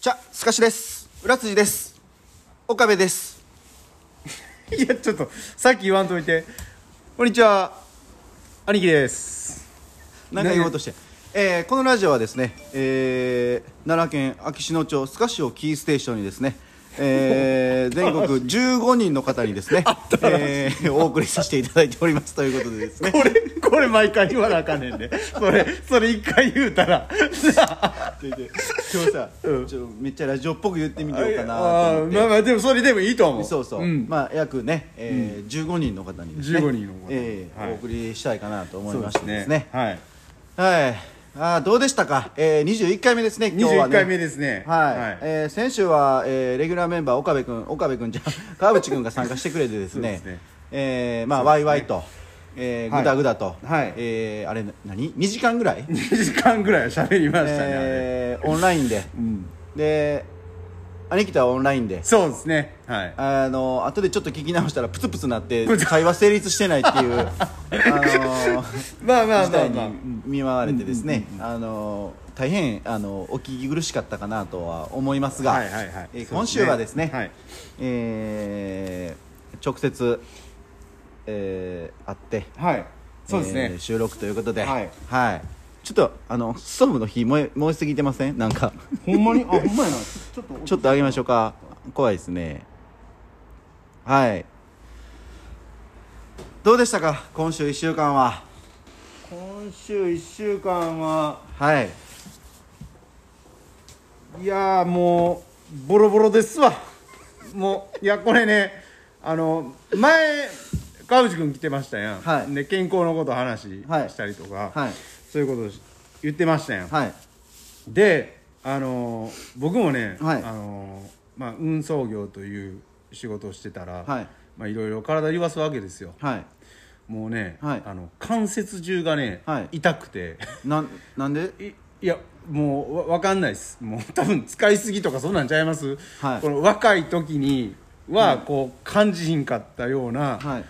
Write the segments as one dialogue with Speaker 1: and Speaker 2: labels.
Speaker 1: じゃ、すかしです。裏辻です。岡部です。
Speaker 2: いや、ちょっと、さっき言わんといて。こんにちは。兄貴です。
Speaker 1: 何か言おうとして。えーこのラジオはですね、えー奈良県秋篠町須賀市をキーステーションにですね、えー 全国15人の方にですね、えーお送りさせていただいておりますということで ですね
Speaker 2: これ、これ毎回言わなあかんねんで。それ、それ一回言うた ら。
Speaker 1: でで今日さ、
Speaker 2: うん
Speaker 1: ちょっとめっちゃラジオっぽく言ってみようかな
Speaker 2: あ
Speaker 1: と
Speaker 2: ー
Speaker 1: 思って
Speaker 2: まあまあ、でもそれでもいいと思う。
Speaker 1: そうそう、
Speaker 2: ん
Speaker 1: まあ約ね、えー15人の方にですね
Speaker 2: 15人の方
Speaker 1: えー
Speaker 2: はい
Speaker 1: お送りしたいかなと思い
Speaker 2: そう
Speaker 1: ま
Speaker 2: で
Speaker 1: して
Speaker 2: す
Speaker 1: です
Speaker 2: ね
Speaker 1: ね。
Speaker 2: はい。
Speaker 1: はい、あーどうでしたか、えー、21回目ですね、今日は、
Speaker 2: 21
Speaker 1: ね、
Speaker 2: 回目ですね。
Speaker 1: はい、えー先週は、えーレギュラーメンバー、岡部君、岡部君じゃん、 川淵君が参加してくれてですね、
Speaker 2: そうですね
Speaker 1: えーまあ、ワイワイと、えー、ぐだぐだと、
Speaker 2: はい
Speaker 1: えーあれ、何、2時間ぐらい、
Speaker 2: 2時間ぐらいは喋りましたね、あれ。
Speaker 1: えーオンラインで、
Speaker 2: うん。
Speaker 1: で、兄貴とはオンラインで、
Speaker 2: そうですね。はい。
Speaker 1: あの後でちょっと聞き直したら、プツプツなって、会話成立してないって いう、あのー
Speaker 2: まあまあ
Speaker 1: 事
Speaker 2: まあ
Speaker 1: 態
Speaker 2: まあ
Speaker 1: に。見舞われてですね、あの大変あのお聞き苦しかったかなとは思いますが、
Speaker 2: はいはいはい
Speaker 1: えー今週はですね
Speaker 2: はい
Speaker 1: えー直接、えー会って
Speaker 2: はい。そうです
Speaker 1: えー
Speaker 2: ね。
Speaker 1: 収録ということで、
Speaker 2: はい
Speaker 1: はいちょっとあのストーブの火燃え燃えすぎてません なんか
Speaker 2: ほんまに、あ、ほんまや な。ちょっと
Speaker 1: ちょっと上げましょうか怖いですねはいどうでしたか今週1週間は
Speaker 2: 今週1週間は、
Speaker 1: はい
Speaker 2: いやーもうボロボロですわもういやこれねあの前川内君来てましたやん、
Speaker 1: はい
Speaker 2: で健康のこと話し
Speaker 1: はい
Speaker 2: したりとか、
Speaker 1: はい
Speaker 2: そういうことし言ってましたやん、
Speaker 1: はい
Speaker 2: であの僕もね、
Speaker 1: はい
Speaker 2: あのまあ、運送業という仕事をしてたら、
Speaker 1: はい
Speaker 2: まあ、いろいろ体言わすわけですよ
Speaker 1: はい
Speaker 2: もうね、
Speaker 1: はい
Speaker 2: あの関節中がね、
Speaker 1: はい
Speaker 2: 痛くて
Speaker 1: なんなんで
Speaker 2: いいやもうわわかんないですもう 多分使いすぎとかそんなんちゃいます、
Speaker 1: はい
Speaker 2: この若い時にはこう感じひんかったような
Speaker 1: はい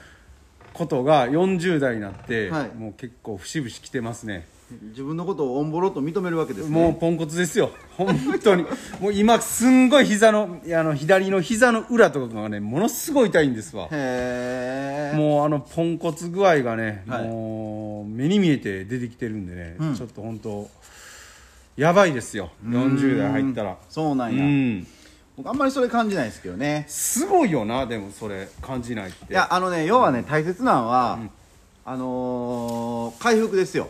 Speaker 2: ことが40代になって、
Speaker 1: はい
Speaker 2: もう結構節々きてますね
Speaker 1: 自分のことをオンボロと認めるわけですね
Speaker 2: もうポンコツですよ 本当にもう今すんごい膝のあの左の膝の裏とかがねものすごい痛いんですわ
Speaker 1: へえ
Speaker 2: もうあのポンコツ具合がね、
Speaker 1: はい
Speaker 2: もう目に見えて出てきてるんでね、ちょっと本当やばいですよ40代入ったら
Speaker 1: そうな
Speaker 2: うん
Speaker 1: や、
Speaker 2: ん
Speaker 1: 僕あんまりそれ感じないですけどね
Speaker 2: すごいよなでもそれ感じないって
Speaker 1: いやあのね要はね大切なのは、あのー回復ですよ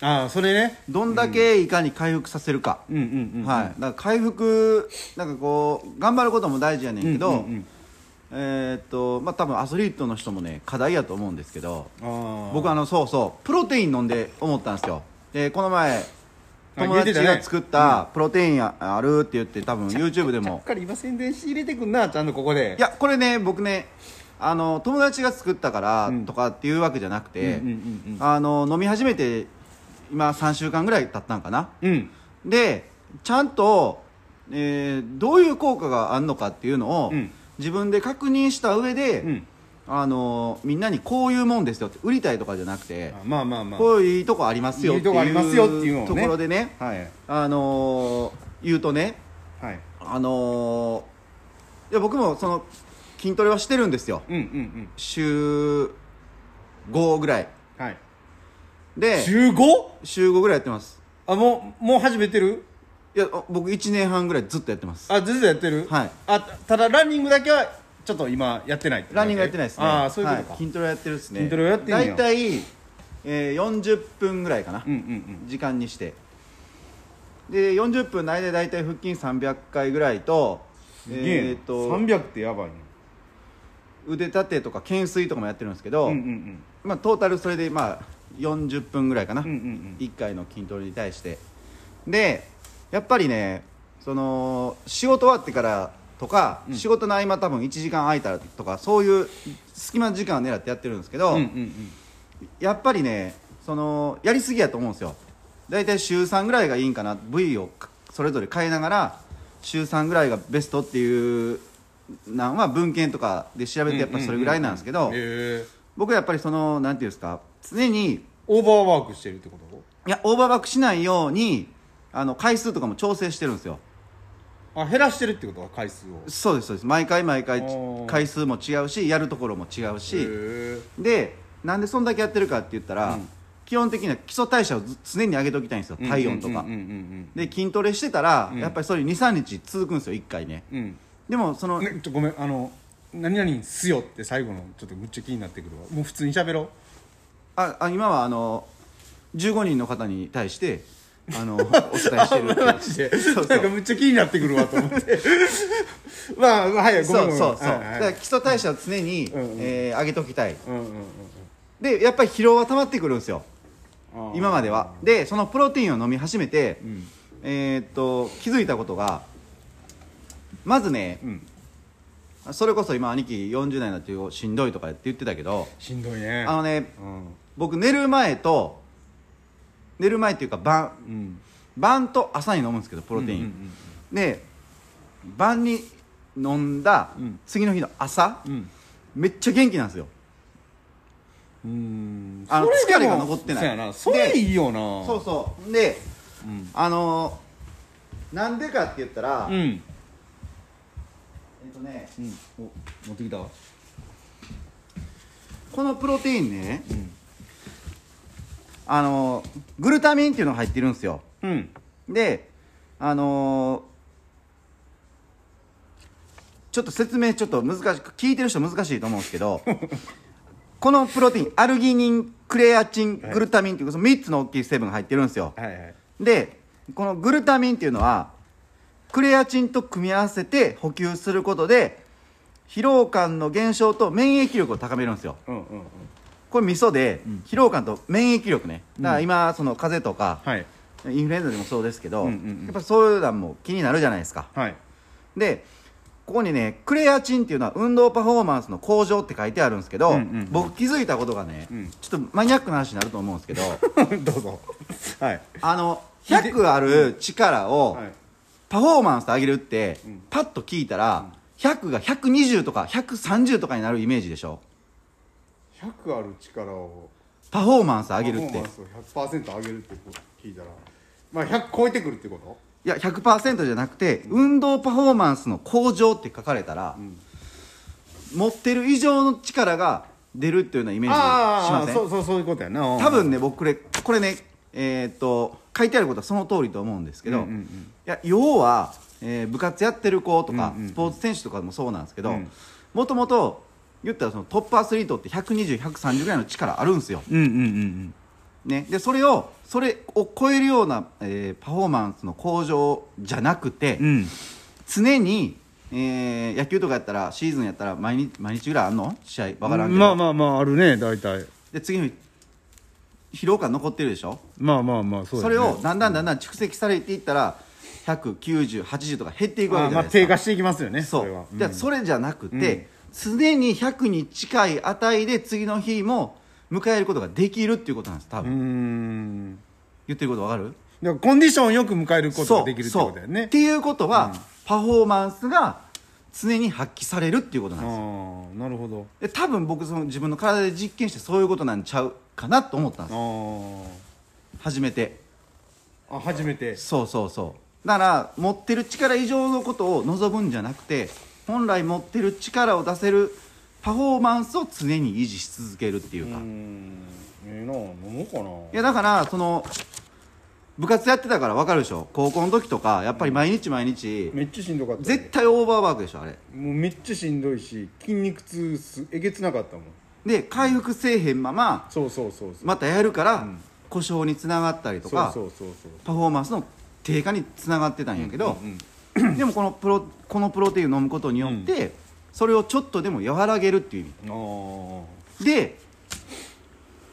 Speaker 2: ああそれね
Speaker 1: どんだけいかに回復させるか、
Speaker 2: うんうんうん
Speaker 1: はい、だから回復なんかこう頑張ることも大事やねんけど、
Speaker 2: うんうん
Speaker 1: えーっとまあ多分アスリートの人もね課題やと思うんですけど
Speaker 2: ああ
Speaker 1: 僕あのそうそうプロテイン飲んで思ったんですよでこの前
Speaker 2: あ
Speaker 1: 友
Speaker 2: 言うて
Speaker 1: 達
Speaker 2: たね
Speaker 1: が作ったプロテインああるって言って多分 YouTube で
Speaker 2: ちゃっ
Speaker 1: も
Speaker 2: かり今宣伝し入れてくんなちゃんとここで
Speaker 1: いやこれね僕ねあの友達が作ったからとかっていうわけじゃなくて、
Speaker 2: うんうんうんうん
Speaker 1: あの飲み始めて今3週間ぐらい経ったんかな
Speaker 2: うん
Speaker 1: でちゃんと、えーどういう効果があるのかっていうのを、
Speaker 2: うん
Speaker 1: 自分で確認した上で、
Speaker 2: うん
Speaker 1: あのみんなにこういうもんですよって売りたいとかじゃなくて
Speaker 2: あまあまあまあ
Speaker 1: こういうとこありますよって
Speaker 2: いいとこありますよっていうの
Speaker 1: い
Speaker 2: を
Speaker 1: う
Speaker 2: ね
Speaker 1: ところでね、
Speaker 2: はい
Speaker 1: あのー言うとね、
Speaker 2: はい
Speaker 1: あのーいや僕もその筋トレはしてるんですよ
Speaker 2: うんうん
Speaker 1: 週5ぐらい
Speaker 2: うんはい
Speaker 1: で
Speaker 2: 週 5?
Speaker 1: 週5ぐらいやってます
Speaker 2: あもうもう始めてる
Speaker 1: いやあ僕1年半ぐらいずっとやってます
Speaker 2: あ全然やってる
Speaker 1: はい
Speaker 2: あただランニングだけはちょっと今やってないってだけ
Speaker 1: ランニングやってないですね
Speaker 2: ああそういうことか
Speaker 1: は筋トレやってるですね
Speaker 2: 筋トレやってんねや
Speaker 1: 大体、えー、40分ぐらいかな、
Speaker 2: うんうんうん
Speaker 1: 時間にしてで40分の間で大体腹筋300回ぐらいと
Speaker 2: すげえ
Speaker 1: えー
Speaker 2: な
Speaker 1: っと
Speaker 2: 300ってやばいね
Speaker 1: 腕立てとか懸垂とかもやってるんですけど、
Speaker 2: うんうんうん
Speaker 1: まあ、トータルそれでまあ40分ぐらいかな、
Speaker 2: うんうん
Speaker 1: 1回の筋トレに対してでやっぱりねその仕事終わってからとか、仕事の合間多分1時間空いたらとかそういう隙間時間を狙ってやってるんですけど、
Speaker 2: うんうんうん
Speaker 1: やっぱりねそのやりすぎやと思うんですよ大体週3ぐらいがいいんかな部位をそれぞれ変えながら週3ぐらいがベストっていうなんは文献とかで調べてやっぱそれぐらいなんですけど、
Speaker 2: へえ
Speaker 1: 僕はやっぱりそのなんていうんですか常に
Speaker 2: オーバーワークしてるってこと
Speaker 1: いやオーバーバックしないようにあの回数とかも調整してるんですよ
Speaker 2: あ減らしてるってことは回数を
Speaker 1: そうですそうです毎回毎回
Speaker 2: おー
Speaker 1: 回数も違うしやるところも違うし、
Speaker 2: へ
Speaker 1: でなんでそんだけやってるかって言ったら、基本的には基礎代謝をず常に上げておきたいんですよ
Speaker 2: え
Speaker 1: 体温とか、
Speaker 2: うんうんうん
Speaker 1: で筋トレしてたら、やっぱりそれ23日続くんですよ1回ね
Speaker 2: うんうん
Speaker 1: でもその、
Speaker 2: ね、ちょごめんあの「何々すよ」って最後のちょっとむっちゃ気になってくるわもう普通に喋ろう
Speaker 1: ああ今はあの15人の方に対してあのお伝えしてる っていう
Speaker 2: マジで
Speaker 1: そう
Speaker 2: なんかむっちゃ気になってくるわと思って まあはいごめ
Speaker 1: そ
Speaker 2: んご
Speaker 1: う
Speaker 2: めん
Speaker 1: そうそう、
Speaker 2: はいはい
Speaker 1: だから基礎代謝を常に、
Speaker 2: んうん
Speaker 1: えー上げときたい
Speaker 2: うんうんうん
Speaker 1: でやっぱり疲労は溜まってくるんですよ
Speaker 2: あー
Speaker 1: 今まではでそのプロテインを飲み始めて、
Speaker 2: ん
Speaker 1: えーっと気づいたことがまずね
Speaker 2: うん
Speaker 1: それこそ今兄貴40代になってしんどいとかって言ってたけど
Speaker 2: しんどいね
Speaker 1: あのね
Speaker 2: うん
Speaker 1: 僕寝る前と寝る前っていうか晩
Speaker 2: うん
Speaker 1: 晩と朝に飲むんですけどプロテイン、
Speaker 2: うんうん
Speaker 1: で晩に飲んだ
Speaker 2: うん
Speaker 1: 次の日の朝、
Speaker 2: うん
Speaker 1: めっちゃ元気なんですよ
Speaker 2: うん
Speaker 1: あの
Speaker 2: そでも
Speaker 1: 疲れが残ってない
Speaker 2: そうやなそれ
Speaker 1: で
Speaker 2: いいよな
Speaker 1: そうそうで
Speaker 2: うん
Speaker 1: あのーなんでかって言ったら、
Speaker 2: う
Speaker 1: えっ
Speaker 2: ん
Speaker 1: とね
Speaker 2: うん
Speaker 1: お持ってきたわこのプロテインね、
Speaker 2: ん
Speaker 1: あのーグルタミンっていうのが入ってるんですよ
Speaker 2: うん
Speaker 1: であのーちょっと説明ちょっと難しく聞いてる人難しいと思うんですけ どこのプロテインアルギニンクレアチン
Speaker 2: はい
Speaker 1: グルタミンっていうその3つの大きい成分が入ってるんですよ
Speaker 2: はいはい
Speaker 1: でこのグルタミンっていうのはクレアチンと組み合わせて補給することで疲労感の減少と免疫力を高めるんですよ
Speaker 2: うんうんうん
Speaker 1: これ味噌で疲労感と免疫力ねだから今その風邪とか、
Speaker 2: はい
Speaker 1: インフルエンザでもそうですけど、
Speaker 2: うんうんうん
Speaker 1: やっぱそういうのも気になるじゃないですか
Speaker 2: はい
Speaker 1: でここにねクレアチンっていうのは運動パフォーマンスの向上って書いてあるんですけど、
Speaker 2: うんうんうん
Speaker 1: 僕気づいたことがね、
Speaker 2: うん
Speaker 1: ちょっとマニアックな話になると思うんですけ ど
Speaker 2: どうぞはい
Speaker 1: あの100ある力を
Speaker 2: はい
Speaker 1: パフォーマンス上げるって、
Speaker 2: ん
Speaker 1: パッと聞いたら、100が120とか130とかになるイメージでしょ
Speaker 2: 100ある力を
Speaker 1: パフォーマンス上げるってい
Speaker 2: パフォーマンスを100%上げるって聞いたらまあ100超えてくるってこと
Speaker 1: や100%じゃなくて、運動パフォーマンスの向上って書かれたら、
Speaker 2: ん
Speaker 1: 持ってる以上の力が出るっていうようなイメージし
Speaker 2: あ
Speaker 1: ま
Speaker 2: あ
Speaker 1: せ
Speaker 2: そ
Speaker 1: ん
Speaker 2: うそうそういうことやな
Speaker 1: 多分ね僕これこれねえーっと書いてあることはその通りと思うんですけど、
Speaker 2: うんうんうん
Speaker 1: いや要は、えー部活やってる子とか、
Speaker 2: うんうん
Speaker 1: スポーツ選手とかもそうなんですけど
Speaker 2: うん
Speaker 1: もともと言ったらそのトップアスリートって120130ぐらいの力あるんですよ、
Speaker 2: うんうんうん
Speaker 1: ね、でそれをそれを超えるような、えーパフォーマンスの向上じゃなくて、
Speaker 2: うん
Speaker 1: 常に、えー野球とかやったらシーズンやったら毎日毎日ぐらいあんの試合わからんけど、
Speaker 2: まあまあまああるね大体
Speaker 1: で次の日疲労感残ってるでしょ
Speaker 2: まあまあまあそ
Speaker 1: そうれ
Speaker 2: やね
Speaker 1: をだんだんだんだん蓄積されていったら19080とか減っていくわけ
Speaker 2: あー
Speaker 1: じゃ
Speaker 2: まあ
Speaker 1: ない
Speaker 2: 低
Speaker 1: ですか、
Speaker 2: 下していきますよね
Speaker 1: そ
Speaker 2: れ
Speaker 1: う
Speaker 2: は
Speaker 1: じゃあそれじゃなくて、常に100に近い値で次の日も迎えることができるっていうことなんです多
Speaker 2: う
Speaker 1: 分、
Speaker 2: ん
Speaker 1: 言ってることわかる
Speaker 2: だからコンディションをよく迎えること
Speaker 1: そ
Speaker 2: が
Speaker 1: う
Speaker 2: できるってことだよ
Speaker 1: そうっ
Speaker 2: ね
Speaker 1: ていうことは、パフォーマンスが常に発揮されるっていうことなん
Speaker 2: あ
Speaker 1: ですよ
Speaker 2: あなるほど
Speaker 1: で多分僕その自分の体で実験してそういうことなんちゃうかなと思ったんです
Speaker 2: あ
Speaker 1: 初めて
Speaker 2: ーあ初めて
Speaker 1: そうそうそうだから持ってる力以上のことを望むんじゃなくて本来持ってる力を出せるパフォーマンスを常に維持し続けるっていう
Speaker 2: う
Speaker 1: か、い
Speaker 2: んええな飲もうかな
Speaker 1: やだからその部活やってたから分かるでしょ高校の時とかやっぱり毎日毎日、
Speaker 2: めっちゃしんどかった
Speaker 1: 絶対オーバーワークでしょあれ
Speaker 2: もうめっちゃしんどいし筋肉痛すえげつなかったもん
Speaker 1: で回復せえへんまま
Speaker 2: そうそうそうそう
Speaker 1: またやるから、故障につながったりとか
Speaker 2: そうそうそうそう
Speaker 1: パフォーマンスの低下につながってたんやけど、
Speaker 2: うん
Speaker 1: でもこのプロこのプロテインを飲むことによって、それをちょっとでも和らげるっていう意
Speaker 2: うんああ
Speaker 1: 味で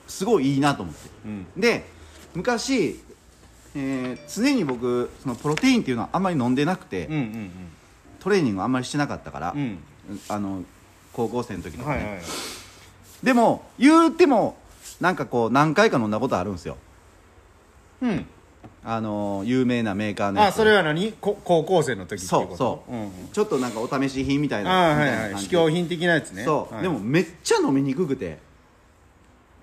Speaker 1: すごいいいなと思って
Speaker 2: うん
Speaker 1: で昔、えー常に僕そのプロテインっていうのはあんまり飲んでなくて、
Speaker 2: うんうん
Speaker 1: トレーニングをあんまりしてなかったから、
Speaker 2: うん
Speaker 1: あの高校生の時
Speaker 2: う
Speaker 1: と
Speaker 2: ん
Speaker 1: か
Speaker 2: は
Speaker 1: ね、
Speaker 2: いはい
Speaker 1: でも言うてもなんかこう何回か飲んだことあるんですよ
Speaker 2: うん
Speaker 1: あの有名なメーカーのや
Speaker 2: あ
Speaker 1: つ
Speaker 2: それは何こ高校生の時ってい
Speaker 1: そう
Speaker 2: こと
Speaker 1: そう、
Speaker 2: んん
Speaker 1: ちょっとなんかお試し品みたいな
Speaker 2: ああ
Speaker 1: み
Speaker 2: はい
Speaker 1: た
Speaker 2: はい
Speaker 1: な感じ
Speaker 2: 試
Speaker 1: で
Speaker 2: 供品的なやつね
Speaker 1: そう、
Speaker 2: はい
Speaker 1: でもめっちゃ飲みにくくて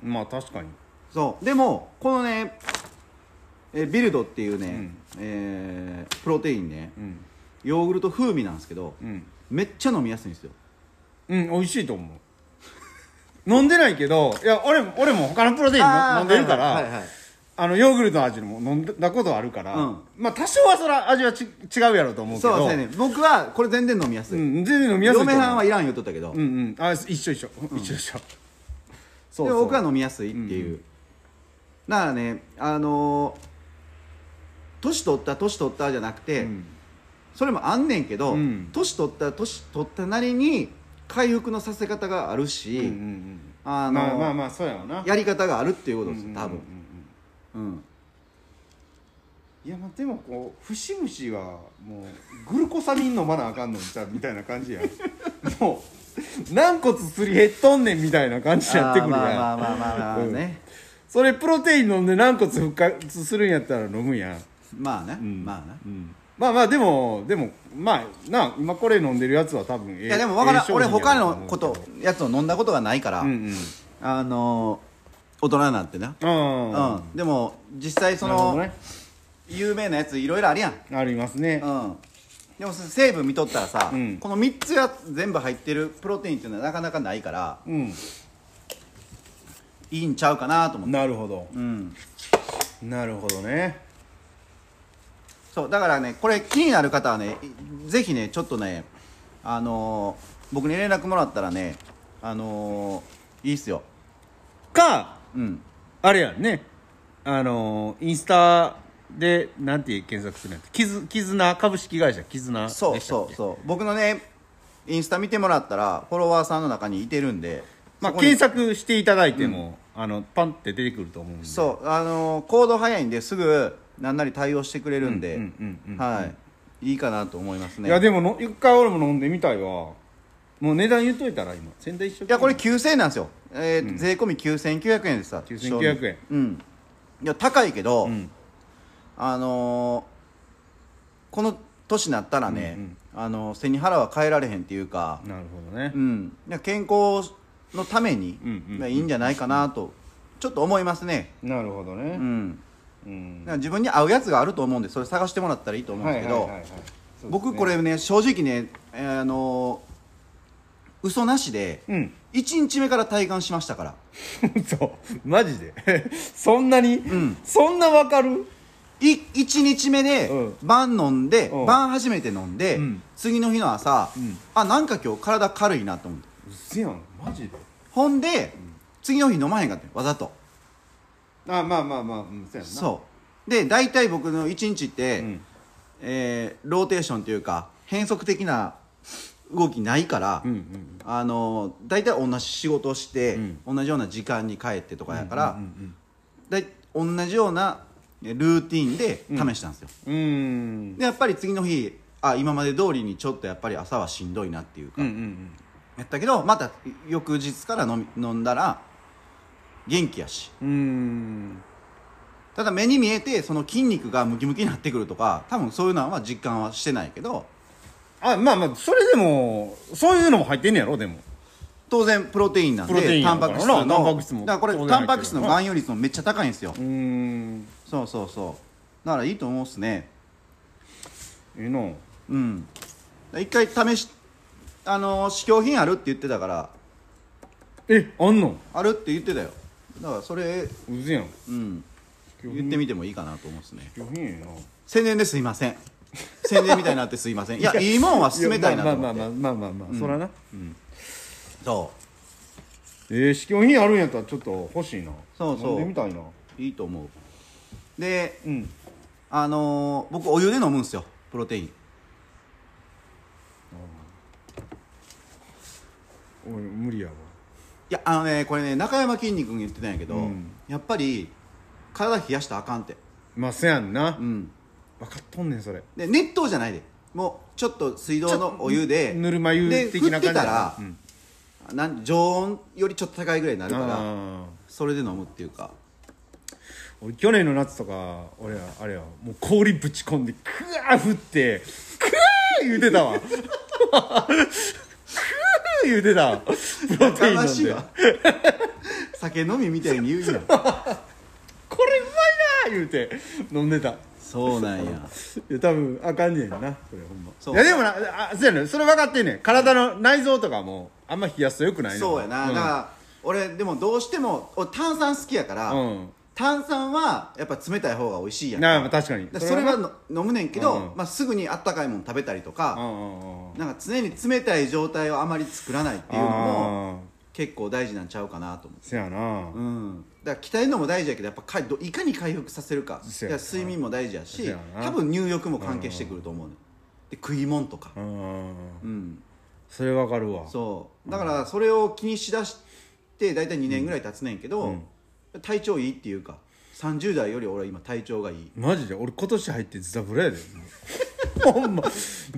Speaker 2: まあ確かに
Speaker 1: そうでもこのねえービルドっていうね、
Speaker 2: ん
Speaker 1: えープロテインね
Speaker 2: うん
Speaker 1: ヨーグルト風味なんですけど、
Speaker 2: うん
Speaker 1: めっちゃ飲みやすいんですよ
Speaker 2: うん 美味しいと思う飲んでないけどいや俺も俺も他のプロテインの飲んでるから、
Speaker 1: はいはいはいはい
Speaker 2: あのヨーグルトの味も飲んだことあるから、
Speaker 1: うん
Speaker 2: まあ多少はそら味はち違うやろうと思うけ
Speaker 1: そう
Speaker 2: ど
Speaker 1: ですね僕はこれ全然飲みやす
Speaker 2: う
Speaker 1: い、
Speaker 2: ん、全然飲みやすいと思
Speaker 1: 嫁
Speaker 2: う
Speaker 1: はんはいらん言っとったけど、
Speaker 2: うんうんあ一緒一緒、一緒一緒そう
Speaker 1: で
Speaker 2: そう
Speaker 1: 僕は飲みやすいっていう、だからねあのー年取った年取ったじゃなくて、
Speaker 2: うん
Speaker 1: それもあんねんけど、
Speaker 2: うん
Speaker 1: 年取った年取ったなりに回復のさせ方があるし、
Speaker 2: うんうんうん
Speaker 1: あのー
Speaker 2: まあまあまあそうやわな
Speaker 1: やり方があるっていうことですよ
Speaker 2: うんうんうん
Speaker 1: 多分、うん
Speaker 2: いやまあでもこう節々はもうグルコサミン飲まなあかんのにさみたいな感じやん もう軟骨すり減っとんねんみたいな感じになってくるやん、
Speaker 1: あーまあまあまあまあまあね、
Speaker 2: それプロテイン飲んで軟骨復活するんやったら飲むやん、
Speaker 1: まあね、
Speaker 2: うん
Speaker 1: まあね
Speaker 2: うんまあまあでもでもまあなあ今これ飲んでるやつは多分ええ
Speaker 1: いやでも分から
Speaker 2: え
Speaker 1: ん
Speaker 2: え商
Speaker 1: 俺
Speaker 2: 品や
Speaker 1: 他
Speaker 2: と思う
Speaker 1: のことやつを飲んだことがないから、
Speaker 2: うんうん
Speaker 1: あのー大人になってな、う
Speaker 2: あ
Speaker 1: んでも実際
Speaker 2: ー
Speaker 1: そ
Speaker 2: なるほ
Speaker 1: の、
Speaker 2: どね
Speaker 1: 有名なやついろいろあるやん、
Speaker 2: ありますね
Speaker 1: うん、でもその成分見とったらさ、
Speaker 2: うん
Speaker 1: この3つが全部入ってるプロテインっていうのはなかなかないから
Speaker 2: うん
Speaker 1: いいんちゃうかなと思って、
Speaker 2: なるほど
Speaker 1: うん、
Speaker 2: なるほどね
Speaker 1: そうだからねこれ気になる方はねいぜひねちょっとねあのー僕に連絡もらったらねあのーいいっすよ
Speaker 2: か
Speaker 1: うん
Speaker 2: あれやんねあのーインスタでなんて検索するんやつキズキズナ株式会社キズナでしたっ
Speaker 1: そう
Speaker 2: け
Speaker 1: そうそう僕のねインスタ見てもらったらフォロワーさんの中にいてるんで
Speaker 2: まあ、
Speaker 1: そこに
Speaker 2: 検索していただいても、あのパンって出てくると思うんで
Speaker 1: そうあのー行動早いんですぐ何なり対応してくれるんで、
Speaker 2: うんうんうんうん
Speaker 1: はいいいかなと思いますね
Speaker 2: いやでもの一回俺も飲んでみたいわもう値段言っといたら今仙台一緒
Speaker 1: いやこれ9000円なんですよ、えー税込み9900円でさ
Speaker 2: 9900円
Speaker 1: うんいや高いけど、
Speaker 2: うん
Speaker 1: あのーこの年になったらね、あのー背に腹は変えられへんっていうか、
Speaker 2: なるほどね
Speaker 1: うん、いや健康のために、
Speaker 2: うんうん
Speaker 1: まあいいんじゃないかなと、ちょっと思いますね
Speaker 2: なるほど
Speaker 1: う
Speaker 2: ね
Speaker 1: ん
Speaker 2: うん、
Speaker 1: だから自分に合うやつがあると思うんでそれ探してもらったらいいと思うんですけど、
Speaker 2: そうですね
Speaker 1: 僕これね正直ね、えーあのー嘘なしで
Speaker 2: うん
Speaker 1: 1日目から体感しましたから
Speaker 2: そうマジで そんなに、
Speaker 1: ん
Speaker 2: そんなわかる
Speaker 1: い1日目で
Speaker 2: うん
Speaker 1: 晩飲んで、
Speaker 2: うん
Speaker 1: 晩初めて飲んで、
Speaker 2: うん
Speaker 1: 次の日の朝、
Speaker 2: うん
Speaker 1: あなんか今日体軽いなと思って
Speaker 2: うっせやんマジで
Speaker 1: ほんで、次の日飲まへんかったよわざと
Speaker 2: あまあまあまあうんそうやんな
Speaker 1: そうで大体僕の1日って、
Speaker 2: うん
Speaker 1: えーローテーションというか変則的な動きないから、
Speaker 2: うんうん
Speaker 1: あのー大体同じ仕事をして、
Speaker 2: う
Speaker 1: 同じような時間に帰ってとかやから、
Speaker 2: うん
Speaker 1: だい同じようなえルーティンで試したんですよ、
Speaker 2: うんうん
Speaker 1: でやっぱり次の日あ今まで通りにちょっとやっぱり朝はしんどいなっていうか、
Speaker 2: うんうん
Speaker 1: やったけどまた翌日から飲み飲んだら元気やし
Speaker 2: うんうん
Speaker 1: ただ目に見えてその筋肉がムキムキになってくるとか多分そういうのは実感はしてないけど
Speaker 2: あまあまあそれでもそういうのも入ってんねやろでも
Speaker 1: 当然プロテインなん
Speaker 2: プロテイ
Speaker 1: で
Speaker 2: ンや
Speaker 1: タ
Speaker 2: か
Speaker 1: ン
Speaker 2: ら
Speaker 1: パク質
Speaker 2: な
Speaker 1: の
Speaker 2: タンパク質も
Speaker 1: だからこ
Speaker 2: 当
Speaker 1: れ
Speaker 2: 然
Speaker 1: タ
Speaker 2: 入ってる
Speaker 1: ンパク質の含有率もめっちゃ高いんですよ
Speaker 2: うーん
Speaker 1: そうそうそうだからいいと思うっすね
Speaker 2: いいの
Speaker 1: うん一回試しあのー試供品あるって言ってたから
Speaker 2: えあんの
Speaker 1: あるって言ってたよだからそれ
Speaker 2: うぜやん
Speaker 1: うん言ってみてもいいかなと思うんですね
Speaker 2: 上品やな
Speaker 1: 宣伝ですいません宣伝みたいになってすいませんいやいいもんは進めたいなと思って、
Speaker 2: まあまあまあまあまあまあそらな
Speaker 1: そ
Speaker 2: えー試供品あるんやったらちょっと欲しいな
Speaker 1: そうそう
Speaker 2: 飲んでみたいな
Speaker 1: ういいと思うで
Speaker 2: うん
Speaker 1: あのー僕お湯で飲むんですよプロテイン
Speaker 2: おい無理やわ
Speaker 1: いやあのねこれね中山きんに君が言ってたんやけど、
Speaker 2: うん
Speaker 1: やっぱり体冷やしたらあかんって
Speaker 2: まあせやんな
Speaker 1: うん
Speaker 2: 分かっとんねんそれ
Speaker 1: で熱湯じゃないでもうちょっと水道のお湯で
Speaker 2: ぬるま湯
Speaker 1: で
Speaker 2: 的
Speaker 1: 振
Speaker 2: な感
Speaker 1: っ
Speaker 2: じ
Speaker 1: てたら
Speaker 2: う、ん
Speaker 1: なん常温よりちょっと高いぐらいになるから
Speaker 2: あー
Speaker 1: それで飲むっていうか
Speaker 2: 俺去年の夏とか俺らあれやもう氷ぶち込んでクワー降ってクワー言うてたわクワー言うてたわプロテイン飲
Speaker 1: 悲し
Speaker 2: ん
Speaker 1: い
Speaker 2: で
Speaker 1: わ酒飲みみたいに言うじゃん
Speaker 2: これうまいなー言うて飲んでた
Speaker 1: そうなんや
Speaker 2: いや多分あかんねんなそれほんま
Speaker 1: そう
Speaker 2: いやでもなあそうやねそれ分かってんねん体の内臓とかもあんま冷やすとよくないねん
Speaker 1: そうやな、
Speaker 2: ん
Speaker 1: だから俺でもどうしても俺炭酸好きやから、
Speaker 2: うん
Speaker 1: 炭酸はやっぱ冷たい方が美味しいやん
Speaker 2: なあまあ確かに
Speaker 1: だからそれはの飲むねんけど、
Speaker 2: うん
Speaker 1: まあ、すぐにあったかいもん食べたりと
Speaker 2: う
Speaker 1: か、
Speaker 2: んうんうん
Speaker 1: なんか常に冷たい状態をあまり作らないっていうのも
Speaker 2: あー
Speaker 1: 結構大事なんちゃうかなと思
Speaker 2: せやな
Speaker 1: う、うん、だから鍛えるのも大事やけどやっぱかいどいかに回復させるか
Speaker 2: そう
Speaker 1: い
Speaker 2: や
Speaker 1: や
Speaker 2: な
Speaker 1: 睡眠も大事やし
Speaker 2: そうやな
Speaker 1: 多分入浴も関係してくると思うねんで食い物とか
Speaker 2: うんうんうん
Speaker 1: うん
Speaker 2: それ分かるわ
Speaker 1: そうだからそれを気にしだして大体2年ぐらい経つねんけど、体調いいっていうか30代より俺は今体調がいい
Speaker 2: マジで俺今年入ってズタブラやでほんま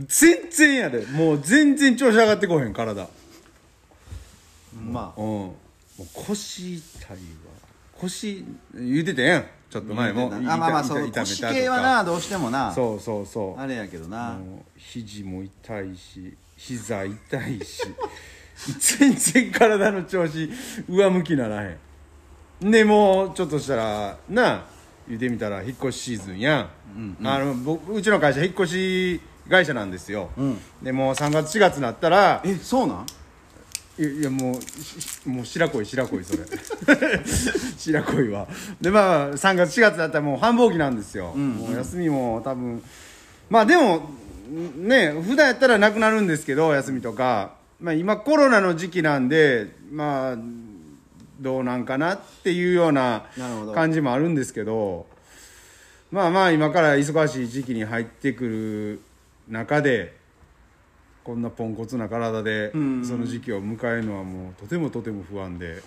Speaker 2: 全然やでもう全然調子上がってこうへん体
Speaker 1: ま
Speaker 2: うんもう腰痛いわ腰言うてたやんちょっと
Speaker 1: あ
Speaker 2: 前も
Speaker 1: あまあまあその
Speaker 2: 痛
Speaker 1: 腰系はなどうしてもな
Speaker 2: そうそうそう
Speaker 1: あれやけどな
Speaker 2: もう肘も痛いし膝痛いし 全然体の調子上向きならへんでもうちょっとしたらなあ言うてみたら引っ越しシーズンやん、あの僕うちの会社引っ越し会社なんですよ、
Speaker 1: うん
Speaker 2: でもう3月4月になったら
Speaker 1: えそうなん
Speaker 2: いやいやもうしもう白恋白恋それ 白恋はでまあ3月4月だったらもう繁忙期なんですよ、もう休みも多分まあでもんね普段やったらなくなるんですけど休みとか、まあ、今コロナの時期なんでまあどうなんかなっていうような
Speaker 1: なるほど
Speaker 2: 感じもあるんですけどまあまあ今から忙しい時期に入ってくる中でこんなポンコツな体でその時期を迎えるのはもうとてもとても不安で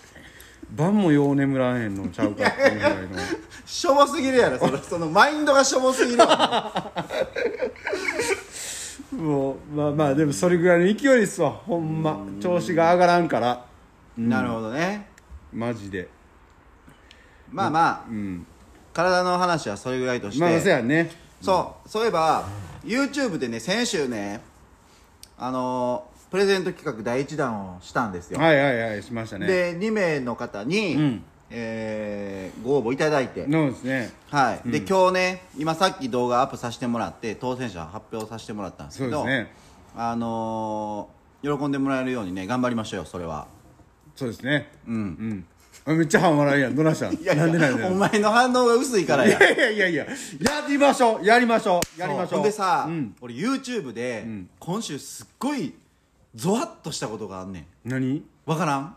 Speaker 2: 晩もよう眠らへんのちゃうかっていうぐらいの
Speaker 1: しょぼすぎるやろそれそのマインドがしょぼすぎるわ
Speaker 2: もうまあまあでもそれぐらいの勢いですわほんま調子が上がらんから
Speaker 1: なるほどね
Speaker 2: マジで
Speaker 1: まあまあ
Speaker 2: うん
Speaker 1: 体の話はそれぐらいとして、
Speaker 2: まあそうやね
Speaker 1: そうそういえば YouTube でね先週ねあのープレゼント企画第1弾をしたんですよ、
Speaker 2: はいはいはいしましたね
Speaker 1: で2名の方に、
Speaker 2: うん
Speaker 1: えーご応募いただいて、
Speaker 2: そうですね
Speaker 1: はいで今日ね今さっき動画アップさせてもらって当選者発表させてもらったんですけ
Speaker 2: そ
Speaker 1: ど
Speaker 2: うですね
Speaker 1: あのー喜んでもらえるようにね頑張りましょうよそれは
Speaker 2: そうですね
Speaker 1: うん
Speaker 2: うんあめっちゃ半笑いやんどないしたんなんでなんでな
Speaker 1: お
Speaker 2: んで
Speaker 1: 前の反応が薄いから
Speaker 2: い
Speaker 1: や
Speaker 2: やいやいやいややりましょうやりましょうやりまし
Speaker 1: そうほ
Speaker 2: ょうん
Speaker 1: でさ、
Speaker 2: うん
Speaker 1: 俺 YouTube で、今週すっごいゾワッとしたことがあんねん
Speaker 2: 何
Speaker 1: わからん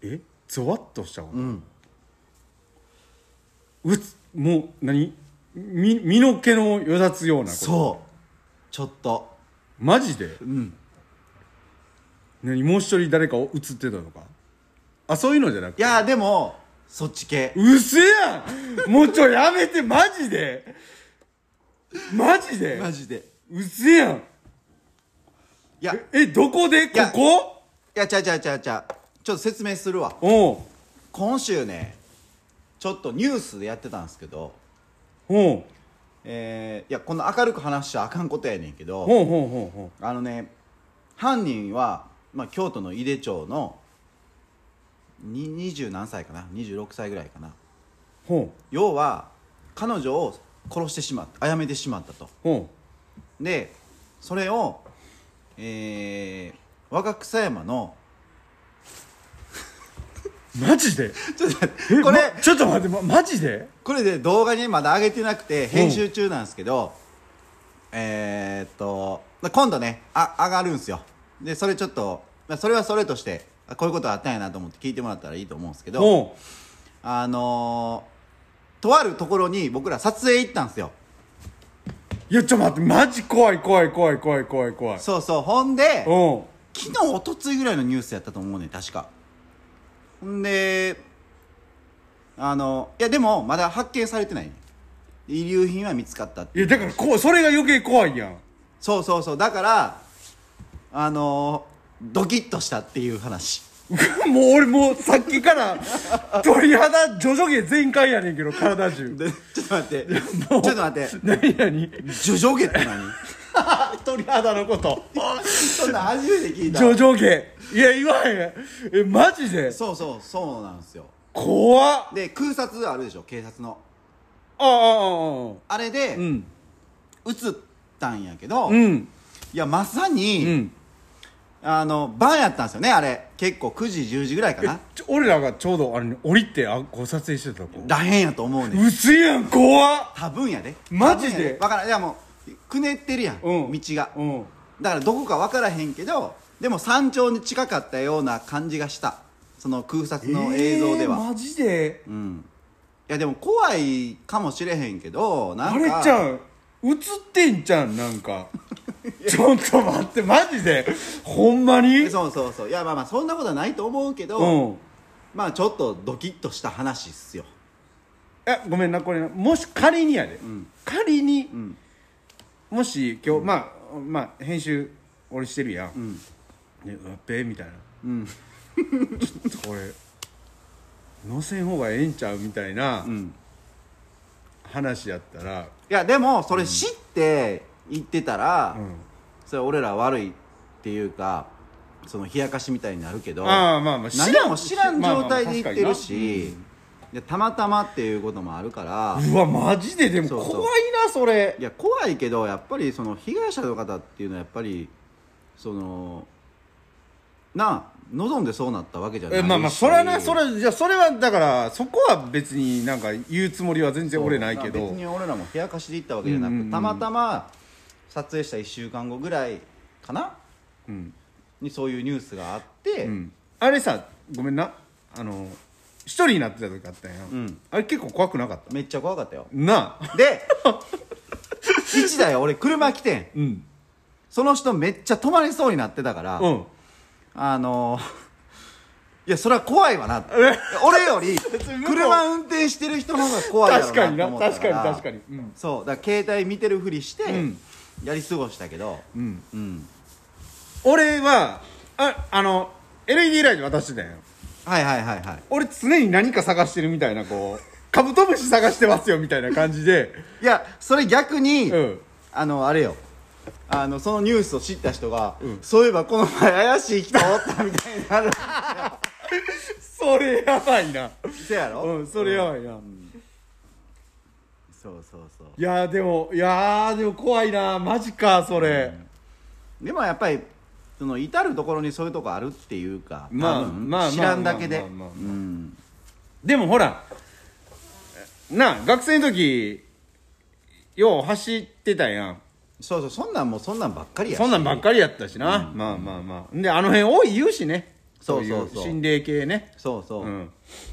Speaker 2: えゾワッとしたことうんつもう何み身の毛のよだつようなこと
Speaker 1: そうちょっと
Speaker 2: マジでうん何もう一人誰かを映ってたとかあそういうのじゃな
Speaker 1: い
Speaker 2: くて
Speaker 1: やでもそっち系
Speaker 2: うせやんもうちょやめてマジでマジで
Speaker 1: マジで
Speaker 2: うせやん
Speaker 1: いやい
Speaker 2: えどこでこ
Speaker 1: や
Speaker 2: こ
Speaker 1: やちゃうちゃうちゃうちゃうちょっと説明するわ
Speaker 2: おう
Speaker 1: 今週ねちょっとニュースでやってたんですけど
Speaker 2: おう
Speaker 1: えーいやこんな明るく話しちゃあかんことやねんけど
Speaker 2: ほうほうほうほ
Speaker 1: あのね犯人は、まあ、京都の井手町のに20何歳かな26歳ぐらいかな
Speaker 2: うほう
Speaker 1: 要は彼女を殺してしまった殺めてしまったと
Speaker 2: ほ
Speaker 1: でそれをえー、若草山の
Speaker 2: うマジで
Speaker 1: ちょっと待って
Speaker 2: え
Speaker 1: これ、
Speaker 2: まちょっと待って、ま、マジで
Speaker 1: これで動画にまだ上げてなくて編集中なんですけど、えー、っとまあ今度ねあ上がるんですよでそれちょっと、まあ、それはそれとしてあこういうことあったんやなと思って聞いてもらったらいいと思うんですけど
Speaker 2: おう
Speaker 1: あのーとあるところに僕ら撮影行ったんですよ
Speaker 2: いやちょっと待ってマジ怖い怖い怖い怖い怖い怖い
Speaker 1: そうそうほんで
Speaker 2: おう
Speaker 1: 昨日おとついぐらいのニュースやったと思うねん確かほんであのいやでもまだ発見されてないね遺留品は見つかったって
Speaker 2: いやだからこうそれが余計怖いやん
Speaker 1: そうそうそうだからあのードキッとしたっていう話
Speaker 2: もう俺もうさっき から鳥肌ジョジョ毛全開やねんけど体中
Speaker 1: でちょっと待ってちょっと待って
Speaker 2: 何何
Speaker 1: ジョジョゲって何
Speaker 2: 鳥肌のこと
Speaker 1: そんなん初めて聞い
Speaker 2: ジ
Speaker 1: た
Speaker 2: ョジョ毛いや言わへんえマジで
Speaker 1: そうそうそうなんですよ
Speaker 2: 怖っ
Speaker 1: で空撮あるでしょ警察の
Speaker 2: あああ
Speaker 1: あれで
Speaker 2: あうん
Speaker 1: 映ったんやけど、
Speaker 2: う
Speaker 1: い
Speaker 2: ん
Speaker 1: やまさに、
Speaker 2: うん
Speaker 1: あの晩やったんですよねあれ結構9時10時ぐらいかな
Speaker 2: ちょ俺らがちょうどあれに降りてあこう撮影してた子
Speaker 1: らへんやと思うねん
Speaker 2: 薄いやん怖っ
Speaker 1: 多分やで
Speaker 2: マジで
Speaker 1: 多分やわからんいやもうくねってるやん、
Speaker 2: うん
Speaker 1: 道が
Speaker 2: うん
Speaker 1: だからどこかわからへんけどでも山頂に近かったような感じがしたその空撮の映像では、
Speaker 2: えーマジで
Speaker 1: うんいやでも怖いかもしれへんけどなんか
Speaker 2: あれちゃん映ってんじゃんなんかちょっと待ってマジでほんまに
Speaker 1: そうそうそういやまあまあそんなことはないと思うけど、
Speaker 2: うん
Speaker 1: まあちょっとドキッとした話っすよ
Speaker 2: えごめんなこれなもし仮にやで、仮に、
Speaker 1: ん
Speaker 2: もし今日、まあまあ編集俺してるやん、
Speaker 1: ん
Speaker 2: でうわっべーみたいな
Speaker 1: うん
Speaker 2: ちょっとこれ載せん方がええんちゃうみたいな
Speaker 1: うん
Speaker 2: 話やったら、
Speaker 1: いやでもそれ知って言ってたら、
Speaker 2: うん
Speaker 1: それは俺ら悪いっていうかその冷やかしみたいになるけど
Speaker 2: ああまあまあ
Speaker 1: 何も知らん状態で言ってる
Speaker 2: まあまあまあ確かにな
Speaker 1: し、でたまたまっていうこともあるから
Speaker 2: うわマジででも
Speaker 1: そうそう
Speaker 2: 怖いなそれ
Speaker 1: いや怖いけどやっぱりその被害者の方っていうのはやっぱりそのなあ望んでそうなったわけじゃない
Speaker 2: え
Speaker 1: し
Speaker 2: まあまあそれはなそれじゃあそれはだからそこは別になんか言うつもりは全然俺ないけ
Speaker 1: そう
Speaker 2: ど
Speaker 1: 別に俺らも冷やかしで行ったわけじゃなく、
Speaker 2: うんうんうん
Speaker 1: たまたま撮影した1週間後ぐらいかな
Speaker 2: うん、
Speaker 1: にそういうニュースがあって、
Speaker 2: うん、あれさごめんなあの一人になってた時あったんや、
Speaker 1: ん
Speaker 2: あれ結構怖くなかった
Speaker 1: めっちゃ怖かったよ
Speaker 2: なあ
Speaker 1: で一台俺車来てん
Speaker 2: うん
Speaker 1: その人めっちゃ止まりそうになってたから、
Speaker 2: うん
Speaker 1: あの いやそれは怖いわなって俺よ り
Speaker 2: に向こう
Speaker 1: 車運転してる人の方が怖いだろ
Speaker 2: 確か
Speaker 1: う
Speaker 2: に
Speaker 1: な
Speaker 2: な
Speaker 1: と思った
Speaker 2: 確か
Speaker 1: か
Speaker 2: に
Speaker 1: ら
Speaker 2: 確かにうん、
Speaker 1: そうだから携帯見てるふりして
Speaker 2: うん
Speaker 1: やり過ごしたけど
Speaker 2: うん、
Speaker 1: うん
Speaker 2: 俺はああの LED ライト渡してたんや
Speaker 1: はいはいはいはい
Speaker 2: 俺常に何か探してるみたいなこうカブトムシ探してますよみたいな感じで
Speaker 1: いやそれ逆に、
Speaker 2: うん
Speaker 1: あのあれよあのそのニュースを知った人が、
Speaker 2: ん
Speaker 1: そういえばこの前怪しい人おったみたいにな る
Speaker 2: それやばいな
Speaker 1: せやろ
Speaker 2: うんそれやばいな、
Speaker 1: そうそうそう
Speaker 2: いやーでもいやーでも怖いなマジかそれ、
Speaker 1: でもやっぱりその至る所にそういうとこあるっていうか
Speaker 2: まあ
Speaker 1: 多分
Speaker 2: まあまあ
Speaker 1: 知らんだけで
Speaker 2: まあまあまあまあ
Speaker 1: うん
Speaker 2: でもほらなあ学生の時よう走ってたやん
Speaker 1: そうそうそんなんもうそんなんばっかりやし
Speaker 2: そんなんばっかりやったしな、まあまあまあであの辺多い言うしね
Speaker 1: そうそうそう
Speaker 2: い心霊系ね
Speaker 1: そうそう、
Speaker 2: ん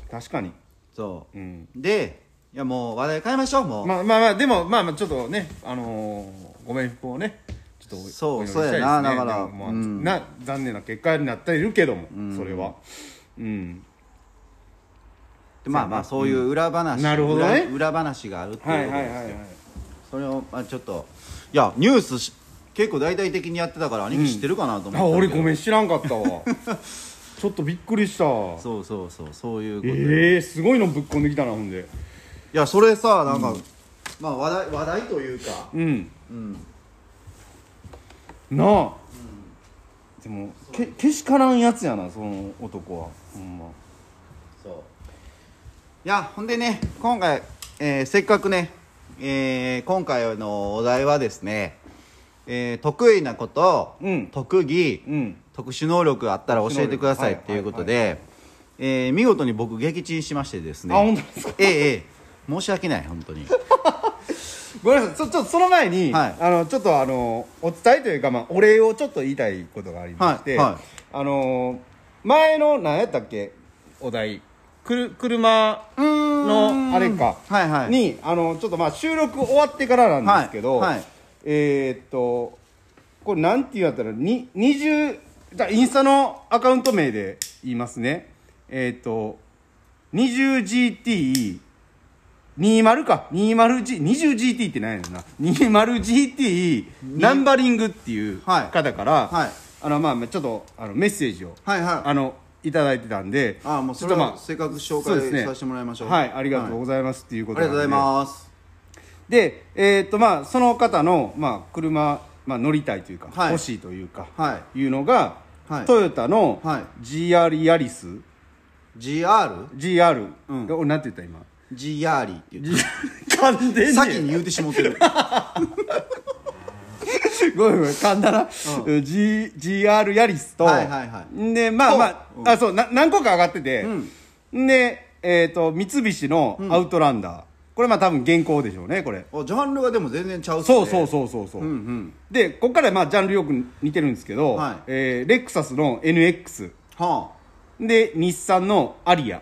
Speaker 2: 確かに
Speaker 1: そう、
Speaker 2: うん
Speaker 1: でいやもう話題変えましょうもう、
Speaker 2: まあまあまあでもまあまあちょっとねあのーご冥福をねちょっとお
Speaker 1: そう
Speaker 2: お祈りしたいです
Speaker 1: そ
Speaker 2: ね
Speaker 1: うやなだから
Speaker 2: でもまあ
Speaker 1: うん
Speaker 2: な残念な結果になっているけども、それはうん
Speaker 1: でまあまあそういう裏話、
Speaker 2: なるほどね
Speaker 1: 裏裏話があるっていうことですよ、
Speaker 2: い
Speaker 1: それを、まあ、ちょっといやニュースし結構大々的にやってたから兄貴知ってるかなと思って、
Speaker 2: あ俺ごめ
Speaker 1: ん
Speaker 2: ん知らんか ったわちょっとびっくりした
Speaker 1: そうそうそうそういうこと、
Speaker 2: ええすごいのぶっこんできたなほんで
Speaker 1: いやそれさなんか、まあ話題話題というか
Speaker 2: うん
Speaker 1: うん
Speaker 2: なあ、でもけけしからんやつやなその男はほんま
Speaker 1: そういやほんでね今回、えーせっかくね、えー今回のお題はですね、えー得意なこと、
Speaker 2: うん
Speaker 1: 特技、
Speaker 2: うん
Speaker 1: 特殊能力あったら教えてくださいっていうことで、えー見事に僕撃沈しましてですね
Speaker 2: あ本当ですか
Speaker 1: ええええ申し訳ない本当に
Speaker 2: ごめんなさいちょちょっとその前に、
Speaker 1: はい
Speaker 2: あのちょっとあのお伝えというか、まあ、お礼をちょっと言いたいことがありまして、
Speaker 1: はいはい
Speaker 2: あの前の何やったっけお題くる車のあれか、
Speaker 1: はいはい
Speaker 2: にあのちょっとまあ収録終わってからなんですけど、
Speaker 1: はいはい
Speaker 2: えーっとこれなんていうんやったらに20じゃあインスタのアカウント名で言いますねえーっと 20GT 20か 20G20GT って何やろな 20GT ナンバリングっていう
Speaker 1: はい
Speaker 2: 方から、
Speaker 1: はい
Speaker 2: あのまあちょっとあのメッセージを、
Speaker 1: はいはい
Speaker 2: あのいただいてたんで
Speaker 1: ああもうそ
Speaker 2: ち
Speaker 1: れ
Speaker 2: ょっと
Speaker 1: はせっかく紹
Speaker 2: そうです
Speaker 1: 介
Speaker 2: ね
Speaker 1: させてもらいましょう
Speaker 2: はいありがとうございます、っていうこ
Speaker 1: は
Speaker 2: と
Speaker 1: いあり
Speaker 2: な
Speaker 1: がとうござい
Speaker 2: んで
Speaker 1: ます
Speaker 2: でえーっとまあその方のまあ車まあ乗りたいというか、
Speaker 1: はい
Speaker 2: 欲しいというか、、
Speaker 1: はい
Speaker 2: うのが、
Speaker 1: はい
Speaker 2: トヨタの
Speaker 1: はい
Speaker 2: GR ヤリス、
Speaker 1: GR?
Speaker 2: GR、
Speaker 1: うん
Speaker 2: 俺なんて言った今
Speaker 1: ジヤーリーっていう
Speaker 2: 噛んでんねん
Speaker 1: 先に言うてしもってる
Speaker 2: ごめんごめん噛んだな、G GR ヤリスと、
Speaker 1: はいはいは
Speaker 2: でまあまあ、
Speaker 1: うん
Speaker 2: あそうな何個か上がってて、で、えー、と三菱のアウトランダー、これまあ多分現行でしょうねこれ
Speaker 1: あジャンルがでも全然ちゃうっすね
Speaker 2: そうそうそうそうそう、
Speaker 1: うんうん
Speaker 2: でここからまあジャンルよく似てるんですけど、
Speaker 1: はい
Speaker 2: えーレクサスの NX
Speaker 1: は
Speaker 2: で日産のアリアっ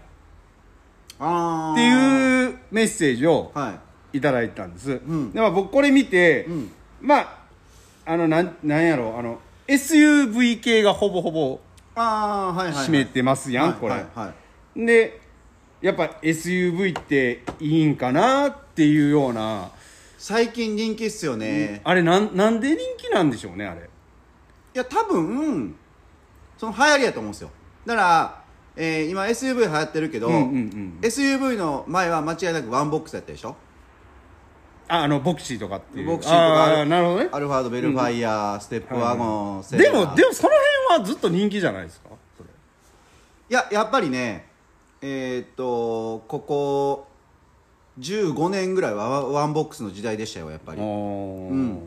Speaker 1: ああー
Speaker 2: ていうメッセージを
Speaker 1: はい
Speaker 2: いただいたんです、
Speaker 1: ん
Speaker 2: でまあ僕これ見て、
Speaker 1: ん
Speaker 2: まああのなんなんやろうあの SUV 系がほぼほぼ
Speaker 1: ああーはいはいはい
Speaker 2: 占めてますやん、
Speaker 1: はい
Speaker 2: これ、
Speaker 1: はいはい
Speaker 2: でやっぱ SUV っていいんかなっていうような
Speaker 1: 最近人気っすよね
Speaker 2: あれなんなんで人気なんでしょうねあれ
Speaker 1: いや多分その流行りやと思うんですよだから、えー今 SUV 流行ってるけど、
Speaker 2: うんうんうん
Speaker 1: SUV の前は間違いなくワンボックスやったでしょ
Speaker 2: ああのボクシーとかっていう
Speaker 1: ボクシーとか
Speaker 2: あーなるほどね
Speaker 1: アルファードベルファイヤー、ステップワゴン、セ
Speaker 2: で
Speaker 1: ーラー
Speaker 2: もでもその辺はずっと人気じゃないですかそれ
Speaker 1: いややっぱりねえーっとここ15年ぐらいはワワンボックスの時代でしたよやっぱり
Speaker 2: ああ、
Speaker 1: だ
Speaker 2: うん、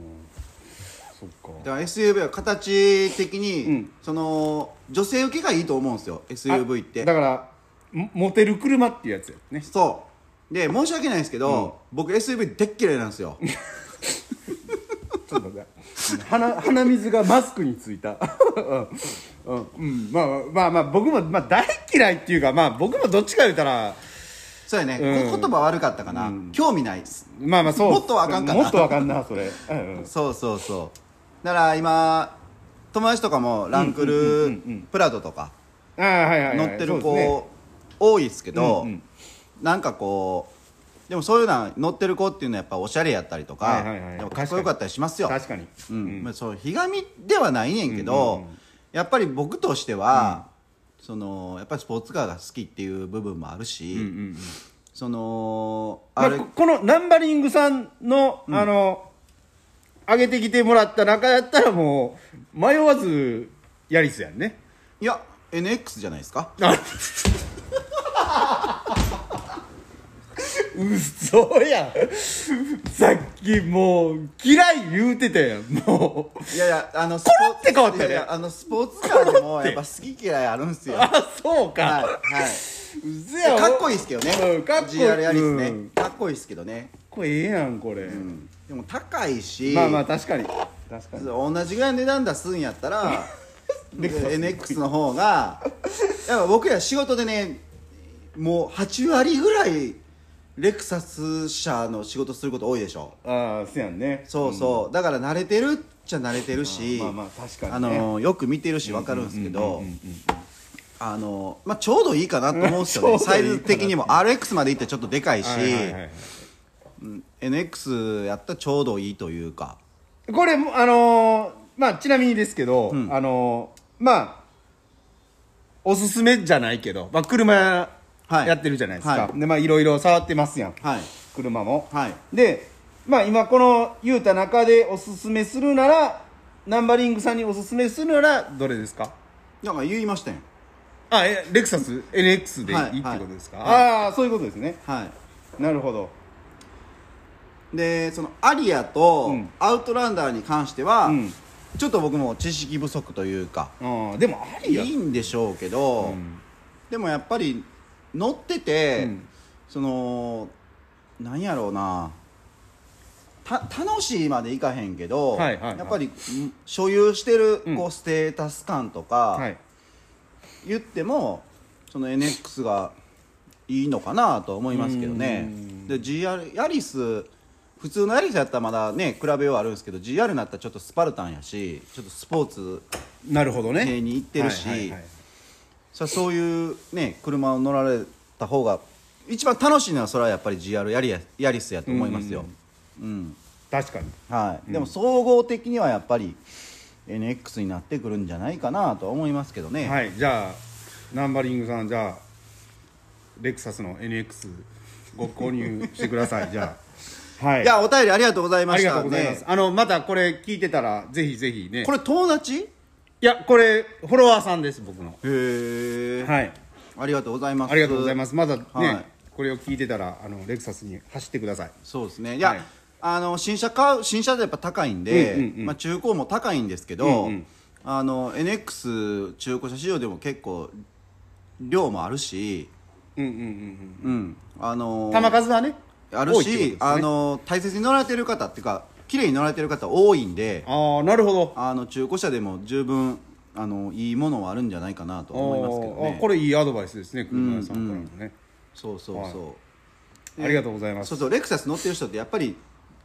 Speaker 2: そっか
Speaker 1: から SUV は形的に、
Speaker 2: うん
Speaker 1: その女性受けがいいと思うんですよ SUV っ
Speaker 2: あ
Speaker 1: て
Speaker 2: だからモモテる車っていうやつやね
Speaker 1: そうで申し訳ないんですけど、僕 SUV でっ嫌いなんです よ
Speaker 2: ちょっと待って鼻鼻水がマスクについたうん、うん、まあまあまあ僕も、まあ、大嫌いっていうかまあ僕もどっちか言うたら
Speaker 1: そうやね、
Speaker 2: うん
Speaker 1: こ言葉悪かったかな、興味ないです
Speaker 2: まあまあそう
Speaker 1: もっとあかんかな
Speaker 2: もっとあかんなそれ、うんうん
Speaker 1: そうそうそうだから今友達とかもランクルプラドとか
Speaker 2: ああはいはい、は
Speaker 1: 乗
Speaker 2: い、
Speaker 1: って
Speaker 2: そ
Speaker 1: る
Speaker 2: う
Speaker 1: 子、
Speaker 2: ですね
Speaker 1: 多いですけど、
Speaker 2: うんうん
Speaker 1: なんかこうでもそういうのは乗ってる子っていうのはやっぱおしゃれやったりとか、
Speaker 2: はいはいはい
Speaker 1: やっぱかっこよかったりしますよ
Speaker 2: 確かに
Speaker 1: うんまあ、そうひがみではないねんけど、
Speaker 2: うんうんうん
Speaker 1: やっぱり僕としては、そのやっぱりスポーツカーが好きっていう部分もあるし、
Speaker 2: うんうんうん
Speaker 1: その
Speaker 2: ま
Speaker 1: あ
Speaker 2: あ、
Speaker 1: れ、
Speaker 2: ここのナンバリングさんの、あの上げてきてもらった中やったらもう迷わずヤリスやんね
Speaker 1: いや NX じゃないですか
Speaker 2: あ 嘘やんさっきもう嫌い言うてたやんもう
Speaker 1: いやいやあのス
Speaker 2: コロって変わったよね
Speaker 1: いやいやあのスポーツカーでもやっぱ好き嫌いあるんす よは
Speaker 2: あそう
Speaker 1: い、
Speaker 2: か、
Speaker 1: はい、
Speaker 2: うぜや
Speaker 1: かっこいい
Speaker 2: い
Speaker 1: っすけどね、
Speaker 2: うんかっこいい
Speaker 1: GR やりっすね、
Speaker 2: うん
Speaker 1: かっこいいっすけどね、
Speaker 2: これええやんこれ、
Speaker 1: うん、でも高いし、
Speaker 2: まあまあ確かに確かに
Speaker 1: 同じぐらいの値段出すんやった らで NX の方がやっぱ僕ら仕事でねもう8割ぐらいレクサス社の仕事すること多いでしょ
Speaker 2: ああせやんね
Speaker 1: そうそう、だから慣れてるっちゃ慣れてるし
Speaker 2: あーまあまあ確かにね
Speaker 1: あのよく見てるし分かるんですけ
Speaker 2: う
Speaker 1: ど
Speaker 2: んうんうん
Speaker 1: あのまあちょうどいいかなと思うんですよ
Speaker 2: う
Speaker 1: ね
Speaker 2: んちょう
Speaker 1: サ
Speaker 2: どいい
Speaker 1: イ
Speaker 2: かな
Speaker 1: ズ的にも RX までいったらちょっとでかいし、
Speaker 2: はいはいはいはい
Speaker 1: NX やったらちょうどいいというか
Speaker 2: これもあのーまあちなみにですけど、
Speaker 1: ん
Speaker 2: あのーまあおすすめじゃないけど、まあ、車
Speaker 1: はい
Speaker 2: やってるじゃないですか、
Speaker 1: は
Speaker 2: でまあいろいろ触ってますやん、
Speaker 1: はい
Speaker 2: 車も、
Speaker 1: はい
Speaker 2: でまあ今この言うた中でおすすめするならナンバリングさんにおすすめするならどれですか
Speaker 1: だから言いましたよ
Speaker 2: あえレクサス NX でい
Speaker 1: はい
Speaker 2: いって
Speaker 1: はい
Speaker 2: ことですか、
Speaker 1: は
Speaker 2: ああそういうことですね
Speaker 1: はい
Speaker 2: なるほど
Speaker 1: でそのアリアと
Speaker 2: うん
Speaker 1: アウトランダーに関しては、
Speaker 2: うん
Speaker 1: ちょっと僕も知識不足というか
Speaker 2: あーでもあ
Speaker 1: い
Speaker 2: りや
Speaker 1: いんでしょうけど、でもやっぱり乗ってて、
Speaker 2: うん
Speaker 1: そのなんやろうなた楽しいまでいかへんけど、
Speaker 2: はいはいはい
Speaker 1: やっぱりん所有してる
Speaker 2: うん
Speaker 1: こうステータス感とか、
Speaker 2: はい
Speaker 1: 言ってもその NX がいいのかなと思いますけどねで GR ヤリス普通のヤリスやったらまだね比べようあるんですけど GR になったらちょっとスパルタンやしちょっとスポーツ
Speaker 2: なるほどね
Speaker 1: 系に行ってるし
Speaker 2: はいはいはい
Speaker 1: そらそういうね車を乗られた方が一番楽しいのはそれはやっぱり GR ヤリやヤリスやと思いますようん
Speaker 2: 確かに
Speaker 1: はいでも総合的にはやっぱり NX になってくるんじゃないかなと思いますけどね
Speaker 2: はいじゃあナンバリングさんじゃあレクサスの NX ご購入してくださいじ ゃあはい
Speaker 1: いやお便りありがとうございま
Speaker 2: あり
Speaker 1: し
Speaker 2: がと
Speaker 1: た
Speaker 2: うございます、あのまたこれ聞いてたらぜひぜひね
Speaker 1: これ友達
Speaker 2: いやこれフォロワーさんです僕の
Speaker 1: へえ、
Speaker 2: はい
Speaker 1: ありがとうございます
Speaker 2: ありがとうございますすまだね、
Speaker 1: はい
Speaker 2: これを聞いてたらあのレクサスに走ってください
Speaker 1: そうですねいや、
Speaker 2: はい
Speaker 1: あの新車買う新車でやっぱ高いんで、
Speaker 2: うんうんうん
Speaker 1: まあ、中古も高いんですけど、
Speaker 2: うんうん
Speaker 1: あの NX 中古車市場でも結構量もあるし、
Speaker 2: うんうんうんうん
Speaker 1: うん、あの
Speaker 2: 球数はね
Speaker 1: ある
Speaker 2: 多いってことで
Speaker 1: し、
Speaker 2: すね
Speaker 1: あの大切に乗られてる方っていうか綺麗に乗られてる方多いんで
Speaker 2: ああなるほど
Speaker 1: あの中古車でも十分あのいいものはあるんじゃないかなとは思いますけど
Speaker 2: あーあ
Speaker 1: ね
Speaker 2: これいいアドバイスですね車屋さんからのね、
Speaker 1: そうそうそう、
Speaker 2: ありがとうございます
Speaker 1: そうそうレクサス乗ってる人ってやっぱり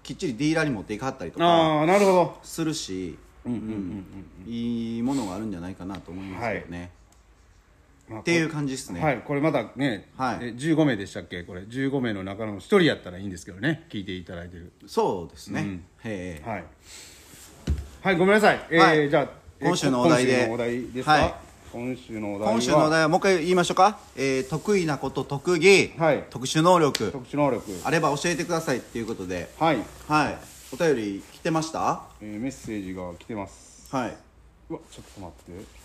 Speaker 1: きっちりディーラーに持っていかはったりとか
Speaker 2: ああなるほど
Speaker 1: するしうんいいものがあるんじゃないかなと思いますけどね、
Speaker 2: まあ
Speaker 1: っていう感じですね、
Speaker 2: はいこれまだね、
Speaker 1: はい
Speaker 2: え15名でしたっけこれ15名の中の1人やったらいいんですけどね聞いていただいてる
Speaker 1: そうですね、
Speaker 2: うん
Speaker 1: へえ
Speaker 2: はいはいごめんなさい、えー
Speaker 1: はい
Speaker 2: じゃあえー
Speaker 1: 今週のお題で
Speaker 2: 今週のお題ですか、
Speaker 1: はい
Speaker 2: 今週のお題は
Speaker 1: 今週のお題はもう一回言いましょうか、えー得意なこと特技、
Speaker 2: はい
Speaker 1: 特殊能力
Speaker 2: 特殊能力
Speaker 1: あれば教えてくださいっていうことで
Speaker 2: はい、
Speaker 1: はいお便り来てました
Speaker 2: えーメッセージが来てます
Speaker 1: はいう
Speaker 2: わちょっと待って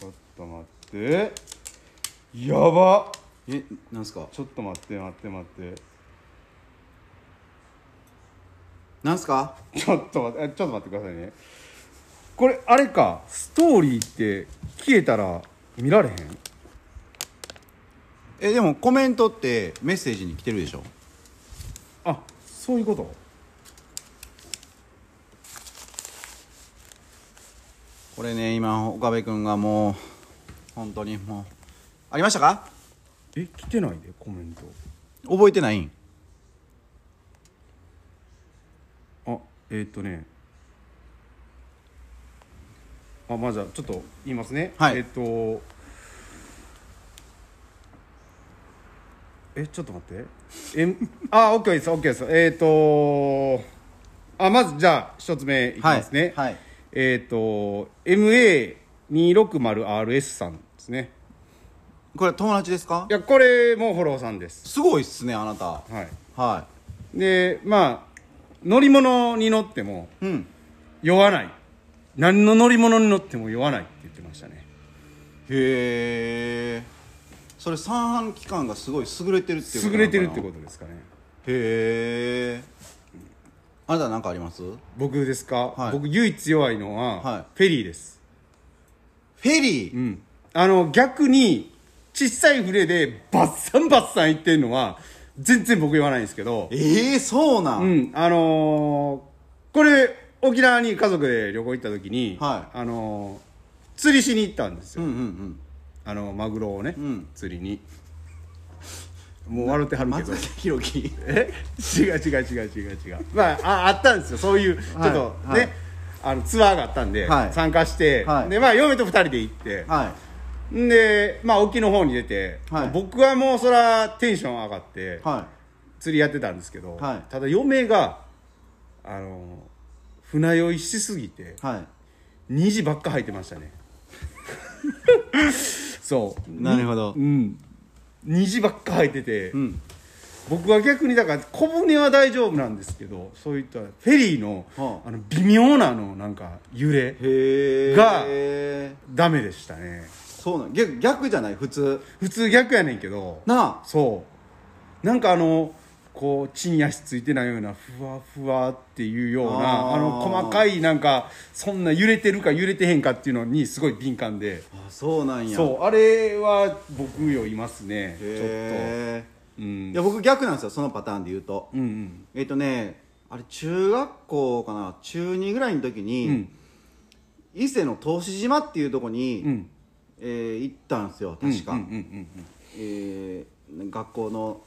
Speaker 2: ちょっと待ってやば
Speaker 1: えなんすか
Speaker 2: ちょっと待って待って待って
Speaker 1: なんすか
Speaker 2: ちょっと待って、えちょっと待ってくださいね。これ、あれか、ストーリーって消えたら見られへん
Speaker 1: えでもコメントってメッセージに来てるでしょ
Speaker 2: あ、そういうこと
Speaker 1: これね今岡部君がもう本当にもうありましたか
Speaker 2: え、来てないで、コメン
Speaker 1: 覚えてないん
Speaker 2: ト。あ、えー、っとね。あ、まあじゃあ、ちょっと言いますね。
Speaker 1: はい
Speaker 2: えー、っと。え、ちょっと待って。え、あ、オッケーです、オッケーです。えー、っと。あ、まず、じゃあ、一つ目いきますね。
Speaker 1: はい、はい、
Speaker 2: えっ、と MA260RS さんですね
Speaker 1: これ友達ですか
Speaker 2: いやこれもフォローさんです
Speaker 1: すごいっすねあなた
Speaker 2: はい
Speaker 1: は
Speaker 2: でまあ乗り物に乗っても
Speaker 1: いうん
Speaker 2: 酔わない何の乗り物に乗っても酔わないって言ってましたね
Speaker 1: へえそれ三半規管がすごい優れてるっていうこと
Speaker 2: 優れてるって
Speaker 1: と
Speaker 2: ことですかね
Speaker 1: へえあなた何かありますフ
Speaker 2: 僕ですか、
Speaker 1: はい
Speaker 2: 僕唯一弱いのは、
Speaker 1: は
Speaker 2: フェリーです
Speaker 1: ェリー、
Speaker 2: うんあの逆に小さい船でバッサンバッサン行ってるのは全然僕言わないんですけど
Speaker 1: ええそうなん、
Speaker 2: うん、あのーこれ沖縄に家族で旅行行った時に、
Speaker 1: はい
Speaker 2: あのー釣りしに行ったんです
Speaker 1: う
Speaker 2: よ、
Speaker 1: んうんうん
Speaker 2: あのマグロをね、
Speaker 1: ん
Speaker 2: 釣りにもう笑ってはるけ
Speaker 1: 松
Speaker 2: ど
Speaker 1: 崎弘樹
Speaker 2: え違う違う違う違う違うまあああったんですよそういうちょっ
Speaker 1: はい
Speaker 2: とね、
Speaker 1: はい
Speaker 2: あのツアーがあったんで、
Speaker 1: はい
Speaker 2: 参加して、
Speaker 1: はい
Speaker 2: でまあ嫁と2人で行って、
Speaker 1: はい
Speaker 2: んでまあ沖の方に出て、
Speaker 1: はい
Speaker 2: 僕はもうそらテンション上がって、
Speaker 1: は
Speaker 2: 釣りやってたんですけど、
Speaker 1: はい
Speaker 2: ただ嫁があの船酔いしすぎて
Speaker 1: いはい
Speaker 2: 虹ばっか入ってましたね そう
Speaker 1: なるほど
Speaker 2: うん虹ばっか入ってて、
Speaker 1: ん
Speaker 2: 僕は逆にだから小舟は大丈夫なんですけどそういったフェリーの,、
Speaker 1: はあ
Speaker 2: あの微妙なあのなんか揺れ
Speaker 1: へえ
Speaker 2: がダメでしたね
Speaker 1: そうなん逆逆じゃない普通
Speaker 2: 普通逆やねんけど
Speaker 1: なあ
Speaker 2: そうなんかあのこう地に足ついてないようなふわふわっていうような
Speaker 1: あー
Speaker 2: あの細かいなんかそんな揺れてるか揺れてへんかっていうのにすごい敏感で
Speaker 1: あそうなんや
Speaker 2: そうあれは僕よいますねちょっ
Speaker 1: へ
Speaker 2: とう
Speaker 1: え
Speaker 2: ん
Speaker 1: いや僕逆なんですよそのパターンで言うと
Speaker 2: うんうん
Speaker 1: えっ、とねあれ中学校かな中2ぐらいの時に、
Speaker 2: うん
Speaker 1: 伊勢の答志島っていうとこに、
Speaker 2: うん
Speaker 1: えー行ったんですよ確か、
Speaker 2: うんうんうん
Speaker 1: えー学校の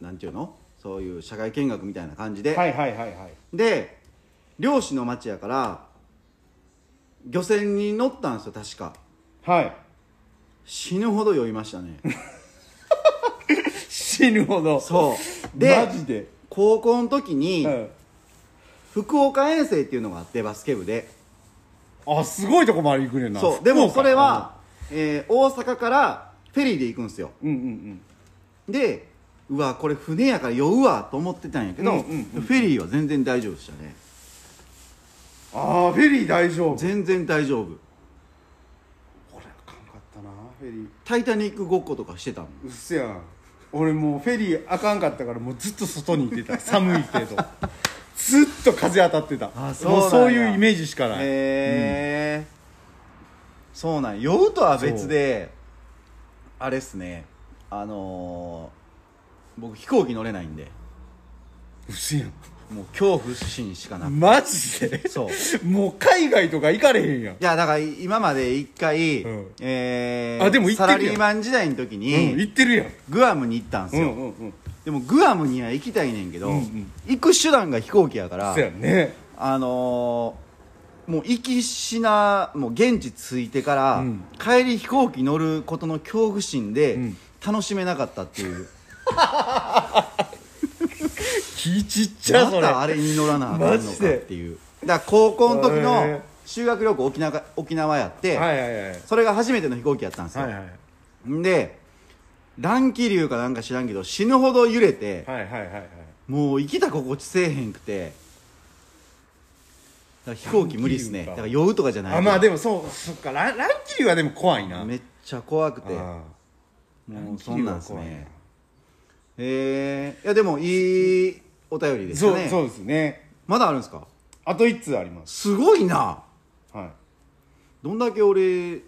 Speaker 1: なんていうのそういう社会見学みたいな感じ
Speaker 2: う
Speaker 1: で、
Speaker 2: んはいはいはいはい
Speaker 1: で漁師の町やから漁船に乗ったんですよ確か
Speaker 2: はい
Speaker 1: 死ぬほど酔いま したね
Speaker 2: 死ぬほど
Speaker 1: そうで
Speaker 2: マジで
Speaker 1: 高校の時に
Speaker 2: うん
Speaker 1: 福岡遠征っていうのがあってバスケ部で
Speaker 2: あすごいとこまで行くねんな
Speaker 1: そうでも
Speaker 2: 福岡
Speaker 1: それは、えー大阪からフェリーで行くんですよ
Speaker 2: うんうんうん
Speaker 1: でうわこれ船やから酔うわと思ってたんやけど、
Speaker 2: うんうんうん
Speaker 1: フェリーは全然大丈夫でしたね
Speaker 2: ああフェリー大丈夫
Speaker 1: 全然大丈夫
Speaker 2: 俺あかんかったなフェリー
Speaker 1: タイタニックごっことかしてたの
Speaker 2: うっせやん俺もうフェリーあかんかったからもうずっと外にいてた寒いけどずっと風当たってた
Speaker 1: あそうなんや
Speaker 2: もうそういうイメージしかない、
Speaker 1: へえ、そうなん酔うとは別であれっすねあのー僕飛行機乗れないんで
Speaker 2: うっせや
Speaker 1: もう恐怖心しかなく
Speaker 2: んマジで
Speaker 1: そう
Speaker 2: もう海外とか行かれへんやん、
Speaker 1: いやだから今まで一回、
Speaker 2: うん
Speaker 1: えー
Speaker 2: あでも行って
Speaker 1: サ
Speaker 2: るや
Speaker 1: ラリ
Speaker 2: ん
Speaker 1: ーマン時代の時に、
Speaker 2: うん、行ってるやん
Speaker 1: グアムに行ったんです
Speaker 2: う
Speaker 1: よ、
Speaker 2: んうんうん
Speaker 1: でもグアムには行きたいねんけど、
Speaker 2: うんうん
Speaker 1: 行く手段が飛行機やから
Speaker 2: そうやんね
Speaker 1: あのーもう行きしなもう現地着いてから、
Speaker 2: うん
Speaker 1: 帰り飛行機乗ることの恐怖心で、
Speaker 2: ん
Speaker 1: 楽しめなかったって いう
Speaker 2: 気ちっちゃ
Speaker 1: ま
Speaker 2: それ
Speaker 1: たあれに乗らなあかんの
Speaker 2: マ
Speaker 1: かっ
Speaker 2: ジで
Speaker 1: ていうだから高校の時
Speaker 2: へえ
Speaker 1: の修学旅行沖縄沖縄やって、
Speaker 2: はいはいはい
Speaker 1: それが初めての飛行機やったんですよ、
Speaker 2: はいはい
Speaker 1: んで乱気流かなんか知らんけど死ぬほど揺れて、
Speaker 2: はいはいはいはい
Speaker 1: もう生きた心地せえへんくてだから飛行機無理っすね
Speaker 2: 乱
Speaker 1: だか
Speaker 2: 気流か
Speaker 1: ら酔うとかじゃない
Speaker 2: あまあでもそうそっかランランキリーはでも怖いな
Speaker 1: めっちゃ怖くて
Speaker 2: あー
Speaker 1: もうそんなんです
Speaker 2: ランキリーは怖いな
Speaker 1: ねえー、いやでもいいお便りでした
Speaker 2: そう
Speaker 1: ね
Speaker 2: そうですね
Speaker 1: まだあるんですか
Speaker 2: あと1通あります
Speaker 1: すごいな
Speaker 2: はい
Speaker 1: どんだけ俺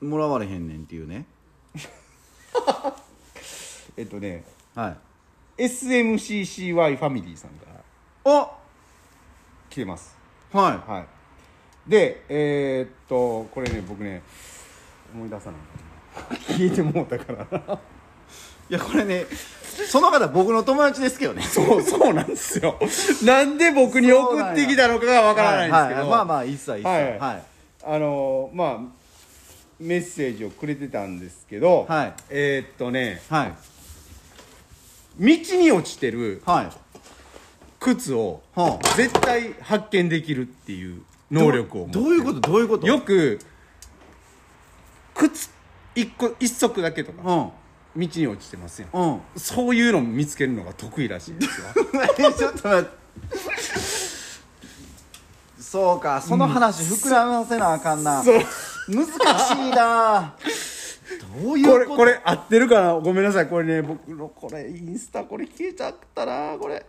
Speaker 1: もらわれへんねんっていうね
Speaker 2: えっとね
Speaker 1: はい
Speaker 2: SMCCY ファミリーさんから
Speaker 1: あ
Speaker 2: 来てます
Speaker 1: は
Speaker 2: はいでえーっとこれね僕ね思い出さない聞いてもうたから
Speaker 1: いいやこれねその方僕の友達ですけどね
Speaker 2: そうそうなんですよなんで僕に送ってきたのかがわからないんですけど、
Speaker 1: はいはいまあまあいいっすわいいっすわ
Speaker 2: は
Speaker 1: はいい、はい
Speaker 2: あのまあメッセージをくれてたんですけど、
Speaker 1: はい
Speaker 2: えーっとね道に落ちてる
Speaker 1: はい
Speaker 2: 靴を
Speaker 1: はあ
Speaker 2: 絶対発見できるっていう能力を持って
Speaker 1: ど
Speaker 2: る
Speaker 1: どういうことどういうこと
Speaker 2: よく靴一個一足だけとか
Speaker 1: う
Speaker 2: 道
Speaker 1: ん
Speaker 2: に落ちてますよ、
Speaker 1: うん
Speaker 2: そういうの見つけるのが得意らしいんです よ
Speaker 1: えちょっと待ってそうかその話膨らませなあかんな、
Speaker 2: そう
Speaker 1: 難しいなどういう
Speaker 2: こ
Speaker 1: こ
Speaker 2: れ
Speaker 1: と
Speaker 2: これ合ってるかなごめんなさいこれね僕のこれインスタこれ消えちゃったなこれ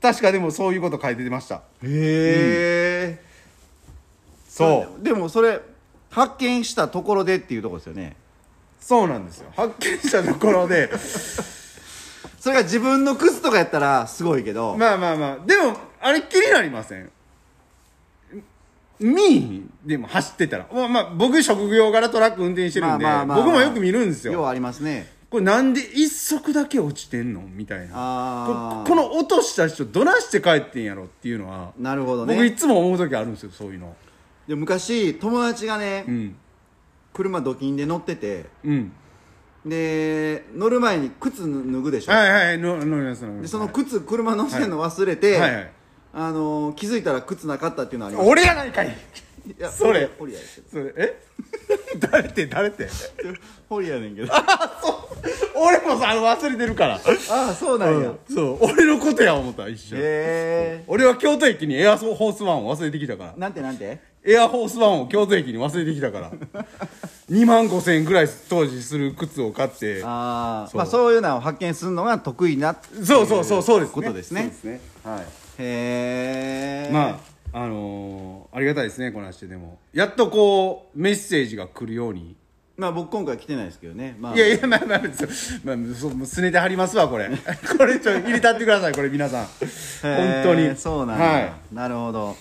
Speaker 2: 確かでもそういうこと書いてました
Speaker 1: へえ、
Speaker 2: そう
Speaker 1: うでもそれ発見したところでっていうところですよね
Speaker 2: そうなんですよ発見したところで
Speaker 1: それが自分の靴とかやったらすごいけど、
Speaker 2: まあまあまあでもあれ気になりません見えへんでも走ってたらまあまあ僕職業柄トラック運転してるんで、僕もよく見るんです
Speaker 1: よ
Speaker 2: よ
Speaker 1: うありますね
Speaker 2: これなんで一足だけ落ちてんのみたいな
Speaker 1: あー
Speaker 2: ここの落とした人どないして帰ってんやろっていうのは
Speaker 1: なるほど
Speaker 2: 僕い
Speaker 1: ね
Speaker 2: つも思う時あるんですよそういうの
Speaker 1: で昔友達がね、
Speaker 2: うん
Speaker 1: 車ドキンで乗ってて
Speaker 2: うん
Speaker 1: で乗る前に靴脱ぐでしょ、
Speaker 2: はいはいの乗ります乗ります
Speaker 1: でその靴車乗せるの忘れて、
Speaker 2: はいはい
Speaker 1: あのー気づいたら靴なかったっていうのはあります
Speaker 2: 俺やないかい
Speaker 1: いや
Speaker 2: それ
Speaker 1: ホリアです
Speaker 2: それえ 誰って誰って
Speaker 1: けどホリやねんけどあ
Speaker 2: 俺もさ忘れてるか ら
Speaker 1: あそうなんや、へ
Speaker 2: そう俺のことや思った一緒
Speaker 1: え
Speaker 2: 俺は京都駅にエアホースワンを忘れてきたから
Speaker 1: なんてなんて
Speaker 2: エアホースワンを京都駅に忘れてきたから2万5千円ぐらい当時する靴を買って
Speaker 1: ああ
Speaker 2: そう
Speaker 1: まあそういうのを発見するのが得意なってい
Speaker 2: そうそうそうそうですね
Speaker 1: ことですね
Speaker 2: そうですねはい
Speaker 1: へえ
Speaker 2: まああのーありがたいですねこの話でもやっとこうメッセージが来るように
Speaker 1: まあ僕今回来てないですけどねまあ
Speaker 2: いやいやまあまあそうまあそうもうすねてはりますわこれ これちょっと入れたってくださいこれ皆さん
Speaker 1: へ
Speaker 2: 本
Speaker 1: ー
Speaker 2: 当に
Speaker 1: そうなんだ、
Speaker 2: はい
Speaker 1: なるほど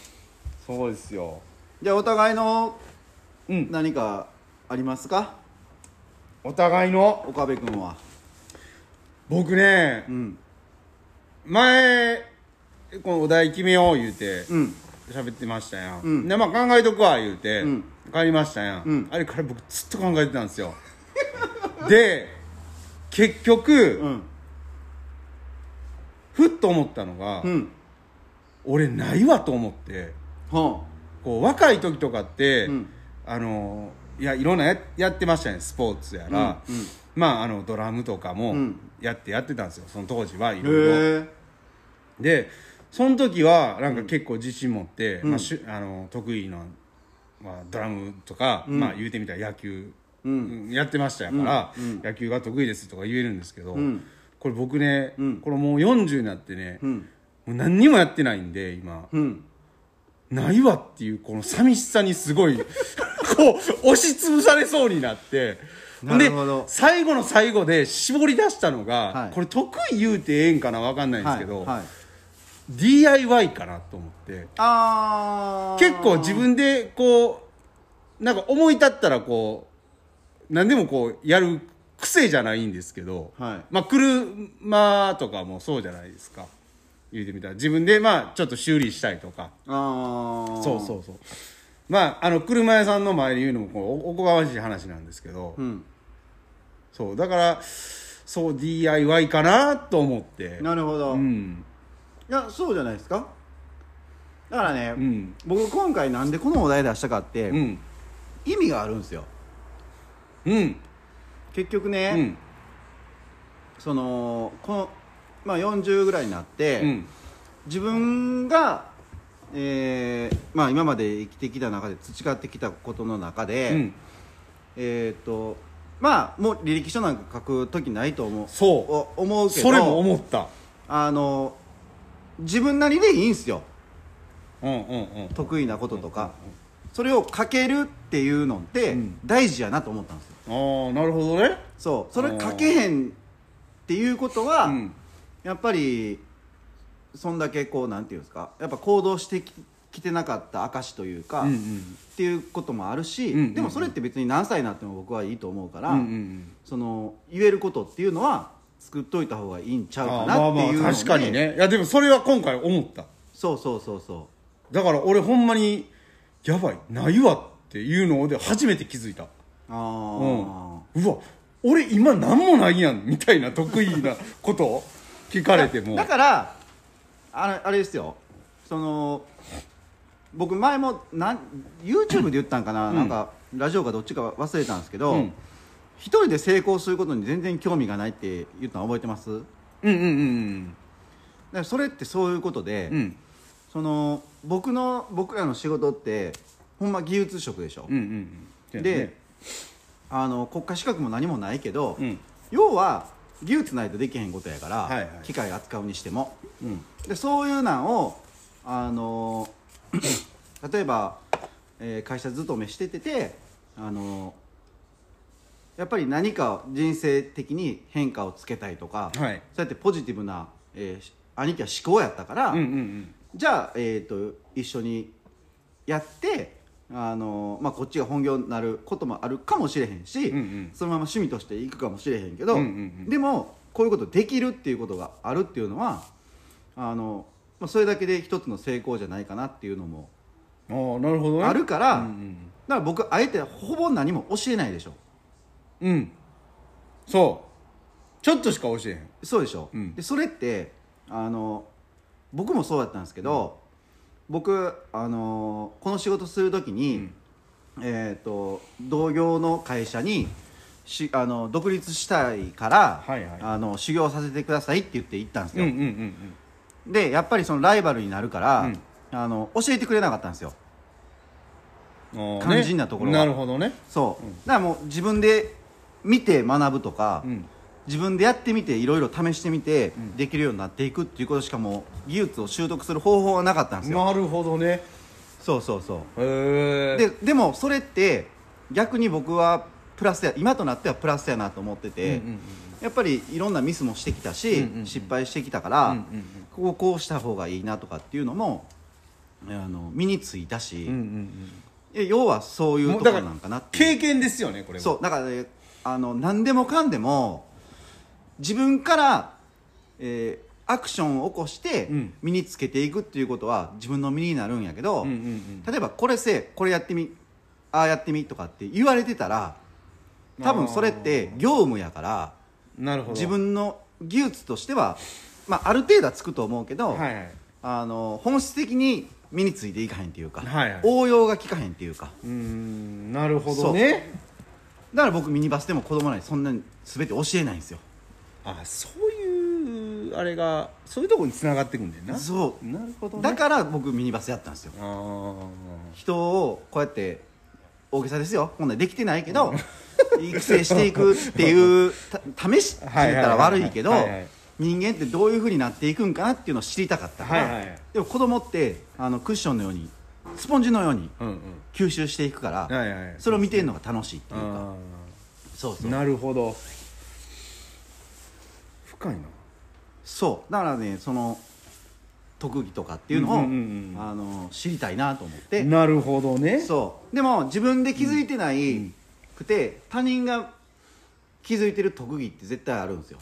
Speaker 2: そうですよ
Speaker 1: じゃあお互いの
Speaker 2: うん
Speaker 1: 何かありますか
Speaker 2: お互いの
Speaker 1: 岡部君は
Speaker 2: 僕ね
Speaker 1: うん
Speaker 2: 前このお題決めよう言うて
Speaker 1: うん
Speaker 2: 喋ってましたやん、
Speaker 1: ん
Speaker 2: でまあ考えとくわ言うて、
Speaker 1: うん
Speaker 2: 帰りましたやん、
Speaker 1: うん
Speaker 2: あれから僕ずっと考えてたんですよ で結局、
Speaker 1: うん
Speaker 2: ふっと思ったのが、
Speaker 1: うん
Speaker 2: 俺ないわと思って
Speaker 1: ほ
Speaker 2: こう若い時とかって、
Speaker 1: うん
Speaker 2: あのいやいろんなややってましたねスポーツやら、
Speaker 1: うんうん
Speaker 2: まああのドラムとかも
Speaker 1: うん
Speaker 2: やってやってたんですよその当時はい
Speaker 1: んへ
Speaker 2: ろいろ
Speaker 1: え
Speaker 2: でその時はなんか結構自信持って、まあ、しゅあの得意なまあ、ドラムとか、まあ言うてみたら野球、うんやってましたやから、野球が得意ですとか言えるんですけど、これ僕ね、これもう40になってね、もう何にもやってないんで今、
Speaker 1: ん
Speaker 2: ないわっていうこの寂しさにすごい こう押しつぶされそうになって
Speaker 1: なるほど
Speaker 2: で最後の最後で絞り出したのが、
Speaker 1: はい
Speaker 2: これ得意言うてええんかな分かんないんですけど、
Speaker 1: はいはい
Speaker 2: DIY かなと思って
Speaker 1: あー
Speaker 2: 結構自分でこうなんか思い立ったらこう何でもこうやる癖じゃないんですけど、
Speaker 1: はい
Speaker 2: まあ車とかもそうじゃないですか言うてみたら自分でまあちょっと修理したりとか
Speaker 1: あー
Speaker 2: そうそうそうまああの車屋さんの前で言うのもこうおおこがましい話なんですけど、
Speaker 1: ん
Speaker 2: そうだからそう DIY かなと思って
Speaker 1: なるほど、
Speaker 2: う
Speaker 1: い
Speaker 2: ん
Speaker 1: やそうじゃないですかだからね、
Speaker 2: うん
Speaker 1: 僕今回なんでこのお題出したかって、
Speaker 2: うん
Speaker 1: 意味があるんですよ
Speaker 2: うん
Speaker 1: 結局
Speaker 2: う
Speaker 1: ね、
Speaker 2: ん
Speaker 1: そのこの、まあ、40ぐらいになって、
Speaker 2: うん
Speaker 1: 自分が、えーまあ、今まで生きてきた中で培ってきたことの中で、
Speaker 2: うん
Speaker 1: えっ、とまあもう履歴書なんか書く時ないと思う
Speaker 2: そう
Speaker 1: お思うけど
Speaker 2: それも思った
Speaker 1: あの自分なりでいいんすよ
Speaker 2: うんうんうん
Speaker 1: 得意なこととか、それを書けるっていうのって
Speaker 2: うん
Speaker 1: 大事やなと思ったんですよ
Speaker 2: ああなるほどね
Speaker 1: そうそれ書けへんっていうことは、
Speaker 2: うん
Speaker 1: やっぱりそんだけこうなんていうんですかやっぱ行動してききてなかった証というか、
Speaker 2: うんう
Speaker 1: っ
Speaker 2: ん
Speaker 1: ていうこともあるし、
Speaker 2: うんうんうん
Speaker 1: でもそれって別に何歳になっても僕はいいと思うから、
Speaker 2: うんうんうん
Speaker 1: その言えることっていうのは作っといた方がいいんちゃう
Speaker 2: あ
Speaker 1: か
Speaker 2: ーま
Speaker 1: な
Speaker 2: あ
Speaker 1: っていうので、
Speaker 2: まあ確かにねいやでもそれは今回思った
Speaker 1: そうそうそうそ
Speaker 2: だから俺ほんまにやばいないわっていうので初めて気づいた
Speaker 1: う
Speaker 2: う
Speaker 1: あ
Speaker 2: んうわ俺今何もないやんみたいな得意なことを 聞かれて
Speaker 1: あ
Speaker 2: も
Speaker 1: だからあれあれですよその僕前もなん YouTube で言ったんかな、
Speaker 2: うん
Speaker 1: なんかラジオかどっちか忘れたんですけど、
Speaker 2: うん
Speaker 1: 一人で成功することに全然興味がないって言ったの覚えてますだか
Speaker 2: うんうんうん
Speaker 1: らそれってそういうことで、
Speaker 2: うんうん
Speaker 1: その僕の僕らの仕事ってほんま技術職でしょ、
Speaker 2: うんうんうん
Speaker 1: であの国家資格も何もないけど、
Speaker 2: うん
Speaker 1: 要は技術ないとできへんことやから、
Speaker 2: はいはい
Speaker 1: 機械扱うにしても
Speaker 2: うん
Speaker 1: でそういうなんをあの 例えば、えー会社勤めしてててあのやっぱり何か人生的に変化をつけたいとか、
Speaker 2: はい
Speaker 1: そうやってポジティブな、えーし兄貴は思考やったから、
Speaker 2: うんうん
Speaker 1: じゃあ、えー、と一緒にやってあの、まあ、こっちが本業になることもあるかもしれへんし、
Speaker 2: うんうん
Speaker 1: そのまま趣味としていくかもしれへんけど、
Speaker 2: うんうんうん
Speaker 1: でもこういうことできるっていうことがあるっていうのはあの、まあ、それだけで一つの成功じゃないかなっていうのも
Speaker 2: うんああなるほどね
Speaker 1: あるから、
Speaker 2: うん
Speaker 1: だから僕あえてほぼ何も教えないでしょ
Speaker 2: うんうんそうちょっとしか教えへん
Speaker 1: そうでしょ、
Speaker 2: うん
Speaker 1: でそれってあの僕もそうだったんですけど、僕あのこの仕事する時に、えっ、と同業の会社にしあの独立したいから、
Speaker 2: はいはい
Speaker 1: あの修行させてくださいって言って行ったんです
Speaker 2: う
Speaker 1: よ、
Speaker 2: んうんうん
Speaker 1: でやっぱりそのライバルになるから、
Speaker 2: うん
Speaker 1: あの教えてくれなかったんですよ
Speaker 2: うんあーね
Speaker 1: 肝心なところは
Speaker 2: なるほどね
Speaker 1: そう、だからもう自分で見て学ぶとか、
Speaker 2: うん
Speaker 1: 自分でやってみていろいろ試してみてできるようになっていくっていうことしかもう技術を習得する方法はなかったんですよ、
Speaker 2: なるほどね
Speaker 1: そうそうそ
Speaker 2: へ
Speaker 1: うで
Speaker 2: え
Speaker 1: でもそれって逆に僕はプラスや今となってはプラスやなと思ってて、
Speaker 2: うんうんうん
Speaker 1: やっぱりいろんなミスもしてきたし、
Speaker 2: うんうんうん
Speaker 1: 失敗してきたから、
Speaker 2: うんうんうん
Speaker 1: ここをこうした方がいいなとかっていうのもあの身についたし、え要はそういう
Speaker 2: も
Speaker 1: と
Speaker 2: う
Speaker 1: こ
Speaker 2: だか
Speaker 1: ろ
Speaker 2: ら
Speaker 1: なんかなっていう
Speaker 2: 経験ですよねこれは
Speaker 1: そうだから、ね、あの何でもかんでも自分から、えーアクションを起こして
Speaker 2: うん
Speaker 1: 身につけていくっていうことは自分の身になるんやけど、
Speaker 2: うんうんうん
Speaker 1: 例えばこれせえこれやってみああやってみとかって言われてたら多分それって業務やから
Speaker 2: なるほど
Speaker 1: 自分の技術としては、まあ、ある程度はつくと思うけど、
Speaker 2: はいはい
Speaker 1: あの本質的に身についていかへんっていうか、
Speaker 2: はいはい
Speaker 1: 応用が効かへんっていうか
Speaker 2: うーんなるほどね
Speaker 1: だから僕ミニバスでも子供らにそんなに全て教えないんですよ
Speaker 2: あそういうあれがそういうところに繋がってくんだよな
Speaker 1: そう
Speaker 2: なるほどね
Speaker 1: だから僕ミニバスやったんですよ
Speaker 2: あー
Speaker 1: 人をこうやって大げさですよこんなんできてないけど育成していくっていうた試しって言ったら悪いけど
Speaker 2: はいはいはいはい
Speaker 1: 人間ってどういうふうになっていくんかなっていうのを知りたかったから、
Speaker 2: はいはい
Speaker 1: でも子供ってあのクッションのようにスポンジのように
Speaker 2: うんうん
Speaker 1: 吸収していくから、
Speaker 2: はいはい
Speaker 1: それを見てるのが楽しいっていうか
Speaker 2: あ
Speaker 1: そうそ
Speaker 2: ー
Speaker 1: う
Speaker 2: なるほど深いな
Speaker 1: そうだからねその特技とかっていうのを、
Speaker 2: うんうんうんうん
Speaker 1: あの知りたいなと思って
Speaker 2: なるほどね
Speaker 1: そうでも自分で気づいてないくて、他人が気づいてる特技って絶対あるんですよ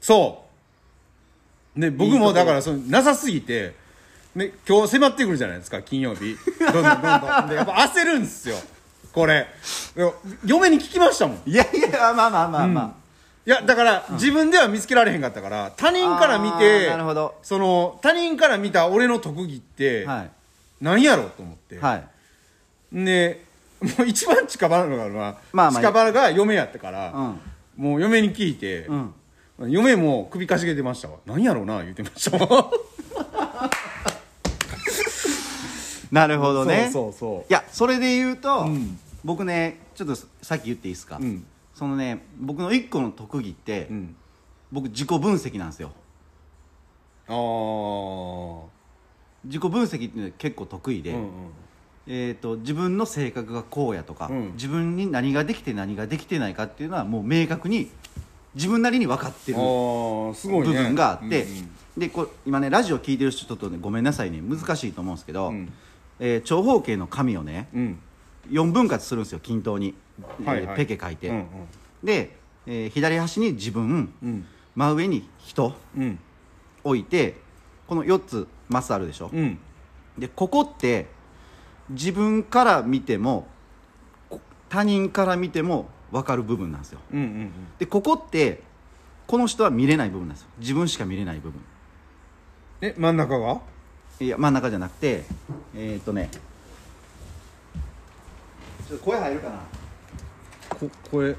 Speaker 2: そうね僕
Speaker 1: いいと
Speaker 2: も
Speaker 1: こ
Speaker 2: だからそのなさすぎてね今日迫ってくるじゃないですか金曜日どん どんどんどんでやっぱ焦るんですよこれいや嫁に聞きましたもんい
Speaker 1: いやいや まあまあまあまあ、
Speaker 2: やだから自分では見つけられへんかったから他人から見て
Speaker 1: あーなるほど
Speaker 2: その他人から見た俺の特技って
Speaker 1: はい
Speaker 2: 何やろうと思って、
Speaker 1: はい
Speaker 2: でもう一番近場なのが、
Speaker 1: まあまあ
Speaker 2: 近場が嫁やったから、
Speaker 1: うん
Speaker 2: もう嫁に聞いて、
Speaker 1: うん
Speaker 2: 嫁も首かしげてましたわ何やろうな言ってましたわ
Speaker 1: なるほどね
Speaker 2: そうそうそ
Speaker 1: いやそれで言うと、
Speaker 2: うん
Speaker 1: 僕ねちょっとさっき言っていいですか、
Speaker 2: ううん
Speaker 1: そのね僕の一個の特技って、
Speaker 2: うん
Speaker 1: 僕自己分析なんですよ
Speaker 2: ああ
Speaker 1: 自己分析っていうのが結構得意で、
Speaker 2: うん
Speaker 1: えー、と自分の性格がこうやとか、
Speaker 2: うん
Speaker 1: 自分に何ができて何ができてないかっていうのはもう明確に自分なりに分かってる
Speaker 2: うんああす
Speaker 1: 部
Speaker 2: ごいね
Speaker 1: 分があって、
Speaker 2: うんうん
Speaker 1: でこう今ねラジオ聞いてる人ちょっとねごめんなさいね難しいと思うんですけど、
Speaker 2: うん
Speaker 1: えー長方形の紙をね
Speaker 2: うん
Speaker 1: 4分割するんですよ均等に、
Speaker 2: はいはい
Speaker 1: えーペケ書いて、
Speaker 2: うん
Speaker 1: で、えー左端に自分
Speaker 2: うん
Speaker 1: 真上に人
Speaker 2: うん
Speaker 1: 置いてこの4つマスあるでしょ、
Speaker 2: うん
Speaker 1: でここって自分から見てもこ他人から見ても分かる部分なんですよ
Speaker 2: うんうん
Speaker 1: でここってこの人は見れない部分なんですよ自分しか見れない部分
Speaker 2: え真ん中が
Speaker 1: いや真ん中じゃなくてえーっとねちょっと声入るかな
Speaker 2: ここれ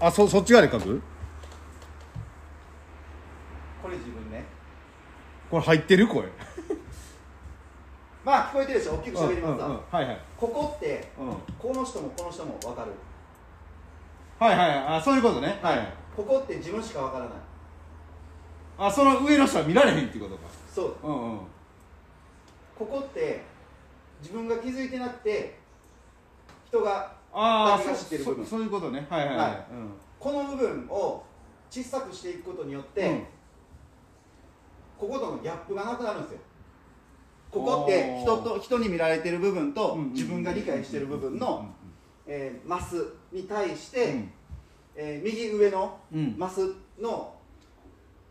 Speaker 2: あそそっち側で書く
Speaker 1: これ自分ね
Speaker 2: これ入ってるこれ
Speaker 1: まあ聞こえてるでしょ大きく喋りますわ、
Speaker 2: うんうんうんはいはい
Speaker 1: ここって、
Speaker 2: うん
Speaker 1: この人もこの人も分かる
Speaker 2: はいはいはいあそういうことねはい
Speaker 1: ここって自分しか分からない
Speaker 2: あその上の人は見られへんっていうことか
Speaker 1: そう
Speaker 2: うんうん
Speaker 1: ここって自分が気づいてなくて人が
Speaker 2: ああ
Speaker 1: 誰かが知ってる部分
Speaker 2: そういうことねはいはい
Speaker 1: はいこの部分を小さくしていくことによって、
Speaker 2: うん
Speaker 1: こことのギャップがなくなるんですよここって人と人に見られてる部分と
Speaker 2: うんうんうん
Speaker 1: 自分が理解してる部分の、えーマスに対して、
Speaker 2: うん
Speaker 1: えー右上の
Speaker 2: うん
Speaker 1: マスの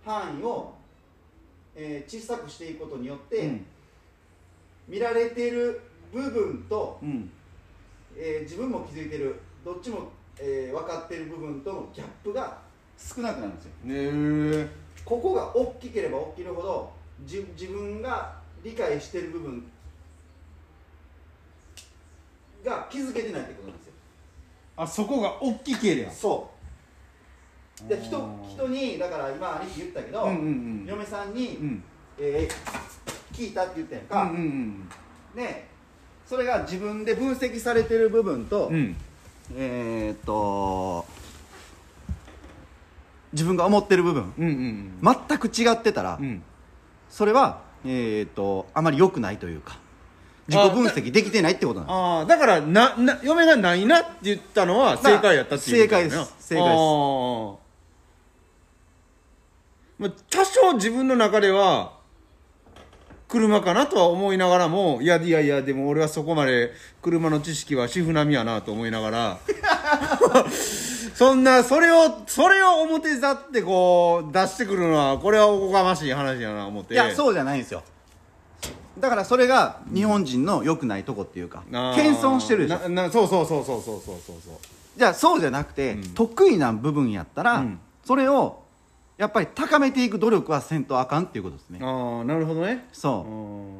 Speaker 1: 範囲を、えー小さくしていくことによって、
Speaker 2: うん
Speaker 1: 見られてる部分と、
Speaker 2: うん
Speaker 1: えー自分も気づいてるどっちも、えー分かってる部分とのギャップが少なくなるんですよ
Speaker 2: ねえ
Speaker 1: ここが大きければ大きいほどじ自分が理解してる部分が気づけてないってことなんですよ
Speaker 2: あそこが大きけりゃ
Speaker 1: そうで人
Speaker 2: あー
Speaker 1: 人にだから今兄貴言ったけど、
Speaker 2: うんうんうん
Speaker 1: 嫁さんに、
Speaker 2: うん
Speaker 1: えー聞いたって言ったやんか、
Speaker 2: うんうん
Speaker 1: ねそれが自分で分析されてる部分と、
Speaker 2: うんうん
Speaker 1: えーっと自分が思ってる部分
Speaker 2: うんうん
Speaker 1: 全く違ってたら、
Speaker 2: うん
Speaker 1: それは、えーっとあまり良くないというか自己分析できてないってことなんで
Speaker 2: ああだからなな嫁がないなって言ったのは正解やったっていうことだよ
Speaker 1: 正解で
Speaker 2: ね
Speaker 1: す正解です
Speaker 2: あーまあ多少自分の中では車かなとは思いながらもいやいやいやでも俺はそこまで車の知識は主婦並みやなと思いながら そんなそれをそれを表立ってこう出してくるのはこれはおこがましい話やな思って
Speaker 1: すいやそうじゃないんですよだからそれが日本人の良くないとこっていうか、
Speaker 2: あー
Speaker 1: 謙遜してるでしょ
Speaker 2: ななそうそうそうそうそうそうそうそう
Speaker 1: じゃあそうじゃなくて、得意な部分やったら、
Speaker 2: うん
Speaker 1: それをやっぱり高めていく努力はせんとあかんっていうことですね
Speaker 2: ああなるほどね
Speaker 1: そ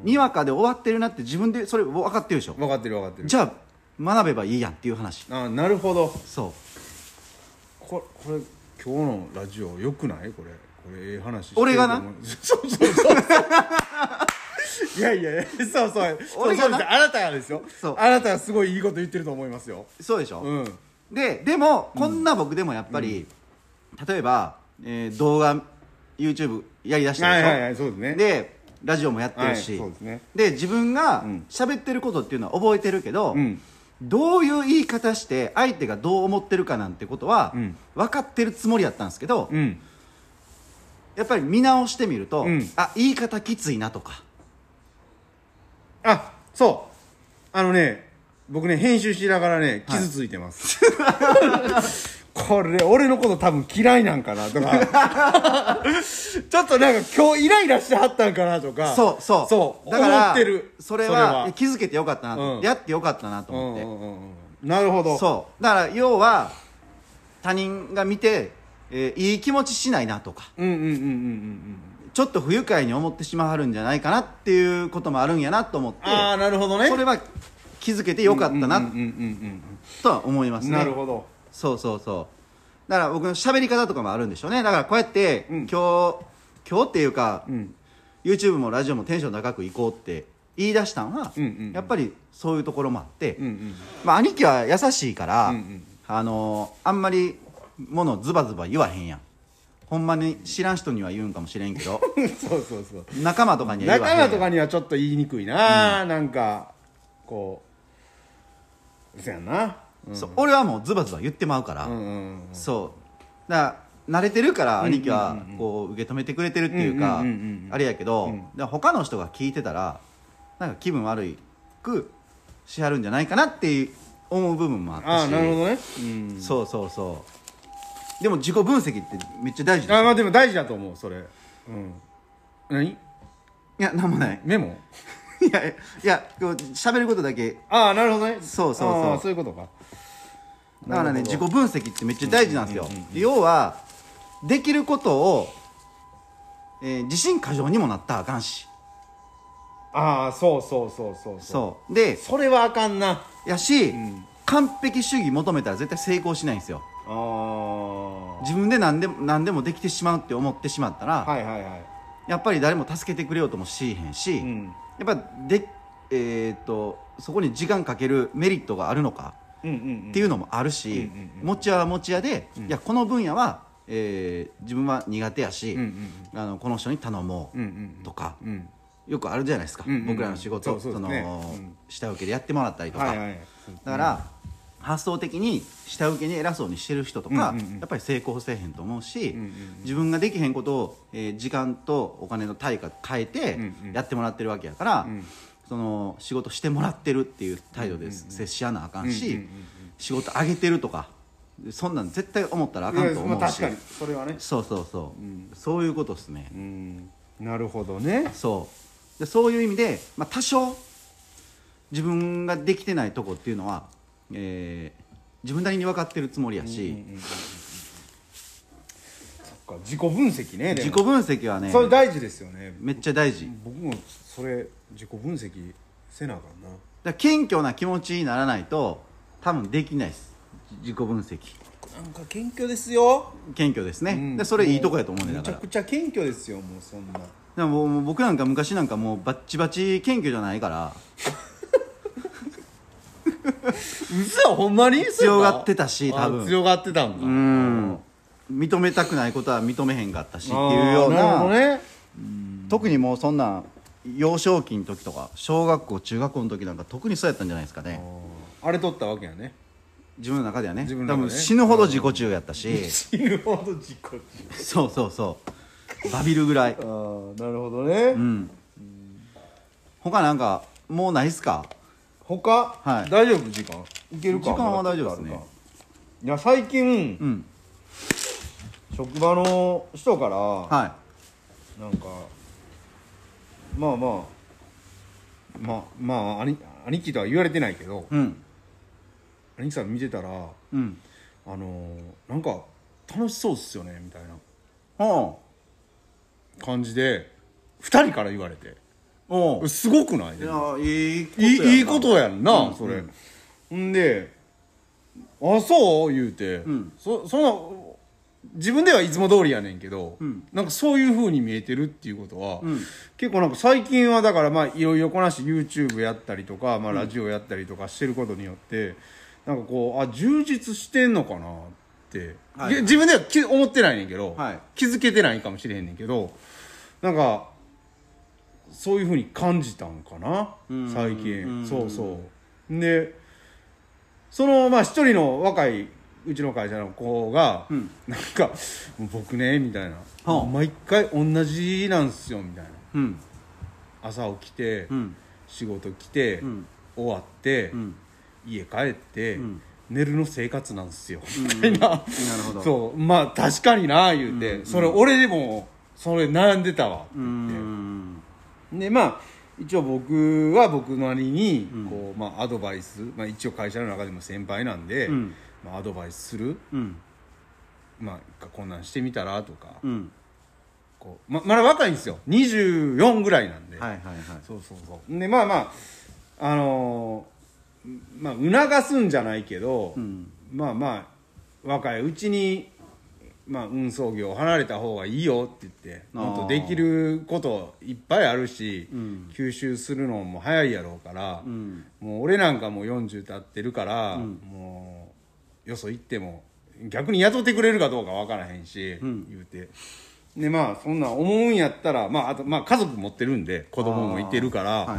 Speaker 1: ううにわかで終わってるなって自分でそれ分かってるでしょ
Speaker 2: 分かってる分かってる
Speaker 1: じゃあ学べばいいやんっていう話
Speaker 2: あなるほど
Speaker 1: そう
Speaker 2: ここれ今日のラジオよくないこれこれええ話してる
Speaker 1: 俺がな
Speaker 2: と思うそうそうそう いやいやいやそうそうそう
Speaker 1: 俺
Speaker 2: そ
Speaker 1: が
Speaker 2: う
Speaker 1: な
Speaker 2: ですあなたがですよ
Speaker 1: そう
Speaker 2: あなたがすごいいいこと言ってると思いますよ
Speaker 1: そうでしょ、
Speaker 2: うん
Speaker 1: ででもこんな僕でもやっぱり、例えば、えー動画 YouTube やりだしたでしょ、
Speaker 2: はいはいはいそうですね
Speaker 1: でラジオもやってるし、
Speaker 2: はいそうですね
Speaker 1: で自分が
Speaker 2: ん
Speaker 1: 喋ってることっていうのは覚えてるけど、
Speaker 2: うん
Speaker 1: どういう言い方して相手がどう思ってるかなんてことは、
Speaker 2: うん
Speaker 1: 分かってるつもりやったんですけど、
Speaker 2: うん
Speaker 1: やっぱり見直してみると、
Speaker 2: うん
Speaker 1: あ言い方きついなとか
Speaker 2: あそうあのね僕ね編集しながらね傷ついてます、 これ俺のこと多分嫌いなんかなとか ちょっとなんか今日イライラしてはったんかなとか
Speaker 1: そうそう
Speaker 2: そう
Speaker 1: だから
Speaker 2: 思ってる
Speaker 1: それは気づけてよかったなと、
Speaker 2: うん
Speaker 1: やってよかったなと
Speaker 2: うん
Speaker 1: 思
Speaker 2: う
Speaker 1: って、
Speaker 2: んうんうんなるほど
Speaker 1: そうだから要は他人が見て、えーいい気持ちしないなとか
Speaker 2: うんうんうんうんうん
Speaker 1: ちょっと不愉快に思ってしまはるんじゃないかなっていうこともあるんやなと思って
Speaker 2: ああなるほどね
Speaker 1: それは気づけてよかった
Speaker 2: うんう
Speaker 1: なん
Speaker 2: うん
Speaker 1: とは思いま
Speaker 2: う
Speaker 1: す
Speaker 2: ん
Speaker 1: ね、
Speaker 2: なるほど
Speaker 1: そうそうそうだから僕の喋り方とかもあるんでしょうねだからこうやって、
Speaker 2: うん
Speaker 1: 今日今日っていうか、
Speaker 2: うん
Speaker 1: YouTube もラジオもテンション高く行こうって言い出したんは、
Speaker 2: うんうんうん
Speaker 1: やっぱりそういうところもあって、
Speaker 2: うんうん
Speaker 1: まあ、兄貴は優しいから、
Speaker 2: うんうん
Speaker 1: あのあんまりものズバズバ言わへんやんほんまに知らん人には言うんかもしれん けど
Speaker 2: そうそうそう
Speaker 1: 仲間とかには言わへん
Speaker 2: 仲
Speaker 1: や
Speaker 2: 間
Speaker 1: ん
Speaker 2: とかにはちょっと言いにくいな、なんかこうそやな
Speaker 1: そう俺はもうズバズバ言ってまうから、
Speaker 2: うんうん
Speaker 1: そうだから慣れてるから兄貴はこう受け止めてくれてるっていうか
Speaker 2: うんうんうんうん
Speaker 1: あれやけど、だから他の人が聞いてたらなんか気分悪いくしはるんじゃないかなって思う部分もあった
Speaker 2: ああ
Speaker 1: し
Speaker 2: なるほどね、うん、
Speaker 1: そうそうそうでも自己分析ってめっちゃ大事です
Speaker 2: あ
Speaker 1: よ
Speaker 2: まあでも大事だと思うそれうん何
Speaker 1: いやなんもない
Speaker 2: メモ
Speaker 1: いやいやこう喋ることだけ
Speaker 2: ああなるほどね
Speaker 1: そうそうそう
Speaker 2: ああそういうことか
Speaker 1: だからね
Speaker 2: な
Speaker 1: 自
Speaker 2: る
Speaker 1: 己
Speaker 2: ほ
Speaker 1: 分析ってめっちゃ大事なんですよ、要はできることを、えー自信過剰にもなったらあかんし
Speaker 2: ああそうそうそうそう
Speaker 1: そうで
Speaker 2: それはあかんなあ
Speaker 1: やし、
Speaker 2: ん
Speaker 1: 完璧主義求めたら絶対成功しないんですよ
Speaker 2: あ
Speaker 1: 自分で何でも何でもできてしまうって思ってしまったら、
Speaker 2: はいはいはい
Speaker 1: やっぱり誰も助けてくれようともしへんし、
Speaker 2: うん
Speaker 1: やっぱでえーっとそこに時間かけるメリットがあるのか
Speaker 2: うんうん
Speaker 1: っていうのもあるし、
Speaker 2: うんうんうん
Speaker 1: 持ち屋は持ち屋で、いやこの分野は、えー自分は苦手やし、
Speaker 2: うんうん
Speaker 1: あのこの人に頼も
Speaker 2: うんうん
Speaker 1: うとか、
Speaker 2: うんうん
Speaker 1: よくあるじゃないですか、
Speaker 2: うんうんうん
Speaker 1: 僕らの仕事
Speaker 2: そうそうですね
Speaker 1: の、
Speaker 2: うん
Speaker 1: 下請けでやってもらったりとか、
Speaker 2: はいはい
Speaker 1: だから、発想的に下請けに偉そうにしてる人とか、
Speaker 2: うんうんうん
Speaker 1: やっぱり成功せえへんと思うし、
Speaker 2: んうんうん
Speaker 1: 自分ができへんことを、えー時間とお金の対価変えて
Speaker 2: んうん
Speaker 1: やってもらってるわけやから、
Speaker 2: ん
Speaker 1: その仕事してもらってるっていう態度で接しやなあかんし、
Speaker 2: うんうんうんうん
Speaker 1: 仕事上げてるとかそんなん絶対思ったらあかんと思
Speaker 2: いうやまあ
Speaker 1: し
Speaker 2: 確かにそれはね
Speaker 1: そうそうそう、そういうことですね、
Speaker 2: うんなるほどね
Speaker 1: そうでそういう意味で、まあ、多少自分ができてないとこっていうのは、えー自分なりに分かってるつもりやし、
Speaker 2: そっか自己分析ねで
Speaker 1: 自己
Speaker 2: も
Speaker 1: 分析はね
Speaker 2: それ大事ですよね
Speaker 1: めっちゃ大事だか
Speaker 2: 僕もそれ自己分析せなあかんな
Speaker 1: ら謙虚な気持ちにならないと多分できないです自己分析
Speaker 2: なんか謙虚ですよ、
Speaker 1: 謙虚ですね、
Speaker 2: うん
Speaker 1: でそれいいとこやと思うねだか
Speaker 2: めち
Speaker 1: ら
Speaker 2: ゃくちゃ謙虚ですよもうそんな
Speaker 1: でももう僕なんか昔なんかもうバッチバチ謙虚じゃないから
Speaker 2: 嘘ほんまに
Speaker 1: 強がってたし多分
Speaker 2: あ強がってたんだ
Speaker 1: うん認めたくないことは認めへんかったしって
Speaker 2: あー
Speaker 1: いうよう
Speaker 2: る
Speaker 1: な
Speaker 2: ほどね
Speaker 1: 特にもうそんなん幼少期の時とか小学校中学校の時なんか特にそうやったんじゃないですかね
Speaker 2: あれ取ったわけやね
Speaker 1: 自分の中ではね
Speaker 2: 自分の
Speaker 1: 多
Speaker 2: 中でね
Speaker 1: 分死ぬほど自己中やったし
Speaker 2: 死ぬほど自己中
Speaker 1: そうそうそうバビるぐらい
Speaker 2: ああなるほどね、
Speaker 1: うん他なんかもうないっすか
Speaker 2: 他、
Speaker 1: はい
Speaker 2: 大丈夫時間いけるか
Speaker 1: 時間は大丈夫ですね
Speaker 2: いや最近、
Speaker 1: うん
Speaker 2: 職場の人から、
Speaker 1: は
Speaker 2: なんかまあまあまあまあ兄兄貴とは言われてないけど
Speaker 1: いうん
Speaker 2: 兄貴さん見てたらあ
Speaker 1: うん
Speaker 2: のーなんか楽しそうっすよねみたいな
Speaker 1: お
Speaker 2: 感じで2人から言われて
Speaker 1: うおう
Speaker 2: すごくない
Speaker 1: いやいいこと
Speaker 2: い
Speaker 1: やない
Speaker 2: いいことやんな、
Speaker 1: うん
Speaker 2: それ、
Speaker 1: うん
Speaker 2: んで「あそう?」言うて、
Speaker 1: ん
Speaker 2: そそんな自分ではいつも通りやねんけど、なんかそういう風に見えてるっていうことは、結構なんか最近はだからまあいろいろこなして YouTube やったりとか、まあ、ラジオやったりとかしてることによって、なんかこうあ充実してんのかなって、
Speaker 1: はい
Speaker 2: いや自分ではき思ってないねんけど、
Speaker 1: はい
Speaker 2: 気づけてないかもしれへんねんけどなんかそういう風に感じたんかな最近そうそうでそのまあ一人の若いうちの会社の子が、なんか「もう僕ね」みたいな「
Speaker 1: はあ
Speaker 2: 毎回同じなんすよ」みたいな
Speaker 1: うん
Speaker 2: 朝起きて、
Speaker 1: うん
Speaker 2: 仕事来て、
Speaker 1: ん
Speaker 2: 終わって、
Speaker 1: ん
Speaker 2: 家帰って、
Speaker 1: ん
Speaker 2: 寝るの生活なんすよ、みたいな
Speaker 1: なるほど
Speaker 2: そうまあ確かにな言うて、それ俺でもそれ悩んでたわって
Speaker 1: うー
Speaker 2: 言って、
Speaker 1: ん
Speaker 2: でまあ一応僕は僕なりにこう、まあ、アドバイス、まあ、一応会社の中でも先輩なんで、
Speaker 1: うん
Speaker 2: まあ、アドバイスする、
Speaker 1: うん
Speaker 2: まあ、こんなんしてみたらとか、
Speaker 1: うん
Speaker 2: こうままだ若いんですよ24ぐらいなんで、
Speaker 1: はいはいはい
Speaker 2: そうそうそうでまあまああのーまあ促すんじゃないけど、
Speaker 1: ん
Speaker 2: まあまあ若いうちに、まあ、運送業を離れた方がいいよって言って
Speaker 1: あー
Speaker 2: もっとできることいっぱいあるし、
Speaker 1: ん
Speaker 2: 吸収するのも早いやろうから、
Speaker 1: うん
Speaker 2: もう俺なんかもう40経ってるから、もうよそ行っても逆に雇ってくれるかどうかわからへんし、言うてでまあそんなん思うんやったら、まあ、あとまあ家族持ってるんで子供もいてるから、
Speaker 1: はいはいはい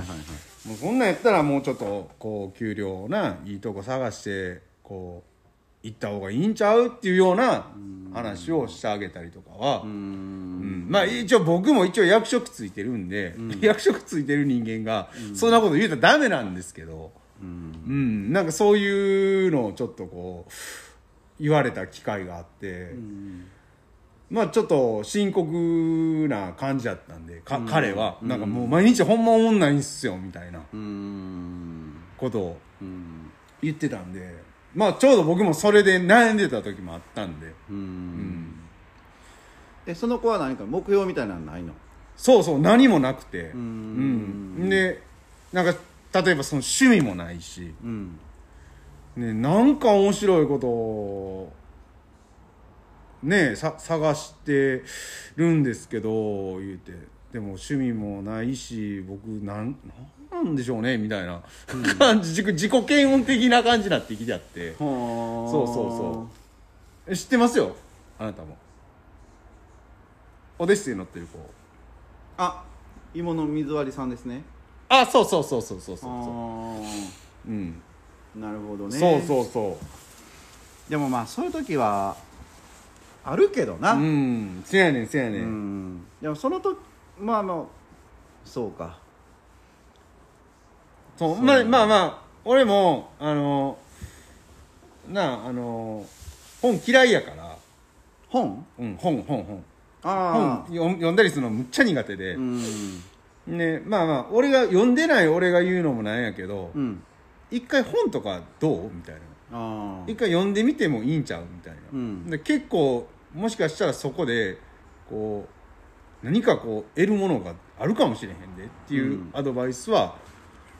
Speaker 2: もうそんなんやったらもうちょっとこう給料をないいとこ探してこう行った方がいいんちゃうっていうような話をしてあげたりとかは、
Speaker 1: うーん
Speaker 2: うんまあ一応僕も一応役職ついてるんで、役職ついてる人間がそんなこと言うたらダメなんですけど、うんなんかそういうのをちょっとこう言われた機会があって、まあちょっと深刻な感じだったんでか、彼はなんかもう毎日ほんま思んないんすよみたいな
Speaker 1: うーん
Speaker 2: ことを
Speaker 1: うん
Speaker 2: 言ってたんで、まあちょうど僕もそれで悩んでた時もあったんで、
Speaker 1: う
Speaker 2: うんん
Speaker 1: えその子は何か目標みたいなのないの
Speaker 2: そうそう何もなくてうんんでなんか例えばその趣味もないし、
Speaker 1: うん
Speaker 2: ね、なんか面白いことをねえさ探してるんですけど言うてでも趣味もないし僕なんなんなんでしょうねみたいな感じ、自己自己嫌悪的な感じになってきちゃって
Speaker 1: ほー
Speaker 2: そうそうそうえ知ってますよあなたもオデッセイに乗ってる子
Speaker 1: あ芋の水割りさんですね
Speaker 2: あそうそうそうそうそうそうそ
Speaker 1: あ
Speaker 2: ううん
Speaker 1: ーなるほどね
Speaker 2: そうそうそう
Speaker 1: でもまあそういう時はあるけどな
Speaker 2: ううんせやねんせやね
Speaker 1: うんんでもその時まあまあそうか
Speaker 2: そう
Speaker 1: そう
Speaker 2: まあまあまあ俺もあのなああの本嫌いやから
Speaker 1: 本
Speaker 2: うん本本本本
Speaker 1: ああ
Speaker 2: 読ん読んだりするのむっちゃ苦手で
Speaker 1: う、ん
Speaker 2: ねまあまあ俺が読んでない俺が言うのもなんやけど
Speaker 1: うん
Speaker 2: 一回本とかどうみたいな
Speaker 1: ああ
Speaker 2: 一回読んでみてもいいんちゃうみたいな、
Speaker 1: うん
Speaker 2: で結構もしかしたらそこでこう何かこう得るものがあるかもしれへんでっていう
Speaker 1: うん
Speaker 2: アドバイスは、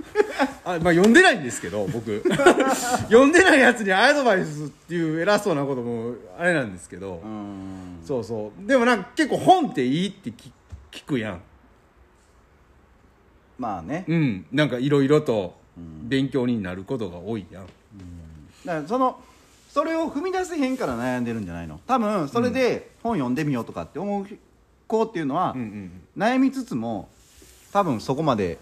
Speaker 2: あまあ読んでないんですけど僕 読んでないやつにアドバイスっていう偉そうなこともあれなんですけど、
Speaker 1: うん
Speaker 2: そうそうでもなんか結構本っていいって聞聞くやん
Speaker 1: まあね
Speaker 2: うんなんかいろいろと勉強になることが多いやん、
Speaker 1: だからそのそれを踏み出せへんから悩んでるんじゃないの多分それで本読んでみようとかって思う子っていうのは、
Speaker 2: うんうん
Speaker 1: 悩みつつも多分そこまで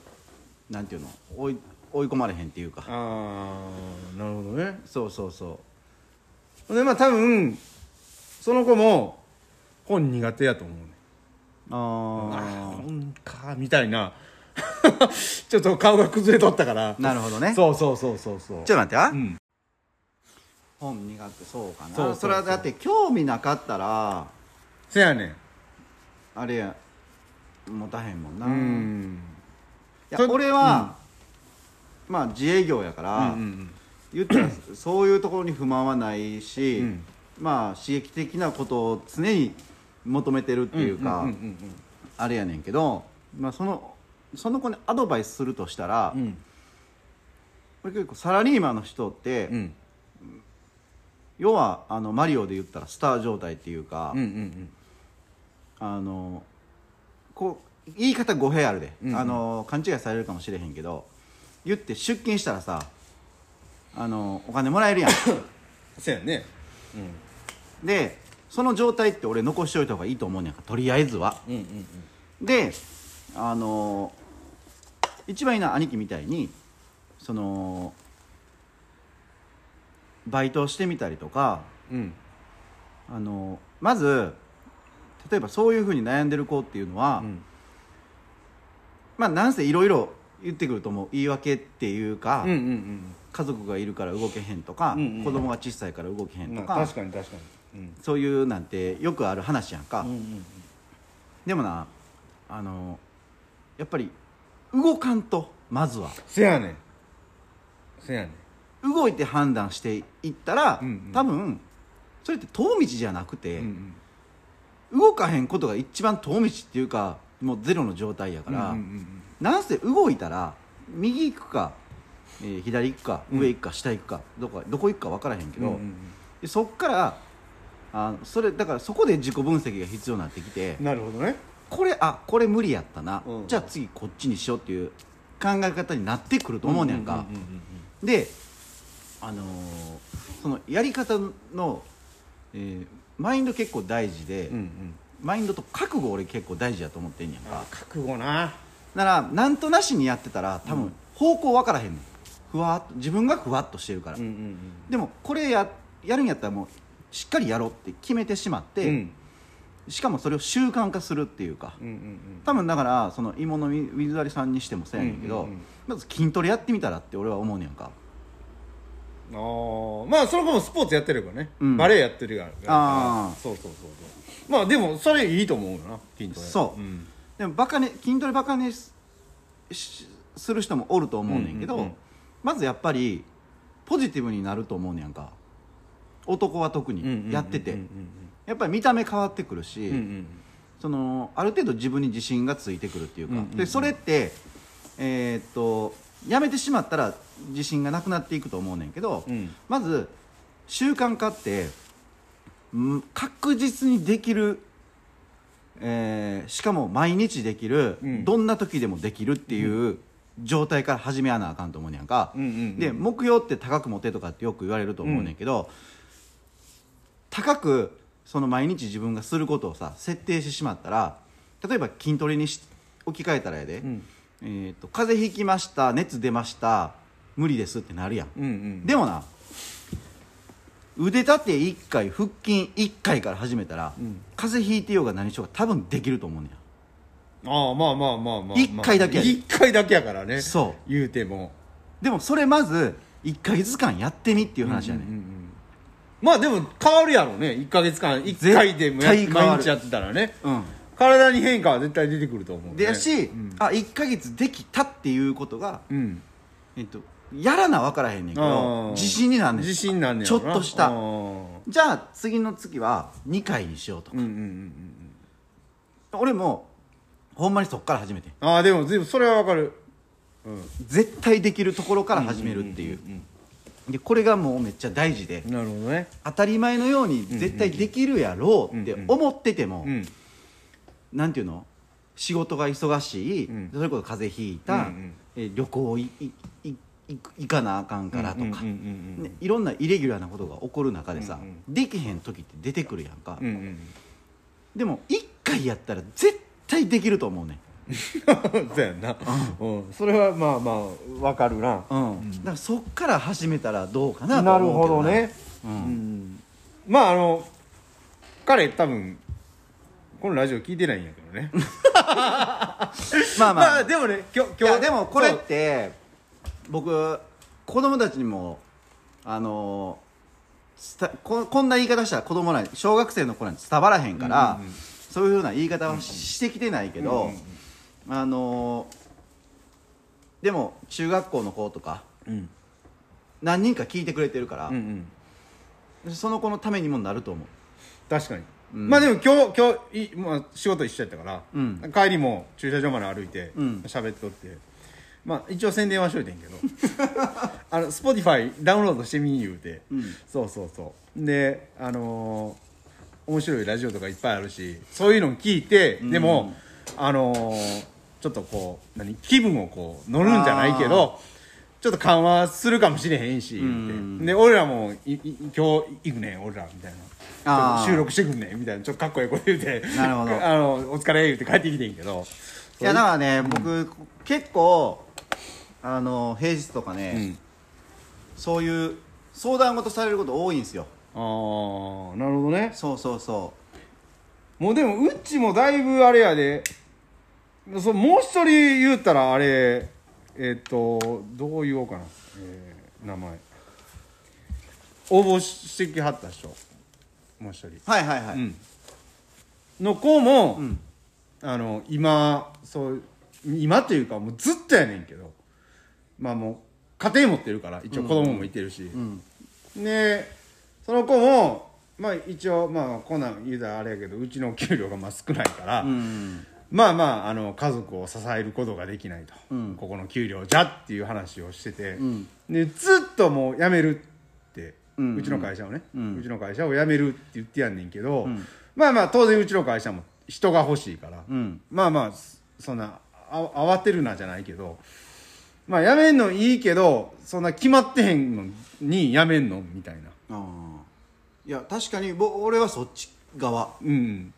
Speaker 1: なんていうの追い追い込まれへんっていうか
Speaker 2: ああなるほどね
Speaker 1: そうそうそ
Speaker 2: でまあ多分その子も本苦手やと思うね
Speaker 1: うあ
Speaker 2: あー本かみたいな ちょっと顔が崩れとったから
Speaker 1: あなるほどねちょっ
Speaker 2: そうそうそうそうそう
Speaker 1: と待ってあ、
Speaker 2: うん
Speaker 1: 本苦手そうかな
Speaker 2: そうそうそう
Speaker 1: れはだって興味なかったら
Speaker 2: せやねん
Speaker 1: あれや持たへんもんな、
Speaker 2: うん
Speaker 1: いや
Speaker 2: それ
Speaker 1: 俺は、まあ自営業やから、
Speaker 2: うん
Speaker 1: 言ったらそういうところに不満はないし、
Speaker 2: うん
Speaker 1: まあ刺激的なことを常に求めてるって
Speaker 2: うん
Speaker 1: いうか、
Speaker 2: うんうん
Speaker 1: あれやねんけど、まあ、そのその子にアドバイスするとしたら、
Speaker 2: うんうん
Speaker 1: 俺結構サラリーマンの人って、
Speaker 2: うん
Speaker 1: 要はあのマリオで言ったらスター状態っていうか、
Speaker 2: うんうん
Speaker 1: あのこう言い方語弊あるで、
Speaker 2: うんうん
Speaker 1: あの勘違いされるかもしれへんけど言って出勤したらさあのお金もらえる やん
Speaker 2: うんそうやね
Speaker 1: でその状態って俺残しておいた方がいいと思うねんかとりあえずは
Speaker 2: うんうんうん
Speaker 1: であの一番いいのは兄貴みたいにそのバイトをしてみたりとか
Speaker 2: うん
Speaker 1: あのまず例えばそういうふうに悩んでる子っていうのは、
Speaker 2: うん
Speaker 1: まあなんせいろいろ言ってくると思う言い訳っていうか、
Speaker 2: うんうん
Speaker 1: 家族がいるから動けへんとか、
Speaker 2: うんうん
Speaker 1: 子供が小さいから動けへ
Speaker 2: うん
Speaker 1: んと
Speaker 2: ま
Speaker 1: か,、
Speaker 2: あ確かに確かにうん
Speaker 1: そういうなんてよくある話やんか、
Speaker 2: うんうん
Speaker 1: でもなあのやっぱり動かんとまずは
Speaker 2: せやねんせやねん
Speaker 1: 動いて判断していったら、
Speaker 2: うんうん
Speaker 1: 多分それって遠道じゃなくて、
Speaker 2: うん
Speaker 1: 動かへんことが一番遠道っていうかもうゼロの状態や
Speaker 2: う
Speaker 1: か
Speaker 2: ん
Speaker 1: ら、
Speaker 2: うんうん
Speaker 1: なんせ動いたら右行くか、えー左行くか上行くか下行くか、どこどこ行くか分からへんけ
Speaker 2: うんう
Speaker 1: ど、
Speaker 2: んうん
Speaker 1: でそっからあそれだからそこで自己分析が必要になってきて
Speaker 2: なるほどね
Speaker 1: これあこれ無理やったな、
Speaker 2: うん
Speaker 1: じゃあ次こっちにしようっていう考え方になってくると思うねんか、
Speaker 2: うんうんうんうん
Speaker 1: で、あのーそのやり方の、えーマインド結構大事で、
Speaker 2: うんうん
Speaker 1: マインドと覚悟俺結構大事やと思ってんねやんか
Speaker 2: あ覚悟な
Speaker 1: だからなんとなしにやってたら多分方向分からへんねんふわっと自分がふわっとしてるから、
Speaker 2: うんうん
Speaker 1: でもこれややるんやったらもうしっかりやろうって決めてしまっ
Speaker 2: うんう
Speaker 1: て、
Speaker 2: ん
Speaker 1: しかもそれを習慣化するっていうか
Speaker 2: うんうん
Speaker 1: 多分だからその芋のみ水割りさんにしてもそうやねんけど、
Speaker 2: うんうんうん
Speaker 1: まず筋トレやってみたらって俺は思うねんか
Speaker 2: うんああまあその子もスポーツやってればね
Speaker 1: うん
Speaker 2: バレエやってるから
Speaker 1: あー
Speaker 2: そうそうそうそうまあでもそれいいと思うよな筋トレ
Speaker 1: そうんでもバカ、ね、筋トレバカにししする人もおると思うねんけど、
Speaker 2: うんうんうん
Speaker 1: まずやっぱりポジティブになると思うねやんか男は特
Speaker 2: うんうんうん
Speaker 1: にやってて、
Speaker 2: うんうん
Speaker 1: やっぱり見た目変わってくるし、
Speaker 2: うんうん
Speaker 1: そのある程度自分に自信がついてくるっていうか、
Speaker 2: うんうんうん
Speaker 1: でそれってえーっとやめてしまったら自信がなくなっていくと思うねんけど、
Speaker 2: うん
Speaker 1: まず習慣化ってん確実にできる、えーしかも毎日できる、
Speaker 2: うん
Speaker 1: どんな時でもできるっていう状態から始めやなあかんと思うねやんか、
Speaker 2: うんうんうん
Speaker 1: で目標って高く持てとかってよく言われると思うねんけど、高くその毎日自分がすることをさ設定してしまったら例えば筋トレにし置き換えたらやで、
Speaker 2: うん
Speaker 1: えー、と風邪ひきました熱出ました無理ですってなるやん、
Speaker 2: うんうん
Speaker 1: でもな腕立て1回腹筋1回から始めたら、
Speaker 2: うん
Speaker 1: 風邪ひいてようが何しようが多分できると思うねん
Speaker 2: ああまあまあまあまあ
Speaker 1: 一回だけやで
Speaker 2: 一回だけやからね
Speaker 1: そう
Speaker 2: 言うても
Speaker 1: でもそれまず1か月間やってみっていう話やね、
Speaker 2: うんうんうんまあでも変わるやろね1か月間1回でもや
Speaker 1: 絶対変わる
Speaker 2: 毎日やってたらね
Speaker 1: うん
Speaker 2: 体に変化は絶対出てくると思うね
Speaker 1: でやし、
Speaker 2: うん
Speaker 1: あ1か月できたっていうことが、
Speaker 2: うん
Speaker 1: えっと、やらな分からへんねんけ
Speaker 2: あ
Speaker 1: ど
Speaker 2: ー
Speaker 1: 自信になんねん
Speaker 2: 自信なんねや
Speaker 1: ちょ
Speaker 2: ろ
Speaker 1: っ
Speaker 2: な
Speaker 1: とし
Speaker 2: あ
Speaker 1: た
Speaker 2: ー
Speaker 1: じゃあ次の月は2回にしようとか
Speaker 2: うんうんうんうん
Speaker 1: 俺もほんまにそっから始めてん
Speaker 2: ああでも随分それはわかる
Speaker 1: 絶対できるところから始めるっていう,、でこれがもうめっちゃ大事で
Speaker 2: なるほどね
Speaker 1: 当たり前のように絶対できるやろうって思ってても、
Speaker 2: うん
Speaker 1: なんていうの仕事が忙しい、
Speaker 2: うん
Speaker 1: それこそ風邪ひいた、
Speaker 2: うんうん
Speaker 1: えー旅行いいいい行かなあかんからとか、
Speaker 2: うんうんうんうん
Speaker 1: ね、いろんなイレギュラーなことが起こる中でさ、
Speaker 2: うん
Speaker 1: できへん時って出てくるやんか、
Speaker 2: うんうん
Speaker 1: でも1回やったら絶対できると思うねん
Speaker 2: そうやんな、うん、それはまあまあわかるな
Speaker 1: うん、だからそっから始めたらどうかなと
Speaker 2: な
Speaker 1: は
Speaker 2: る
Speaker 1: 思う
Speaker 2: ほ
Speaker 1: けど
Speaker 2: どね、
Speaker 1: う
Speaker 2: うんん、まああの彼多分このラジオ聞いてないんやけどね
Speaker 1: まあまあ、
Speaker 2: まあでもね今日
Speaker 1: い
Speaker 2: 今
Speaker 1: や
Speaker 2: 日
Speaker 1: でもこれって僕子供たちにもあのー伝ここんな言い方したら子供らに小学生の子らに伝わらへんから、
Speaker 2: うんうんうん
Speaker 1: そういうふうな言い方はし,、てきてないけど、あのーでも中学校の子とか
Speaker 2: うん
Speaker 1: 何人か聞いてくれてるから
Speaker 2: うんう、ん
Speaker 1: その子のためにもなると思う
Speaker 2: 確かに、
Speaker 1: うん
Speaker 2: まあでも今日今日い、まあ、仕事一緒やったから、
Speaker 1: うん
Speaker 2: 帰りも駐車場まで歩いて
Speaker 1: うん
Speaker 2: 喋っとって、まあ一応宣伝はしといてんけど あの Spotify ダウンロードしてみ言うて、そうそうそうであのー面白いラジオとかいっぱいあるしそういうのを聞いて、でもあのーちょっとこう何気分をこう乗るんじゃないけどちょっと緩和するかもしれへんし、言うてで俺らもいい今日行くねん俺らみたいな
Speaker 1: あー
Speaker 2: 収録してくんねんみたいなちょっとかっこええこと言うて
Speaker 1: なるほど
Speaker 2: あのお疲れ言うて帰ってきてんけど
Speaker 1: いやだからね、僕結構あの平日とかね、
Speaker 2: うん
Speaker 1: そういう相談事されること多いんですよ
Speaker 2: ああなるほどね
Speaker 1: そうそうそう
Speaker 2: もうでもうっちもだいぶあれやでそうもう一人言うたらあれえっとどう言おうかな、えー名前応募してきはった人もう一人、
Speaker 1: はいはいはい、
Speaker 2: うんの子も、あの今そう今というかもうずっとやねんけどまあもう家庭持ってるから一応子供もいてるし、でその子もまあ一応まあこんなん言うたらあれやけどうちの給料がまあ少ないから、
Speaker 1: うん
Speaker 2: まあまああの家族を支えることができないと、
Speaker 1: ん
Speaker 2: ここの給料じゃっていう話をしてて、
Speaker 1: ん
Speaker 2: でずっともう辞めるって、う
Speaker 1: うんうん
Speaker 2: ちの会社をね、う
Speaker 1: うん
Speaker 2: ちの会社を辞めるって言ってやんねんけど、
Speaker 1: ん
Speaker 2: まあまあ当然うちの会社も人が欲しいから、
Speaker 1: うん
Speaker 2: まあまあそそんなあ慌てるなじゃないけどまあ辞めんのいいけどそんな決まってへんのに辞めんのみたいな
Speaker 1: あーいや確かにぼ俺はそっち側
Speaker 2: うん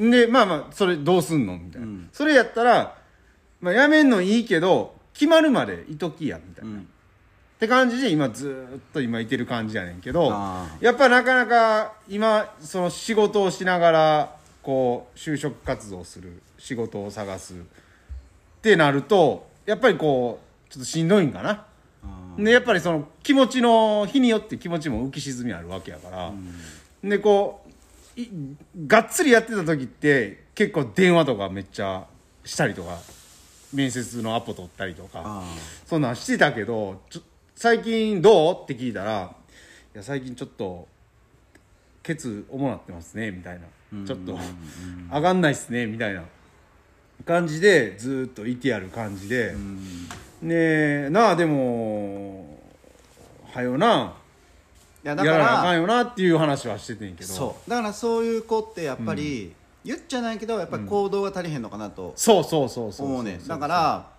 Speaker 1: うん
Speaker 2: でまあまあそれどうすんのみたいな、
Speaker 1: うん
Speaker 2: それやったら、まあ、やめんのいいけど決まるまでいときやみたいうな、っ
Speaker 1: ん
Speaker 2: て感じで今ずーっと今いてる感じやねんけど
Speaker 1: あ
Speaker 2: やっぱなかなか今その仕事をしながらこう就職活動する仕事を探すってなるとやっぱりこうちょっとしんどいんかな
Speaker 1: あ
Speaker 2: でやっぱりその気持ちの日によって気持ちも浮き沈みあるわけやから、でこういがっつりやってた時って結構電話とかめっちゃしたりとか面接のアポ取ったりとか
Speaker 1: あ
Speaker 2: そんなんしてたけどちょ最近どうって聞いたら「いや最近ちょっとケツ重なってますね」みたいな「ちょっと上がんないっすね」みたいな感じでずーっといてやる感じで。ねえなあでもはよない
Speaker 1: や
Speaker 2: や
Speaker 1: だから
Speaker 2: らなあかんよなっていう話はしててんけど
Speaker 1: そうだからそういう子ってやっぱり、言っちゃないけどやっぱり行動が足りへんのかなと
Speaker 2: そうそうそうそう
Speaker 1: 思うねんだから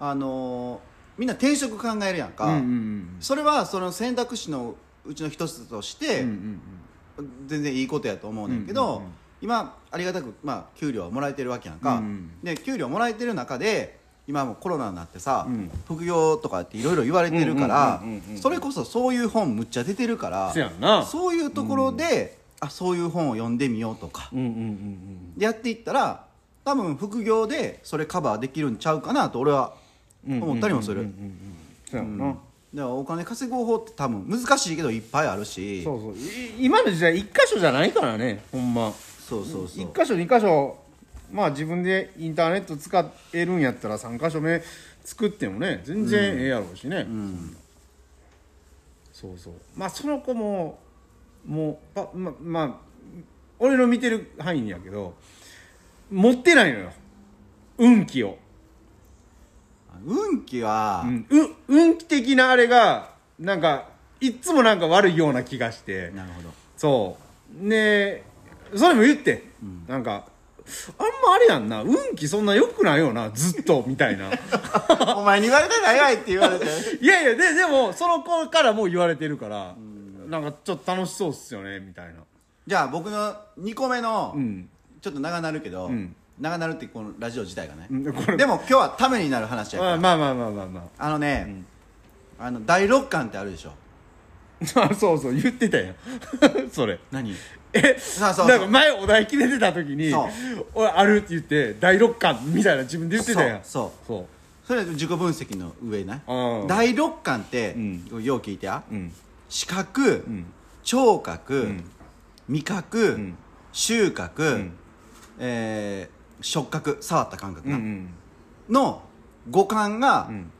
Speaker 1: あのーみんな転職考えるやんか、
Speaker 2: うんうん
Speaker 1: それはその選択肢のうちの一つとして、
Speaker 2: うんうんうん
Speaker 1: 全然いいことやと思うねんけど、
Speaker 2: うんうんうん
Speaker 1: 今ありがたく、まあ、給料はもらえてるわけやんか、
Speaker 2: うんうん
Speaker 1: で給料もらえてる中で今もうコロナになってさ、
Speaker 2: うん
Speaker 1: 副業とかっていろいろ言われてるから
Speaker 2: うんうんうんうんうん
Speaker 1: それこそそういう本むっちゃ出てるから
Speaker 2: せやんな
Speaker 1: そういうところで、あそういう本を読んでみようとか
Speaker 2: うんうんうんうん
Speaker 1: やっていったら多分副業でそれカバーできるんちゃうかなと俺は思ったりもする。
Speaker 2: うんうんうんうんそうやんな、
Speaker 1: うんだからお金稼ぐ方法って多分難しいけどいっぱいあるし
Speaker 2: そうそうい今の時代一箇所じゃないからねほんま
Speaker 1: そうそうそう
Speaker 2: 一箇所二箇所まあ自分でインターネット使えるんやったら三箇所目作ってもね全然ええやろうしね、
Speaker 1: うん
Speaker 2: そうそうまあその子ももうパままあ俺の見てる範囲やけど持ってないのよ運気を、
Speaker 1: 運気は、
Speaker 2: うん、う運気的なあれがなんかいっつもなんか悪いような気がして
Speaker 1: なるほど
Speaker 2: そうねそれも言って、なんかあんまあれやんな運気そんな良くないよなずっとみた いな
Speaker 1: お前に言われたないわいって言われて
Speaker 2: いやいやででもその子からもう言われてるから、なんかちょっと楽しそうっすよねみたいな
Speaker 1: じゃあ僕の2個目の、
Speaker 2: うん
Speaker 1: ちょっと長なるけど、
Speaker 2: ん
Speaker 1: 長なるってこのラジオ自体がね、
Speaker 2: うんこれ
Speaker 1: でも今日はためになる話やから
Speaker 2: あまあまあまあまあま
Speaker 1: あのね、あの第六感ってあるでしょ
Speaker 2: あ あそうそう言ってたやん それ
Speaker 1: 何
Speaker 2: え
Speaker 1: そうそうそう
Speaker 2: なんか前お題決めてた時に
Speaker 1: そう
Speaker 2: 「俺ある」って言って第六感みたいな自分で言ってたやん
Speaker 1: そう
Speaker 2: そう
Speaker 1: それ自己分析の上ね
Speaker 2: うん
Speaker 1: 第六感って、
Speaker 2: う
Speaker 1: よう聞いてや、
Speaker 2: うん
Speaker 1: 視覚、
Speaker 2: ん
Speaker 1: 聴覚、
Speaker 2: ん
Speaker 1: 味覚、
Speaker 2: ん
Speaker 1: 収穫、
Speaker 2: ん
Speaker 1: えー触覚触った感覚
Speaker 2: うん
Speaker 1: な、
Speaker 2: うん
Speaker 1: の五感が
Speaker 2: うん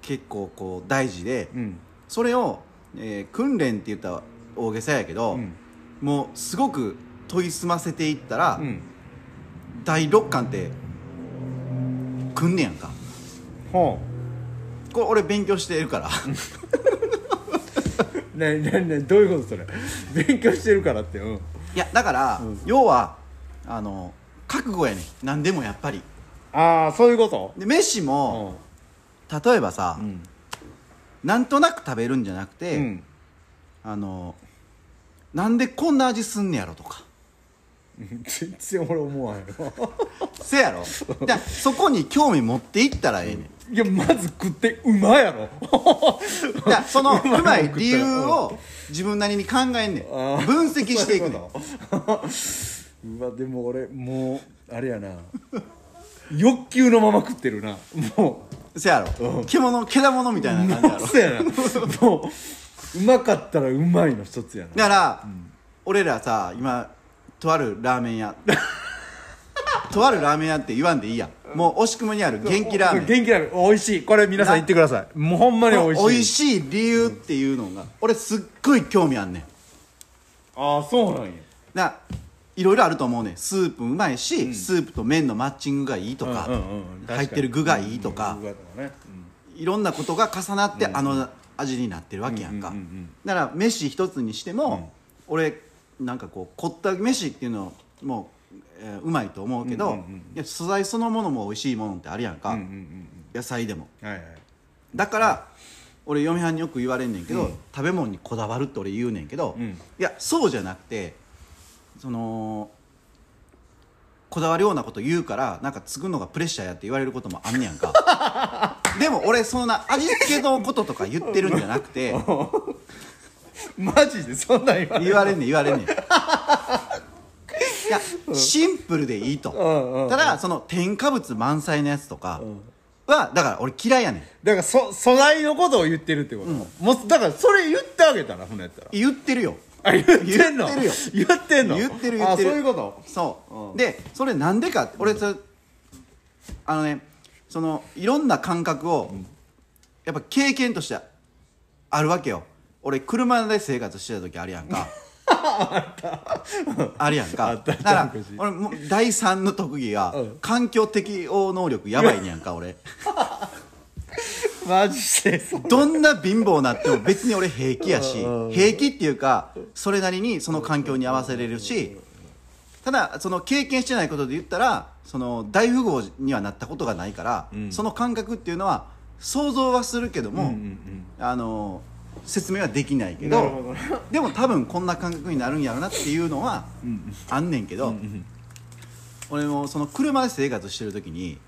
Speaker 1: 結構こう大事で、
Speaker 2: うん
Speaker 1: それを、えー訓練って言ったら大げさやけど、
Speaker 2: うん
Speaker 1: もうすごく研ぎ澄ませていったら、
Speaker 2: うん
Speaker 1: 第六感ってくんねやんか
Speaker 2: ほ
Speaker 1: これ俺勉強して いるから
Speaker 2: うねねねどういうことそれ 勉強してるからってうん
Speaker 1: いやだから、要はあの覚悟やねん何でもやっぱり
Speaker 2: ああそういうこと
Speaker 1: で飯も、例えばさ、
Speaker 2: ん
Speaker 1: なんとなく食べるんじゃなくて、
Speaker 2: うん
Speaker 1: あのなんでこんな味すんねやろとか
Speaker 2: うん全然俺思わへん わ
Speaker 1: せやろじゃあそこに興味持っていったらええねん、
Speaker 2: いやまず食ってうまやろ
Speaker 1: じゃあそのう
Speaker 2: うまいもん
Speaker 1: まい理由を自分なりに考えんねん
Speaker 2: あー
Speaker 1: 分析していくねん
Speaker 2: そう いうことうわでも俺もうあれやな欲求のまま食ってるなも
Speaker 1: せやろ獣獣みたいな感じや
Speaker 2: う
Speaker 1: ろ
Speaker 2: そうやなもううまかったらうまいの一つやな
Speaker 1: だから、俺らさ今とあるラーメン 屋とあるラーメン屋って言わんでいいやんもう惜しくもにある元気ラーメン
Speaker 2: 元気ラーメン美味しいこれ皆さん言ってくださいもうほんまに美味しい
Speaker 1: これ美味しい理由っていうのが俺すっごい興味あんねん
Speaker 2: ああそうなんや
Speaker 1: だからいろいろあると思うねんスープうまいし、スープと麺のマッチングがいいとか,、
Speaker 2: うんうんうん確かに
Speaker 1: 入ってる具がいいとか、
Speaker 2: うん具がとかね
Speaker 1: いろんなことが重なって、あの味になってるわけやんか、
Speaker 2: うんうんうんうん
Speaker 1: だから飯一つにしても、俺なんかこう凝った飯っていうのもう、えーうまいと思うけど、
Speaker 2: うんうんうん
Speaker 1: いや素材そのものも美味しいものってあるやんか、
Speaker 2: うんうんうん
Speaker 1: 野菜でも
Speaker 2: うんはいはい
Speaker 1: だから、俺嫁はんによく言われんねんけど、
Speaker 2: うん
Speaker 1: 食べ物にこだわるって俺言うねんけど、
Speaker 2: うん
Speaker 1: いやそうじゃなくてそのこだわるようなこと言うからなんか作るのがプレッシャーやって言われることもあんねやんか でも俺そんな味付けのこととか言ってるんじゃなく て
Speaker 2: マジでそんなん言わ
Speaker 1: 言わ
Speaker 2: れ
Speaker 1: れんねん言われんねんいやシンプルでいいと、
Speaker 2: うんうんうん
Speaker 1: ただその添加物満載のやつとかは、だから俺嫌いやねん
Speaker 2: だからそ素材のことを言ってるってこと、もうだからそれ言ってあげたらほなやったら
Speaker 1: 言ってるよ
Speaker 2: あ言ってんの
Speaker 1: 言ってるよ
Speaker 2: 言ってんの
Speaker 1: 言ってる言ってる
Speaker 2: あそういうこと
Speaker 1: そう、
Speaker 2: うん
Speaker 1: でそれなんでかって俺それあのねそのいろんな感覚を、やっぱ経験としてあるわけよ俺車で生活してた時あるやん かあるやん
Speaker 2: あ
Speaker 1: か
Speaker 2: った
Speaker 1: だ
Speaker 2: あった
Speaker 1: から
Speaker 2: 昔
Speaker 1: 俺もう第三の特技が、
Speaker 2: うん
Speaker 1: 環境適応能力やばいねやんか俺
Speaker 2: マジでそう
Speaker 1: どんな貧乏になっても別に俺平気やし
Speaker 2: うん
Speaker 1: 平気っていうかそれなりにその環境に合わせれるしただその経験してないことで言ったらその大富豪にはなったことがないから、
Speaker 2: ん
Speaker 1: その感覚っていうのは想像はするけども、
Speaker 2: うんうん
Speaker 1: あの説明はできないけ
Speaker 2: な
Speaker 1: ど
Speaker 2: るほどね
Speaker 1: でも多分こんな感覚になるんやろなっていうのはあんねんけど、俺もその車で生活してる時に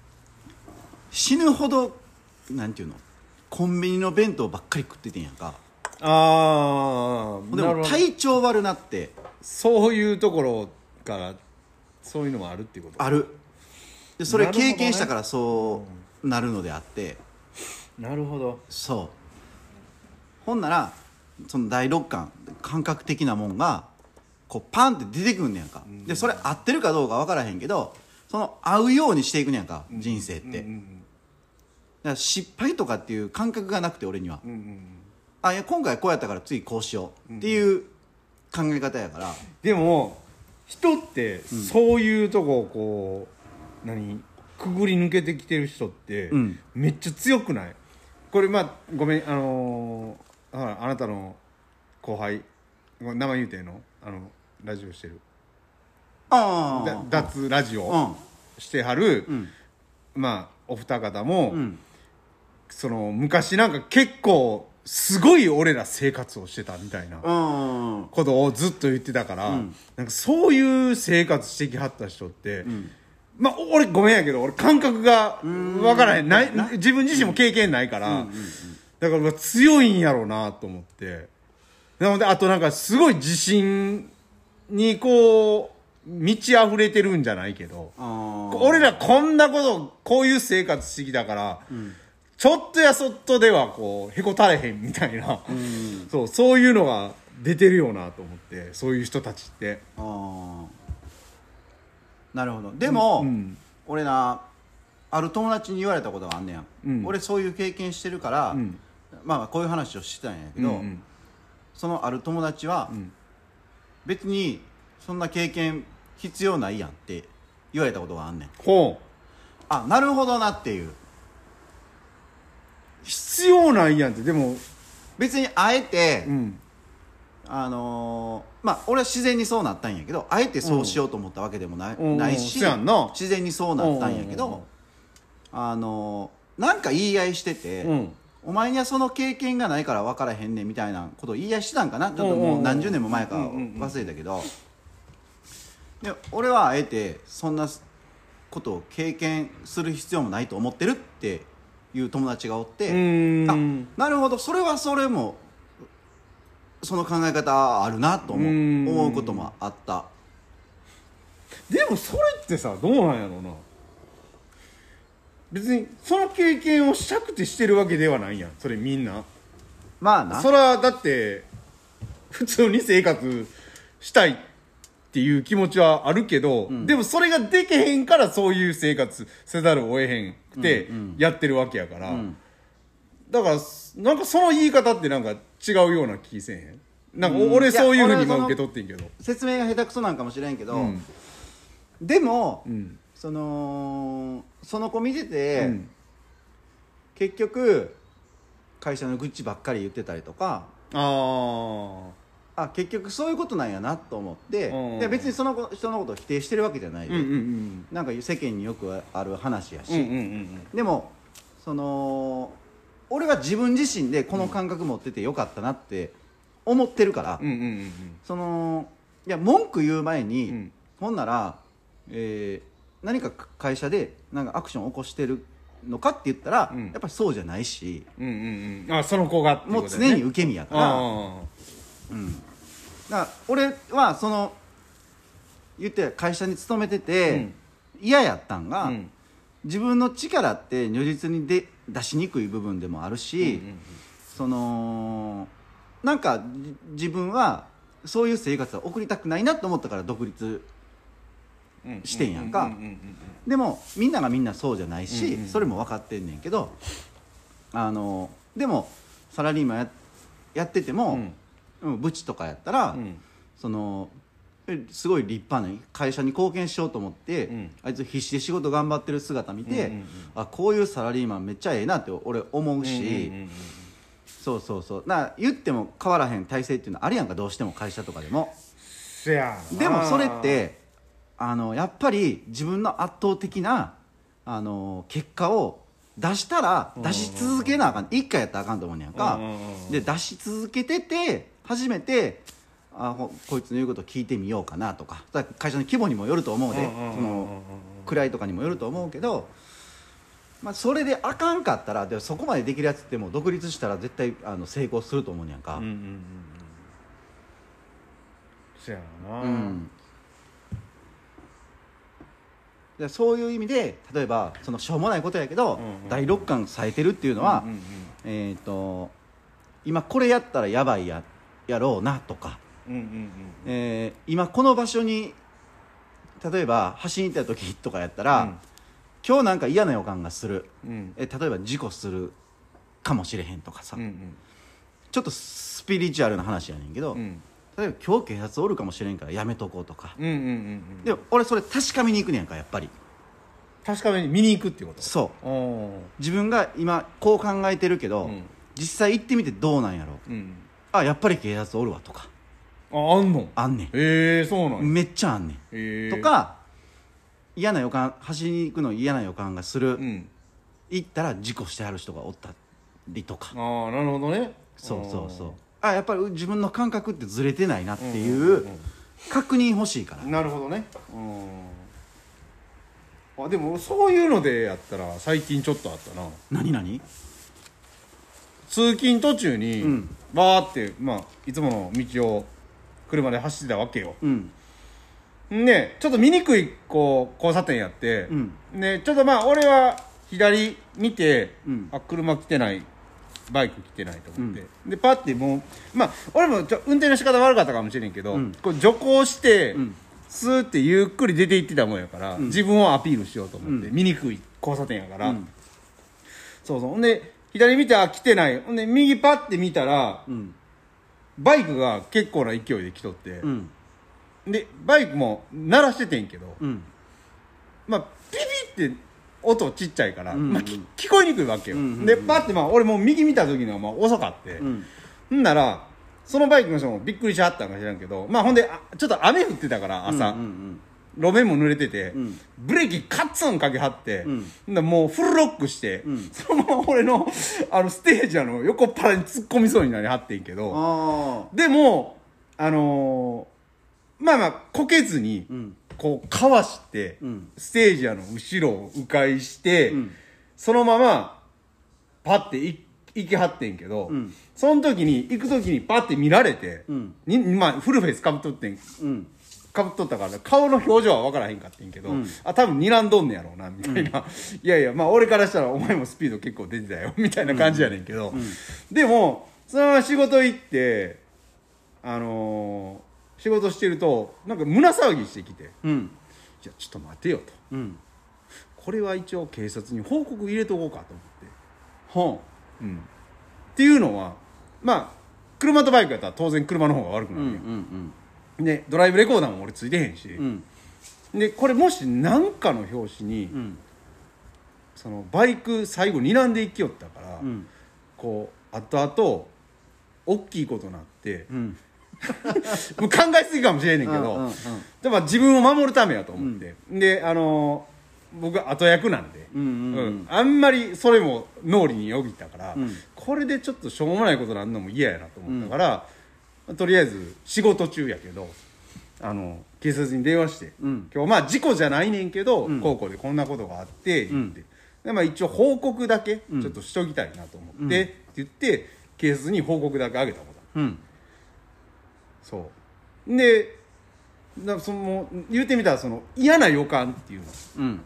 Speaker 1: 死ぬほどなんていうのコンビニの弁当ばっかり食っててんやんか
Speaker 2: ああ
Speaker 1: で
Speaker 2: なる
Speaker 1: も
Speaker 2: ほど
Speaker 1: 体調悪なって
Speaker 2: そういうところからそういうのもあるっていうこと
Speaker 1: あるでそれ
Speaker 2: なるほどね
Speaker 1: 経験したからそうなるのであって
Speaker 2: なるほど
Speaker 1: そうほんならその第六感感覚的なもんがこうパンって出てくんねやんか、でそれ合ってるかどうか分からへんけどその合うようにしていくねやんか人生って、
Speaker 2: う
Speaker 1: だか
Speaker 2: ん
Speaker 1: ら失敗とかっていう感覚がなくて俺には
Speaker 2: うんうん
Speaker 1: あいや今回こうやったから次こうしようっていう考え方やから、
Speaker 2: でも人ってそういうとこをこう、何くぐり抜けてきてる人って、
Speaker 1: うん
Speaker 2: めっちゃ強くないこれまあごめんあのーほらあなたの後輩ごめん名前言うてんのあのラジオしてる
Speaker 1: あ
Speaker 2: だ
Speaker 1: あ
Speaker 2: 脱ラジ
Speaker 1: う
Speaker 2: オ
Speaker 1: ん
Speaker 2: してはる、
Speaker 1: ん
Speaker 2: まあお二方も、
Speaker 1: うん
Speaker 2: その昔なんか結構すごい俺ら生活をしてたみたいな
Speaker 1: うんうん
Speaker 2: ことをずっと言ってたから、
Speaker 1: うん
Speaker 2: なんかそういう生活してきはった人って、まあ俺ごめんやけど俺感覚がわからへんない自分自身も経験ないから、だからうわ強いんやろうなと思ってなのであとなんかすごい自信にこう満ち溢れてるんじゃないけど
Speaker 1: あー
Speaker 2: 俺らこんなことこういう生活してきたから、ちょっとやそっとではこうへこたれへんみたいな、そうそういうのが出てるよなと思ってそういう人たちって
Speaker 1: あーなるほどでも、
Speaker 2: うん
Speaker 1: 俺なある友達に言われたことがあんねやん、
Speaker 2: うん
Speaker 1: 俺そういう経験してるから、
Speaker 2: ん
Speaker 1: まあまあこういう話をしてたんやけ
Speaker 2: うん
Speaker 1: ど、
Speaker 2: うん
Speaker 1: そのある友達は、
Speaker 2: ん
Speaker 1: 別にそんな経験必要ないやんって言われたことがあんねん
Speaker 2: ほ
Speaker 1: あなるほどなっていう
Speaker 2: 必要ないやんってでも
Speaker 1: 別にあえて、
Speaker 2: うん
Speaker 1: あのーまあ俺は自然にそうなったんやけどあえてそうしようと思ったわけでもない,、
Speaker 2: うん
Speaker 1: ないし
Speaker 2: うんそうやんな
Speaker 1: 自然にそうなったんやけど、
Speaker 2: うんうんうん
Speaker 1: あのーなんか言い合いしてて、
Speaker 2: うん
Speaker 1: お前にはその経験がないから分からへんねんみたいなことを言い合いしてたんかなちょっと
Speaker 2: うんうん
Speaker 1: も
Speaker 2: う
Speaker 1: うん何十年も前か忘れたけど、で俺はあえてそんなことを経験する必要もないと思ってるっていう友達がおって。
Speaker 2: うーん
Speaker 1: あなるほどそれはそれもその考え方あるなと思う
Speaker 2: うん
Speaker 1: 思うこともあった
Speaker 2: でもそれってさどうなんやろうな別にその経験をしたくてしてるわけではないやんそれみんな
Speaker 1: まあな
Speaker 2: それはだって普通に生活したいっていう気持ちはあるけど、でもそれができへんからそういう生活せざるを得へんくてやってるわけやから、
Speaker 1: ん
Speaker 2: だからなんかその言い方ってなんか違うような気せえへんなんかお俺
Speaker 1: いや
Speaker 2: そういうふう
Speaker 1: 俺は
Speaker 2: に
Speaker 1: そ
Speaker 2: 今
Speaker 1: の
Speaker 2: 受け取ってんけど
Speaker 1: 説明が下手くそなんかもしれんけど、
Speaker 2: うん
Speaker 1: でも、
Speaker 2: うん
Speaker 1: そのその子見て
Speaker 2: う
Speaker 1: て、
Speaker 2: ん
Speaker 1: 結局会社の愚痴ばっかり言ってたりとか
Speaker 2: あ
Speaker 1: あ結局そういうことなんやなと思って、
Speaker 2: うん
Speaker 1: で別にその子人のことを否定してるわけじゃない
Speaker 2: あ
Speaker 1: で、
Speaker 2: うんうんうん
Speaker 1: なんか世間によくある話やし、
Speaker 2: うんうんうん
Speaker 1: でもその俺は自分自身でこの感覚持っててよかったなって思ってるから、
Speaker 2: うんうんうん
Speaker 1: そのいや文句言う前に、
Speaker 2: うん
Speaker 1: ほんなら、えー何か会社でなんかアクション起こしてるのかって言ったら、
Speaker 2: うん
Speaker 1: やっぱりそうじゃないし
Speaker 2: うんうんうんあその子がってい
Speaker 1: も
Speaker 2: こ
Speaker 1: う
Speaker 2: とだよ
Speaker 1: 常
Speaker 2: ね
Speaker 1: に受け身やから
Speaker 2: あ
Speaker 1: うん、だから俺はその言って会社に勤めてて、嫌やったんが、
Speaker 2: あうん
Speaker 1: 自分の力って如実にで出しにくい部分でもあるし、
Speaker 2: うんうんうん
Speaker 1: そのなんかじ自分はそういう生活を送りたくないなと思ったから独立してんやんか
Speaker 2: ううううん
Speaker 1: でもみんながみんなそうじゃないし、
Speaker 2: うんうん
Speaker 1: それも分かってんねんけどあのでもサラリーマンややってても、うんブチとかやったら、
Speaker 2: うんうん
Speaker 1: そのえすごい立派な会社に貢献しようと思って、
Speaker 2: うん
Speaker 1: あいつ必死で仕事頑張ってる姿見て、
Speaker 2: うんうんうん
Speaker 1: あこういうサラリーマンめっちゃええなって俺思うし、
Speaker 2: うんうんうん
Speaker 1: そうそうそうな言っても変わらへん体制っていうのあるやんかどうしても会社とかでも
Speaker 2: せやな
Speaker 1: でもそれってあのやっぱり自分の圧倒的なあの結果を出したら出し続けなあかん一回やったらあかんと思うねやんか
Speaker 2: うんうんうんうん
Speaker 1: で出し続けてて初めてあほこいつの言うこと聞いてみようかなとかだから会社の規模にもよると思うで
Speaker 2: うんうんうんうんうん
Speaker 1: その位とかにもよると思うけど、まあ、それであかんかったらでそこまでできるやつってもう独立したら絶対あの成功すると思うねやんか
Speaker 2: うんうんうんうんせやな
Speaker 1: うん、でそういう意味で例えばそのしょうもないことやけど、
Speaker 2: うんうん
Speaker 1: 第六感冴えてるっていうのは、
Speaker 2: うんうんうん
Speaker 1: えっ、と今これやったらやばいややろうなとか、
Speaker 2: うんうんうん
Speaker 1: えー今この場所に例えば走りに行った時とかやったら、
Speaker 2: うん
Speaker 1: 今日なんか嫌な予感がする、
Speaker 2: うん
Speaker 1: え例えば事故するかもしれへんとかさ、
Speaker 2: うんうん
Speaker 1: ちょっとスピリチュアルな話やねんけど、
Speaker 2: うん
Speaker 1: 例えば今日警察おるかもしれんからやめとこうとか、
Speaker 2: うんうんうん
Speaker 1: でも俺それ確かめに行くねやんかやっぱり
Speaker 2: 確かに見に行くってこと
Speaker 1: そう
Speaker 2: おお
Speaker 1: 自分が今こう考えてるけど、
Speaker 2: うん
Speaker 1: 実際行ってみてどうなんやろ
Speaker 2: うん
Speaker 1: あやっぱり警察おるわとか
Speaker 2: ああんの
Speaker 1: あんね
Speaker 2: ええそうなんんや
Speaker 1: めっちゃあんねん、
Speaker 2: へえ
Speaker 1: とか嫌な予感走りに行くの嫌な予感がする、
Speaker 2: うん
Speaker 1: 行ったら事故してはる人がおったりとか
Speaker 2: ああなるほどね
Speaker 1: そうそうそうあやっぱり自分の感覚ってずれてないなってい
Speaker 2: んうんうん
Speaker 1: う確認欲しいから
Speaker 2: なるほどねうんあでもそういうのでやったら最近ちょっとあったな
Speaker 1: 何何
Speaker 2: 通勤途中に、
Speaker 1: うん
Speaker 2: わーって、まあ、いつもの道を車で走ってたわけよ
Speaker 1: うん
Speaker 2: ねちょっと見にくいこう交差点やって、
Speaker 1: うん
Speaker 2: ねちょっとまあ俺は左見て、
Speaker 1: うん
Speaker 2: あ車来てないバイク来てないと思って、
Speaker 1: う
Speaker 2: でパッてもうまあ俺もちょ運転の仕方悪かったかもしれんけど、
Speaker 1: うん
Speaker 2: こう徐行して、
Speaker 1: ん
Speaker 2: スーってゆっくり出て行ってたもんやから、自分をアピールしようと思って、
Speaker 1: う
Speaker 2: 見にくい交差点やから、
Speaker 1: うん
Speaker 2: そうそうほんで左見てあ来てないほんで右パッて見たら
Speaker 1: うん
Speaker 2: バイクが結構な勢いで来とって、
Speaker 1: うん
Speaker 2: でバイクも鳴らしててんけど、
Speaker 1: うん
Speaker 2: まあ、ピピって音ちっちゃいから、まあ、き聞こえにくいわけよ、でパッて、まあ、俺もう右見た時にはまあ遅かって、んならそのバイクの人もびっくりしはったんか知らんけど、まあ、ほんであちょっと雨降ってたから朝、路面も濡れてて、ブレーキカッツンかけはって、ほんならもうフルロックして、そのまま俺のあのステージあの横っ腹に突っ込みそうになりはってんけど、
Speaker 1: あ
Speaker 2: でも、あのーまあまあ、こけずに、こう、かわして、
Speaker 1: ん
Speaker 2: ステージやの後ろを迂回して、
Speaker 1: ん
Speaker 2: そのまま、パッてい行きはってんけど、
Speaker 1: ん
Speaker 2: その時に、行く時にパッて見られて、
Speaker 1: ん
Speaker 2: にまあ、フルフェイスかぶっとってん、
Speaker 1: あうん
Speaker 2: かぶっとったから、顔の表情は分からへんかってんけど、あ、多分睨んどんねやろうな、みたいな。 いやいや、まあ俺からしたらお前もスピード結構出てたよ、 みたいな感じやねんけど、でも、そのまま仕事行って、あのー仕事してると、なんか胸騒ぎしてきて、い
Speaker 1: うん
Speaker 2: や、ちょっと待てよと。
Speaker 1: うん
Speaker 2: これは一応警察に報告入れとこうかと思って。
Speaker 1: ほ
Speaker 2: うん。っていうのは、まあ、車とバイクやったら当然車の方が悪く
Speaker 1: う
Speaker 2: な
Speaker 1: う
Speaker 2: る
Speaker 1: ん
Speaker 2: やん
Speaker 1: う、ん
Speaker 2: で、ドライブレコーダーも俺ついてへんし、
Speaker 1: うんうん
Speaker 2: でこれもし何かの拍子に、
Speaker 1: うん
Speaker 2: そのバイク最後睨んでいきよったから、
Speaker 1: うん
Speaker 2: こう後々大きいことに なって
Speaker 1: う、ん
Speaker 2: もう考えすぎかもしれんねんけ
Speaker 1: うん
Speaker 2: ど、
Speaker 1: うんうん
Speaker 2: でも自分を守るためやと思って、であのー僕は後役なんで、
Speaker 1: うんうんうん
Speaker 2: あんまりそれも脳裏によぎったから、
Speaker 1: うん
Speaker 2: これでちょっとしょうもないことなんのも嫌やなと思ったから、とりあえず仕事中やけどあの警察に電話して、
Speaker 1: うん
Speaker 2: 今日まあ事故じゃないねんけど、高校でこんなことがあって言って、でまあ、一応報告だけちょっとしときたいなと思って、って言って警察に報告だけあげたこと
Speaker 1: うん
Speaker 2: そうでなその言うてみたらその嫌な予感っていうの
Speaker 1: うん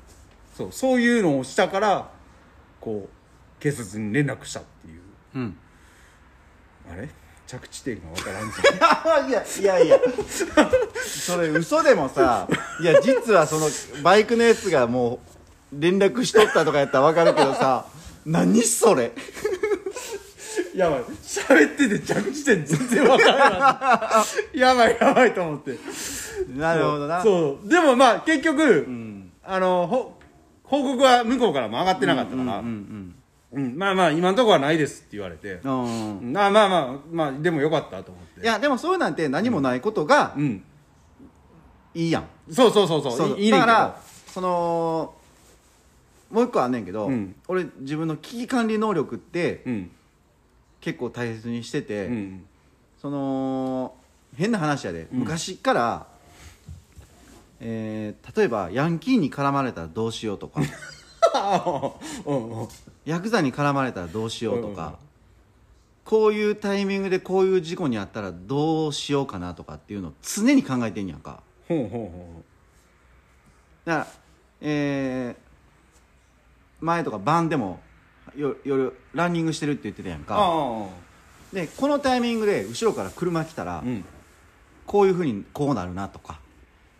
Speaker 2: そうそういうのをしたからこう警察に連絡したっていう
Speaker 1: うん
Speaker 2: あれ着地点が分 からんぞ
Speaker 1: いやいやいやそれ嘘でもさいや実はそのバイクのやつがもう連絡しとったとかやったらわかるけどさ何それ
Speaker 2: やばい喋ってて着地点全然 分からんかったやばいやばいと思って
Speaker 1: なるほどな
Speaker 2: そうそうでもまあ結局、あのほ報告は向こうからも上がってなかったから、
Speaker 1: うん
Speaker 2: うんまあまあ今のところはないですって言われて、
Speaker 1: うんうん
Speaker 2: まあまあまあまあでもよかったと思って
Speaker 1: いやでもそういうなんて何もないことが
Speaker 2: うん
Speaker 1: いいやん
Speaker 2: そうそうそうそう
Speaker 1: そう
Speaker 2: いいいね
Speaker 1: だか
Speaker 2: んけど
Speaker 1: らそのもう一個あんねんけど、
Speaker 2: うん
Speaker 1: 俺自分の危機管理能力って
Speaker 2: うん
Speaker 1: 結構大切にしてて、
Speaker 2: うん
Speaker 1: その変な話やで、
Speaker 2: うん
Speaker 1: 昔から、えー例えばヤンキーに絡まれたらどうしよう とか
Speaker 2: うんうん
Speaker 1: ヤクザに絡まれたらどうしようとか、こういうタイミングでこういう事故にあったらどうしようかなとかっていうのを常に考えてんやんか
Speaker 2: ほうほうほ
Speaker 1: だから、えー前とか晩でもよ夜ランニングしてるって言ってたやん
Speaker 2: う
Speaker 1: か
Speaker 2: あ
Speaker 1: でこのタイミングで後ろから車来たら、
Speaker 2: あうん
Speaker 1: こういうふうにこうなるなとか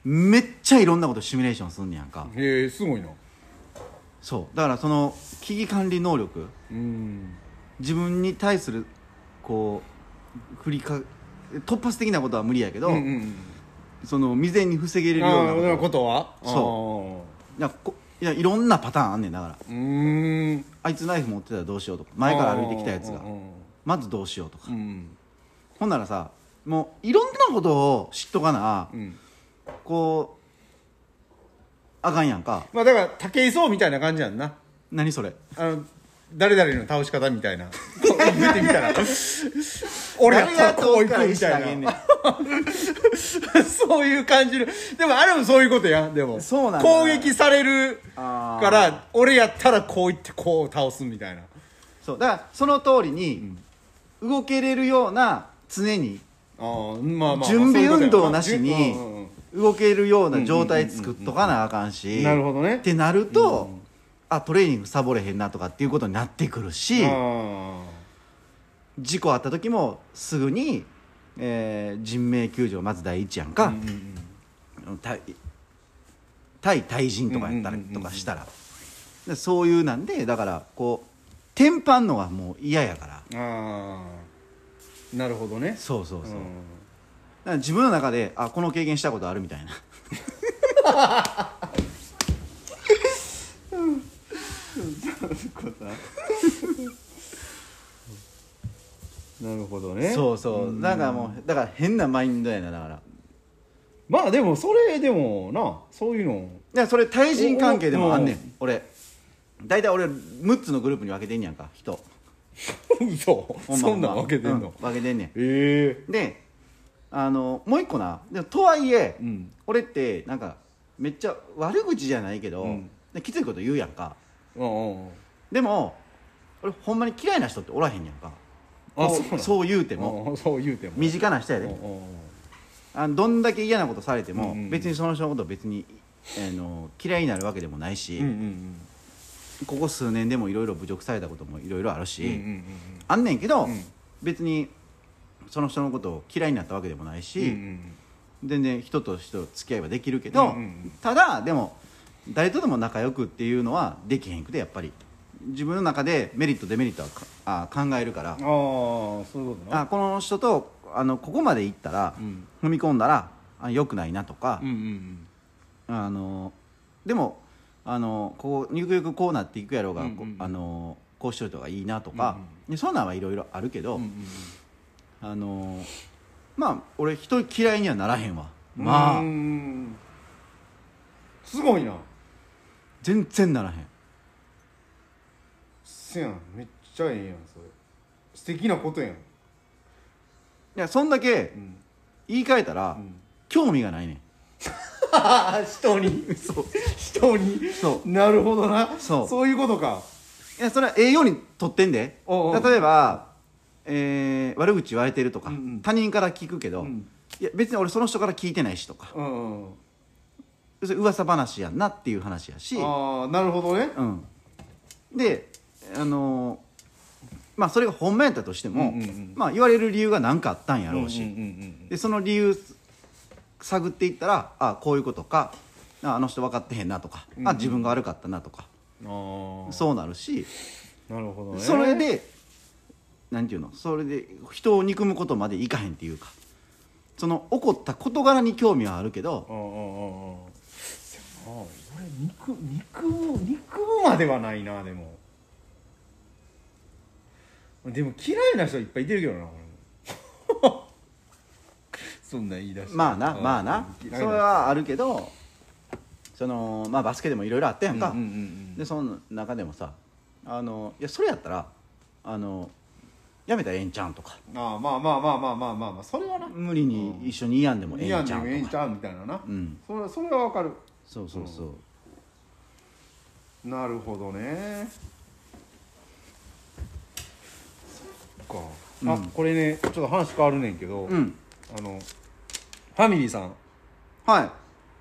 Speaker 1: めっちゃいろんなことシミュレーションすんねやんか
Speaker 2: へえすごいな
Speaker 1: そうだからその危機管理能力
Speaker 2: うん
Speaker 1: 自分に対するこう振りか突発的なことは無理やけど、
Speaker 2: うんうん
Speaker 1: その未然に防げれるような
Speaker 2: あ
Speaker 1: こ
Speaker 2: あ
Speaker 1: と
Speaker 2: なことは
Speaker 1: そ
Speaker 2: あ
Speaker 1: いやこいやいろんなパターンあんねんだから
Speaker 2: あうーん
Speaker 1: あいつナイフ持ってたらどうしようとか前から歩いてきたやつが
Speaker 2: うんうん
Speaker 1: まずどうしようとか、
Speaker 2: うん
Speaker 1: ほんならさもういろんなことを知っとかな
Speaker 2: うん
Speaker 1: こうあかんやんか
Speaker 2: まあだから武井壮みたいな感じやんな
Speaker 1: 何それ
Speaker 2: あの誰々の倒し方みたいな言ってみたら俺やったらこう行くみたいな
Speaker 1: な
Speaker 2: そういう感じのでもあれもそういうことやんでも
Speaker 1: そうなんだ
Speaker 2: 攻撃される
Speaker 1: あー
Speaker 2: から俺やったらこう言ってこう倒すみたいな
Speaker 1: そうだからその通りに動けれるような常に
Speaker 2: あーまあまあ
Speaker 1: 準備運動なし
Speaker 2: そういう
Speaker 1: に
Speaker 2: ことやなうんうん
Speaker 1: 動けるような状態作っとかなあかんし
Speaker 2: なるほどね
Speaker 1: ってなるとあトレーニングサボれへんなとかっていうことになってくるし
Speaker 2: あ
Speaker 1: 事故あった時もすぐに、えー人命救助まず第一やん
Speaker 2: ー
Speaker 1: か
Speaker 2: うんうん
Speaker 1: 対対対人とかやったり
Speaker 2: うんうんうんう
Speaker 1: と
Speaker 2: ん
Speaker 1: かしたらでそういうなんでだからこう転搬のはもう嫌やから
Speaker 2: うんあーなるほどね
Speaker 1: そうそうそう、だ
Speaker 2: ん
Speaker 1: から自分の中であこの経験したことあるみたいな
Speaker 2: なるほどね
Speaker 1: そうそうなんかもうだから変なマインドやなだからい
Speaker 2: まあでもそれでもなそういうの
Speaker 1: やそれ対人関係でもあんね
Speaker 2: お
Speaker 1: ん俺大体俺6つのグループに分けてんねやんか人
Speaker 2: 嘘
Speaker 1: ほま
Speaker 2: そんなん
Speaker 1: ほま
Speaker 2: 分けてんの、
Speaker 1: う分けてんねん
Speaker 2: え
Speaker 1: であのもう一個なでもとはいえ、
Speaker 2: えうん
Speaker 1: 俺ってなんかめっちゃ悪口じゃないけど、
Speaker 2: うん
Speaker 1: できついこと言うやんか
Speaker 2: うんうん
Speaker 1: でも俺ほんまに嫌いな人っておらへんやんか
Speaker 2: あ
Speaker 1: こ
Speaker 2: そうなん
Speaker 1: そう言うて
Speaker 2: で
Speaker 1: も、
Speaker 2: もそう言うても
Speaker 1: 身近な人やで、
Speaker 2: うんうんうん
Speaker 1: あのどんだけ嫌なことされても、
Speaker 2: うんうん
Speaker 1: 別にその人のこと別に、あの嫌いになるわけでもないし、
Speaker 2: うんうん
Speaker 1: ここ数年でもいろいろ侮辱されたこともいろいろあるし、
Speaker 2: うんうんうんうん
Speaker 1: あんねんけど、
Speaker 2: うん
Speaker 1: 別にその人のことを嫌いになったわけでもないし、
Speaker 2: うんうん
Speaker 1: 全然人と人と付き合いはできるけど、
Speaker 2: うんうんうん
Speaker 1: ただでも誰とでも仲良くっていうのはできへんくてやっぱり自分の中でメリットデメリットはかあ考えるから
Speaker 2: ああそういうことな
Speaker 1: あこの人とあのここまで行ったら、
Speaker 2: うん
Speaker 1: 踏み込んだらあ良くないなとか
Speaker 2: う、んうん
Speaker 1: あのでもあのこうゆくゆくこうなっていくやろうが、
Speaker 2: うんうん
Speaker 1: こあのこうしといた方がいいなとか、でそんなんはいろいろあるけど、
Speaker 2: うんうんうん
Speaker 1: あのまあ俺人嫌いにはならへんわ
Speaker 2: う
Speaker 1: ま
Speaker 2: ー
Speaker 1: あ
Speaker 2: んすごいな
Speaker 1: 全然ならへん
Speaker 2: せやんめっちゃええやんそれ素敵なことやん
Speaker 1: いやそんだけ
Speaker 2: ん
Speaker 1: 言い換えたら、
Speaker 2: ん
Speaker 1: 興味がないねん
Speaker 2: 人にそう人に
Speaker 1: そ
Speaker 2: なるほどな
Speaker 1: そう
Speaker 2: そういうことか
Speaker 1: いやそれは栄養にとってんで
Speaker 2: おうおう
Speaker 1: 例えば、えー悪口言われてるとか、
Speaker 2: うんうん
Speaker 1: 他人から聞くけど、
Speaker 2: うん
Speaker 1: いや別に俺その人から聞いてないしとか
Speaker 2: うんうん
Speaker 1: それ噂話やんなっていう話やし
Speaker 2: ああなるほどね
Speaker 1: うん、であのーまあそれが本命やったとしても、
Speaker 2: うんうんうん
Speaker 1: まあ、言われる理由が何かあったんやろうし、
Speaker 2: んんん
Speaker 1: でその理由探っていったらあこういうことかああの人分かってへんなとか、
Speaker 2: うんう
Speaker 1: あ
Speaker 2: ん
Speaker 1: 自分が悪かったなとか
Speaker 2: うんああ
Speaker 1: そうなるし
Speaker 2: うなるほどね
Speaker 1: それでなんていうのそれで人を憎むことまでいかへんっていうかその起こった事柄に興味はあるけど
Speaker 2: うんうんうんうんせやな俺肉肉も肉もまではないなでもでも嫌いな人いっぱいいてるけどな俺も そんなん言い出して
Speaker 1: まあなまあなそ
Speaker 2: 嫌い
Speaker 1: れ
Speaker 2: 人
Speaker 1: はあるけどそのまあバスケでもいろいろあったやんか、
Speaker 2: うんうんうん
Speaker 1: でその中でもさあのいやそれやったらあのやめたらええんちゃうんとか
Speaker 2: うんああまあまあまあまあまあまあまあそれはな
Speaker 1: 無理に一緒に嫌んでもえ
Speaker 2: いや
Speaker 1: えん
Speaker 2: で
Speaker 1: ちゃ
Speaker 2: もええ
Speaker 1: うんと
Speaker 2: ち
Speaker 1: か
Speaker 2: ゃうみたいなな
Speaker 1: うん
Speaker 2: それそれはわかる
Speaker 1: そうそうそう、
Speaker 2: なるほどねそっか、
Speaker 1: う
Speaker 2: あ
Speaker 1: ん
Speaker 2: これねちょっと話変わるねんけど、
Speaker 1: うん
Speaker 2: あのファミリーさん
Speaker 1: はい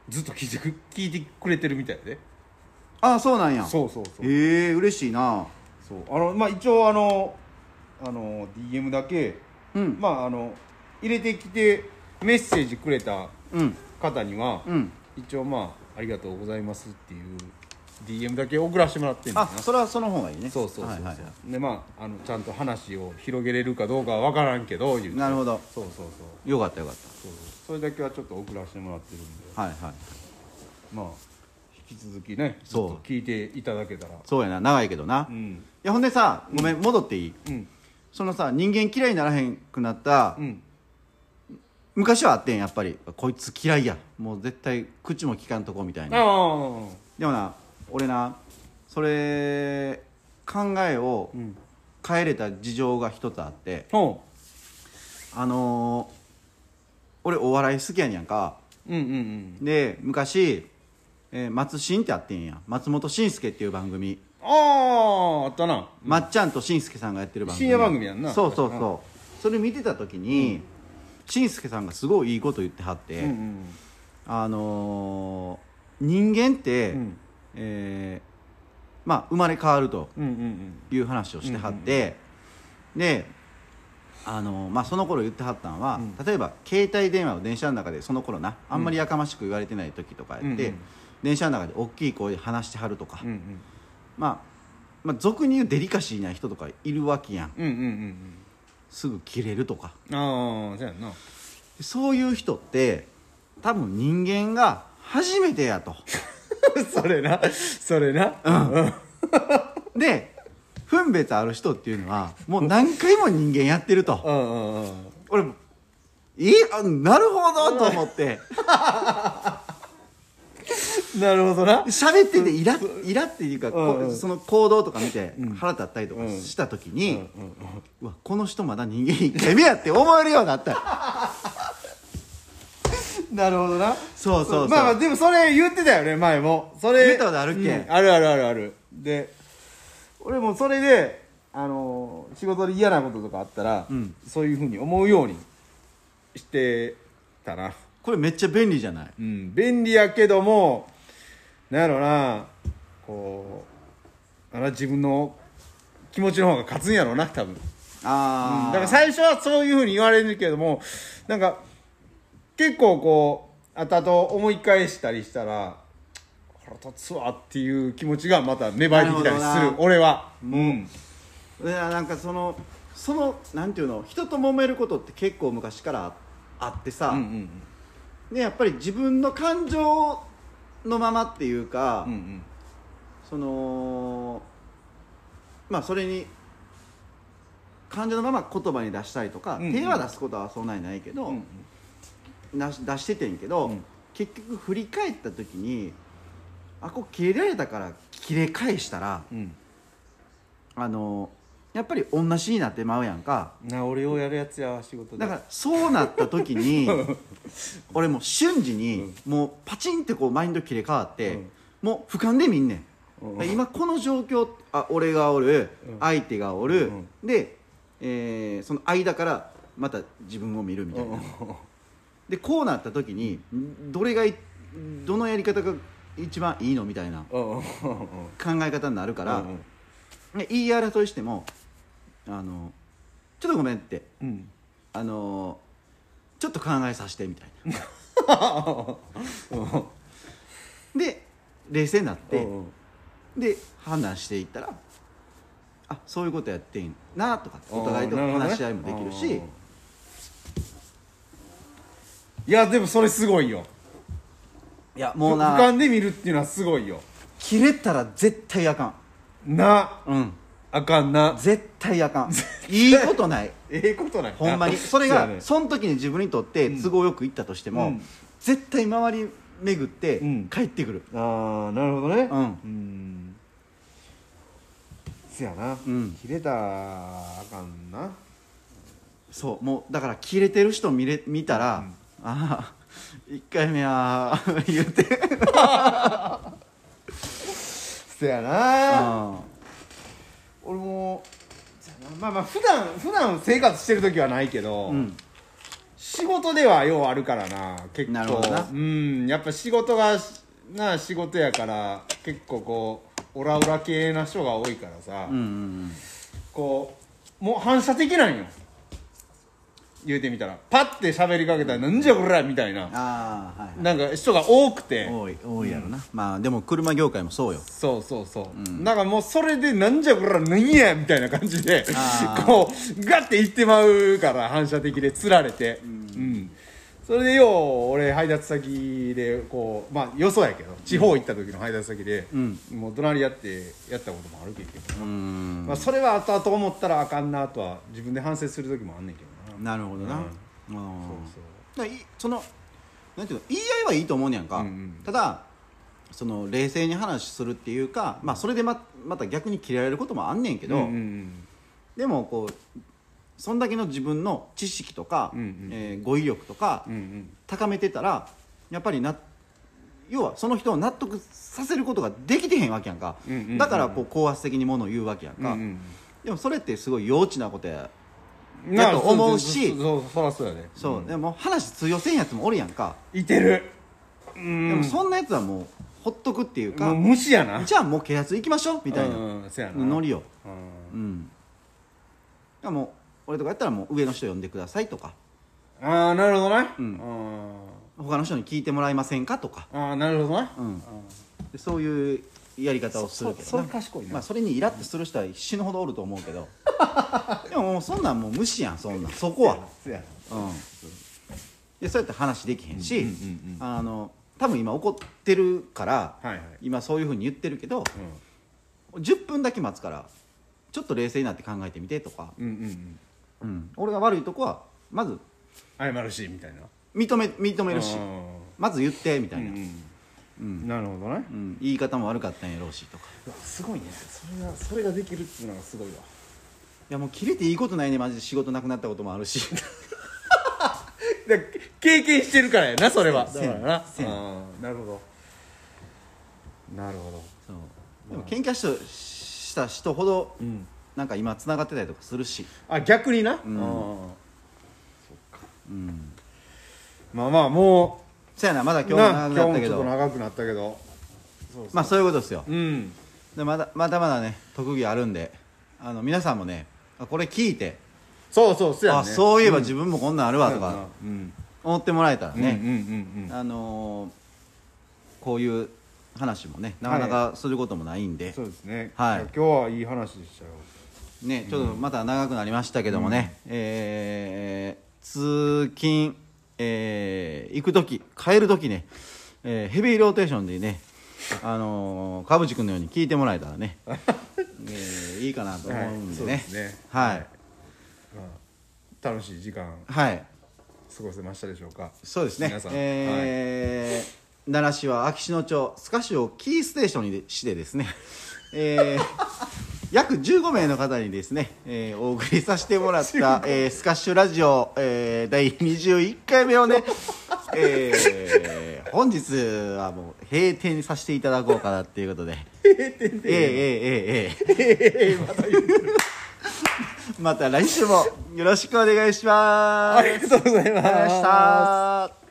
Speaker 2: ずっと聞いてく 聞いてくれてるみたいで
Speaker 1: ああそうなんや
Speaker 2: そうそうそう
Speaker 1: ええ嬉しいな
Speaker 2: そうあのまあ一応あのあの DM だけ
Speaker 1: うん
Speaker 2: まああの入れてきてメッセージくれた
Speaker 1: うん
Speaker 2: 方には、
Speaker 1: うん
Speaker 2: 一応まあありがとうございますっていう DM だけ送らせてもらってんの
Speaker 1: あ
Speaker 2: よな
Speaker 1: それはその方がいいね
Speaker 2: そうそうそうそう、
Speaker 1: はいはいは
Speaker 2: でまああのちゃんと話を広げれるかどうかは分からんけど言う
Speaker 1: い
Speaker 2: て
Speaker 1: なるほど
Speaker 2: そうそうそう
Speaker 1: よかったよかっ
Speaker 2: そうそうそれだけはちょっと送らせてもらってるんで
Speaker 1: たはいはい
Speaker 2: まあ引き続きねち
Speaker 1: そ
Speaker 2: ょ
Speaker 1: う
Speaker 2: っと聞いていただけたら
Speaker 1: そうやな長いけどな、
Speaker 2: う
Speaker 1: い
Speaker 2: ん
Speaker 1: やほんでさごめん、戻っていい
Speaker 2: うん
Speaker 1: そのさ人間嫌いにならへんくなった、
Speaker 2: うん
Speaker 1: 昔はあってんやっぱりこいつ嫌いやもう絶対口も聞かんとこみたい
Speaker 2: あ
Speaker 1: な
Speaker 2: あ
Speaker 1: でもな俺なそれ考えを
Speaker 2: うん
Speaker 1: 変えれた事情が一つあって
Speaker 2: ほ
Speaker 1: あのー俺お笑い好きやねやんか
Speaker 2: ううんうんうん
Speaker 1: で昔、えー松新ってあってんや松本慎介っていう番組、
Speaker 2: あああったな
Speaker 1: まっちゃんと慎介さんがやってる番組
Speaker 2: 深夜番組やんな
Speaker 1: そうそうそうそれ見てた時に慎介、さんがすごいいいこと言ってはって、
Speaker 2: うんうん
Speaker 1: あのー人間って、
Speaker 2: うん
Speaker 1: えーまあ生まれ変わると
Speaker 2: うんうん
Speaker 1: いう話をしてはって、であのーまあ、その頃言ってはったんは、
Speaker 2: うん
Speaker 1: 例えば携帯電話を電車の中でその頃なあんまりやかましく言われてない時とかやって、
Speaker 2: うんうん
Speaker 1: 電車の中で大きい声で話してはるとか、
Speaker 2: うんうん
Speaker 1: まあまあ、俗に言うデリカシーな人とかいるわけやん
Speaker 2: うんうんうん
Speaker 1: すぐ切れるとか
Speaker 2: うんああそうやんな
Speaker 1: そういう人って多分人間が 初めてやと
Speaker 2: それなそれな
Speaker 1: で分別ある人っていうのはもう何回も人間やってる と
Speaker 2: うんうんうん
Speaker 1: 俺もいいあなるほどと思って
Speaker 2: なるほどな
Speaker 1: 喋っててイライラっていうか、こう
Speaker 2: うんうん
Speaker 1: その行動とか見て腹立ったりとかした時に、うわこの人まだ人間1回目やって思えるようになった
Speaker 2: なるほどな
Speaker 1: そうそうそう
Speaker 2: まあまあでもそれ言ってたよね前もそれ
Speaker 1: 言ったことあるっけ
Speaker 2: うんあるあるあるあるで俺もそれであのー仕事で嫌なこととかあったら、
Speaker 1: ん
Speaker 2: そういうふうに思うようにしてたな
Speaker 1: これめっちゃ便利じゃない
Speaker 2: うん便利やけどもなんやろなこうあら自分の気持ちの方が勝つんやろうな多分
Speaker 1: ああ、
Speaker 2: だから最初はそういうふうに言われるけどもなんか結構こう後々思い返したりしたら腹立つわっていう気持ちがまた芽生えてきたり
Speaker 1: な
Speaker 2: す
Speaker 1: るほ
Speaker 2: る
Speaker 1: どな
Speaker 2: 俺は
Speaker 1: うんいやなんかそのそのなんていうの人と揉めることって結構昔からあってさ、
Speaker 2: うんうん
Speaker 1: でやっぱり自分の感情のままっていうか、
Speaker 2: うんうん
Speaker 1: そのまあそれに感情のまま言葉に出したりとか、
Speaker 2: うんうん
Speaker 1: 手は出すことはそんなにないけど、
Speaker 2: うん
Speaker 1: なし出しててんけど、
Speaker 2: うん
Speaker 1: 結局振り返った時にあこう切れられたから切れ返したら、
Speaker 2: うん
Speaker 1: あのやっぱり同じになってまうやんか
Speaker 2: な俺をやるやつや仕事で
Speaker 1: だからそうなった時に俺もう瞬時にもうパチンってこうマインド切り替わって、
Speaker 2: うん
Speaker 1: もう俯瞰で見んね
Speaker 2: うん
Speaker 1: ん、だから今この状況あ俺がおる、
Speaker 2: うん
Speaker 1: 相手がおる、
Speaker 2: うん
Speaker 1: で、えーその間からまた自分を見るみたいな、でこうなった時にどれがいどのやり方が一番いいのみたいな
Speaker 2: うんうんうん
Speaker 1: 考え方になるから、
Speaker 2: うん
Speaker 1: で言い争いしてもあのちょっとごめんって
Speaker 2: うん
Speaker 1: あのちょっと考えさせてみたい なで冷静になって、
Speaker 2: うんうん
Speaker 1: で判断していったらあそういうことやってんなとかお互いと
Speaker 2: あーなるほどね
Speaker 1: 話し合いもできるし
Speaker 2: うんいやでもそれすごいよ
Speaker 1: いやもう
Speaker 2: ふ俯
Speaker 1: な
Speaker 2: 瞰で見るっていうのはすごいよ
Speaker 1: 切れたら絶対あかん
Speaker 2: な
Speaker 1: うん
Speaker 2: あかんな
Speaker 1: 絶対あかんいいことない
Speaker 2: ええことない
Speaker 1: ほん まにそれ
Speaker 2: うや
Speaker 1: が
Speaker 2: ね
Speaker 1: その時に自分にとって都合よくいったとしても、
Speaker 2: うん
Speaker 1: 絶対周り巡って
Speaker 2: うん
Speaker 1: 帰ってくる、
Speaker 2: ああなるほどね
Speaker 1: うん
Speaker 2: んせやな、
Speaker 1: うん
Speaker 2: 切れたらあかんな
Speaker 1: そうもうだから切れてる人見れ見たら、ああ1回目は 言って
Speaker 2: せやな
Speaker 1: あ
Speaker 2: 俺もせやなまあまあ普段普段生活してる時はないけ
Speaker 1: あ
Speaker 2: ど、
Speaker 1: うん
Speaker 2: 仕事ではようあるからな結構
Speaker 1: なるほどな
Speaker 2: うんやっぱ仕事がな仕事やから結構こうオラオラ系な人が多いからさ、
Speaker 1: うんうんうん
Speaker 2: こうもう反射的なんよ言うてみたらパッて喋りかけたら「なんじゃこら!」みたいな
Speaker 1: ああはい、はい
Speaker 2: なんか人が多くて
Speaker 1: 多い多いやろな、まあでも車業界もそうよ
Speaker 2: そうそうそう、なんかもうそれで「なんじゃこら何や!」みたいな感じで
Speaker 1: あー
Speaker 2: こうガッて行ってまうから反射的でつられてうん、それでよう俺配達先でこうまあよそやけど地方行った時の配達先で、
Speaker 1: ん
Speaker 2: もう隣り合ってやったこともあるけど、
Speaker 1: うん
Speaker 2: まあ、それは後々思ったらあかんなとは自分で反省する時もあんねんけどな
Speaker 1: なるほどな、
Speaker 2: うん
Speaker 1: ああだか
Speaker 2: そう
Speaker 1: らいそのなんていうの言い合いはいいと思うねやんか、
Speaker 2: うんうん
Speaker 1: ただその冷静に話するっていうか、まあ、それでままた逆に嫌られることもあんねんけど、
Speaker 2: うんうん
Speaker 1: でもこうそんだけの自分の知識とか、
Speaker 2: うんうん
Speaker 1: えー語彙力とか、
Speaker 2: うんうん
Speaker 1: 高めてたらやっぱりな要はその人を納得させることができてへんわけやんか、
Speaker 2: うんうんうんうん
Speaker 1: だからこう高圧的にものを言うわけやんか、
Speaker 2: うん
Speaker 1: でもそれってすごい幼稚なことや
Speaker 2: うん
Speaker 1: やと思うし
Speaker 2: なそうそうそらそうやね
Speaker 1: そう、
Speaker 2: ん
Speaker 1: でも話通用せんやつもおるやんか、
Speaker 2: いてるうん
Speaker 1: でもそんなやつはもうほっとくっていうか、
Speaker 2: もう無視やな
Speaker 1: じゃあもう啓発行きましょうみたいな
Speaker 2: うんせやな
Speaker 1: ノリよ
Speaker 2: うん
Speaker 1: うんだからもう俺とかやったらもう上の人呼んでくださいとか
Speaker 2: ああなるほどね
Speaker 1: うん
Speaker 2: ん
Speaker 1: 他の人に聞いてもらえませんかとか、
Speaker 2: ああなるほどね
Speaker 1: うん、でそういうやり方をするけどな
Speaker 2: そそれ賢いな
Speaker 1: まあ、それにイラッとする人は死ぬほどおると思うけ どでももうそんなんもう無視やんそんなんそこは
Speaker 2: せやな
Speaker 1: うんでそうやって話できへんし、
Speaker 2: うんうんうん
Speaker 1: あの多分今怒ってるから、
Speaker 2: はいはい
Speaker 1: 今そういうふうに言ってるけど、
Speaker 2: うん
Speaker 1: 10分だけ待つからちょっと冷静になって考えてみてとか、
Speaker 2: うんうんうん
Speaker 1: うん、俺が悪いとこはまず
Speaker 2: 謝るしみたいな
Speaker 1: 認め認めるし
Speaker 2: うん
Speaker 1: まず言ってみたいな、
Speaker 2: うんうんなるほどね
Speaker 1: うん言い方も悪かったんやろうしとか
Speaker 2: うわすごいねそれがそれができるっていうのがすごいわ
Speaker 1: いやもう切れていいことないねマジで仕事なくなったこともある し
Speaker 2: だから経験してるからやなそれはだ
Speaker 1: せ
Speaker 2: か
Speaker 1: ん
Speaker 2: らな
Speaker 1: せん
Speaker 2: うんなるほどなるほど
Speaker 1: そうでも喧嘩しした人ほど、
Speaker 2: ん
Speaker 1: なんか今つながってたりとかするし、
Speaker 2: あ逆になうん
Speaker 1: うん、
Speaker 2: まあまあも
Speaker 1: そやなまだ
Speaker 2: う
Speaker 1: 今日も長くな
Speaker 2: な今
Speaker 1: っ
Speaker 2: 日
Speaker 1: た
Speaker 2: も
Speaker 1: け
Speaker 2: ちょっ
Speaker 1: ど
Speaker 2: と長くなったけどそう
Speaker 1: まあそういうことですよ
Speaker 2: うん
Speaker 1: でまだまだまだね特技あるんであの皆さんもねあこれ聞いて、
Speaker 2: そうそうそうやね
Speaker 1: あそういえば
Speaker 2: ん
Speaker 1: 自分もこんなんあるわと
Speaker 2: そうや
Speaker 1: か
Speaker 2: なうん
Speaker 1: 思ってもらえたら
Speaker 2: ね
Speaker 1: ね、あのーこういう話もねなかなかすることもないんで、
Speaker 2: そうですね
Speaker 1: はい
Speaker 2: や今日はいい話でしたよ
Speaker 1: ねちょっとまた長くなりましたけどもね、えー通勤、えー行く時帰る時ね、えーヘビーローテーションでねあのー、川淵君のように聞いてもらえたら ね、えーいいかなと思うんで
Speaker 2: はい
Speaker 1: ね
Speaker 2: そうですね
Speaker 1: はい
Speaker 2: まあ楽しい時間
Speaker 1: はい
Speaker 2: 過ごせましたでしょうか
Speaker 1: そうですね
Speaker 2: 皆さん
Speaker 1: えー奈良市は秋篠町須賀市をキーステーションにしてです ね、えー約15名の方にですね、えーお送りさせてもらった、えー、スカッシュラジオ、えー第21回目をね、えー本日はもう閉店させていただこうかなっていうことで閉店でええええええ また来週もよろしくお願いします。
Speaker 2: ありがとうございま
Speaker 1: ありがとうございまし
Speaker 2: す
Speaker 1: た。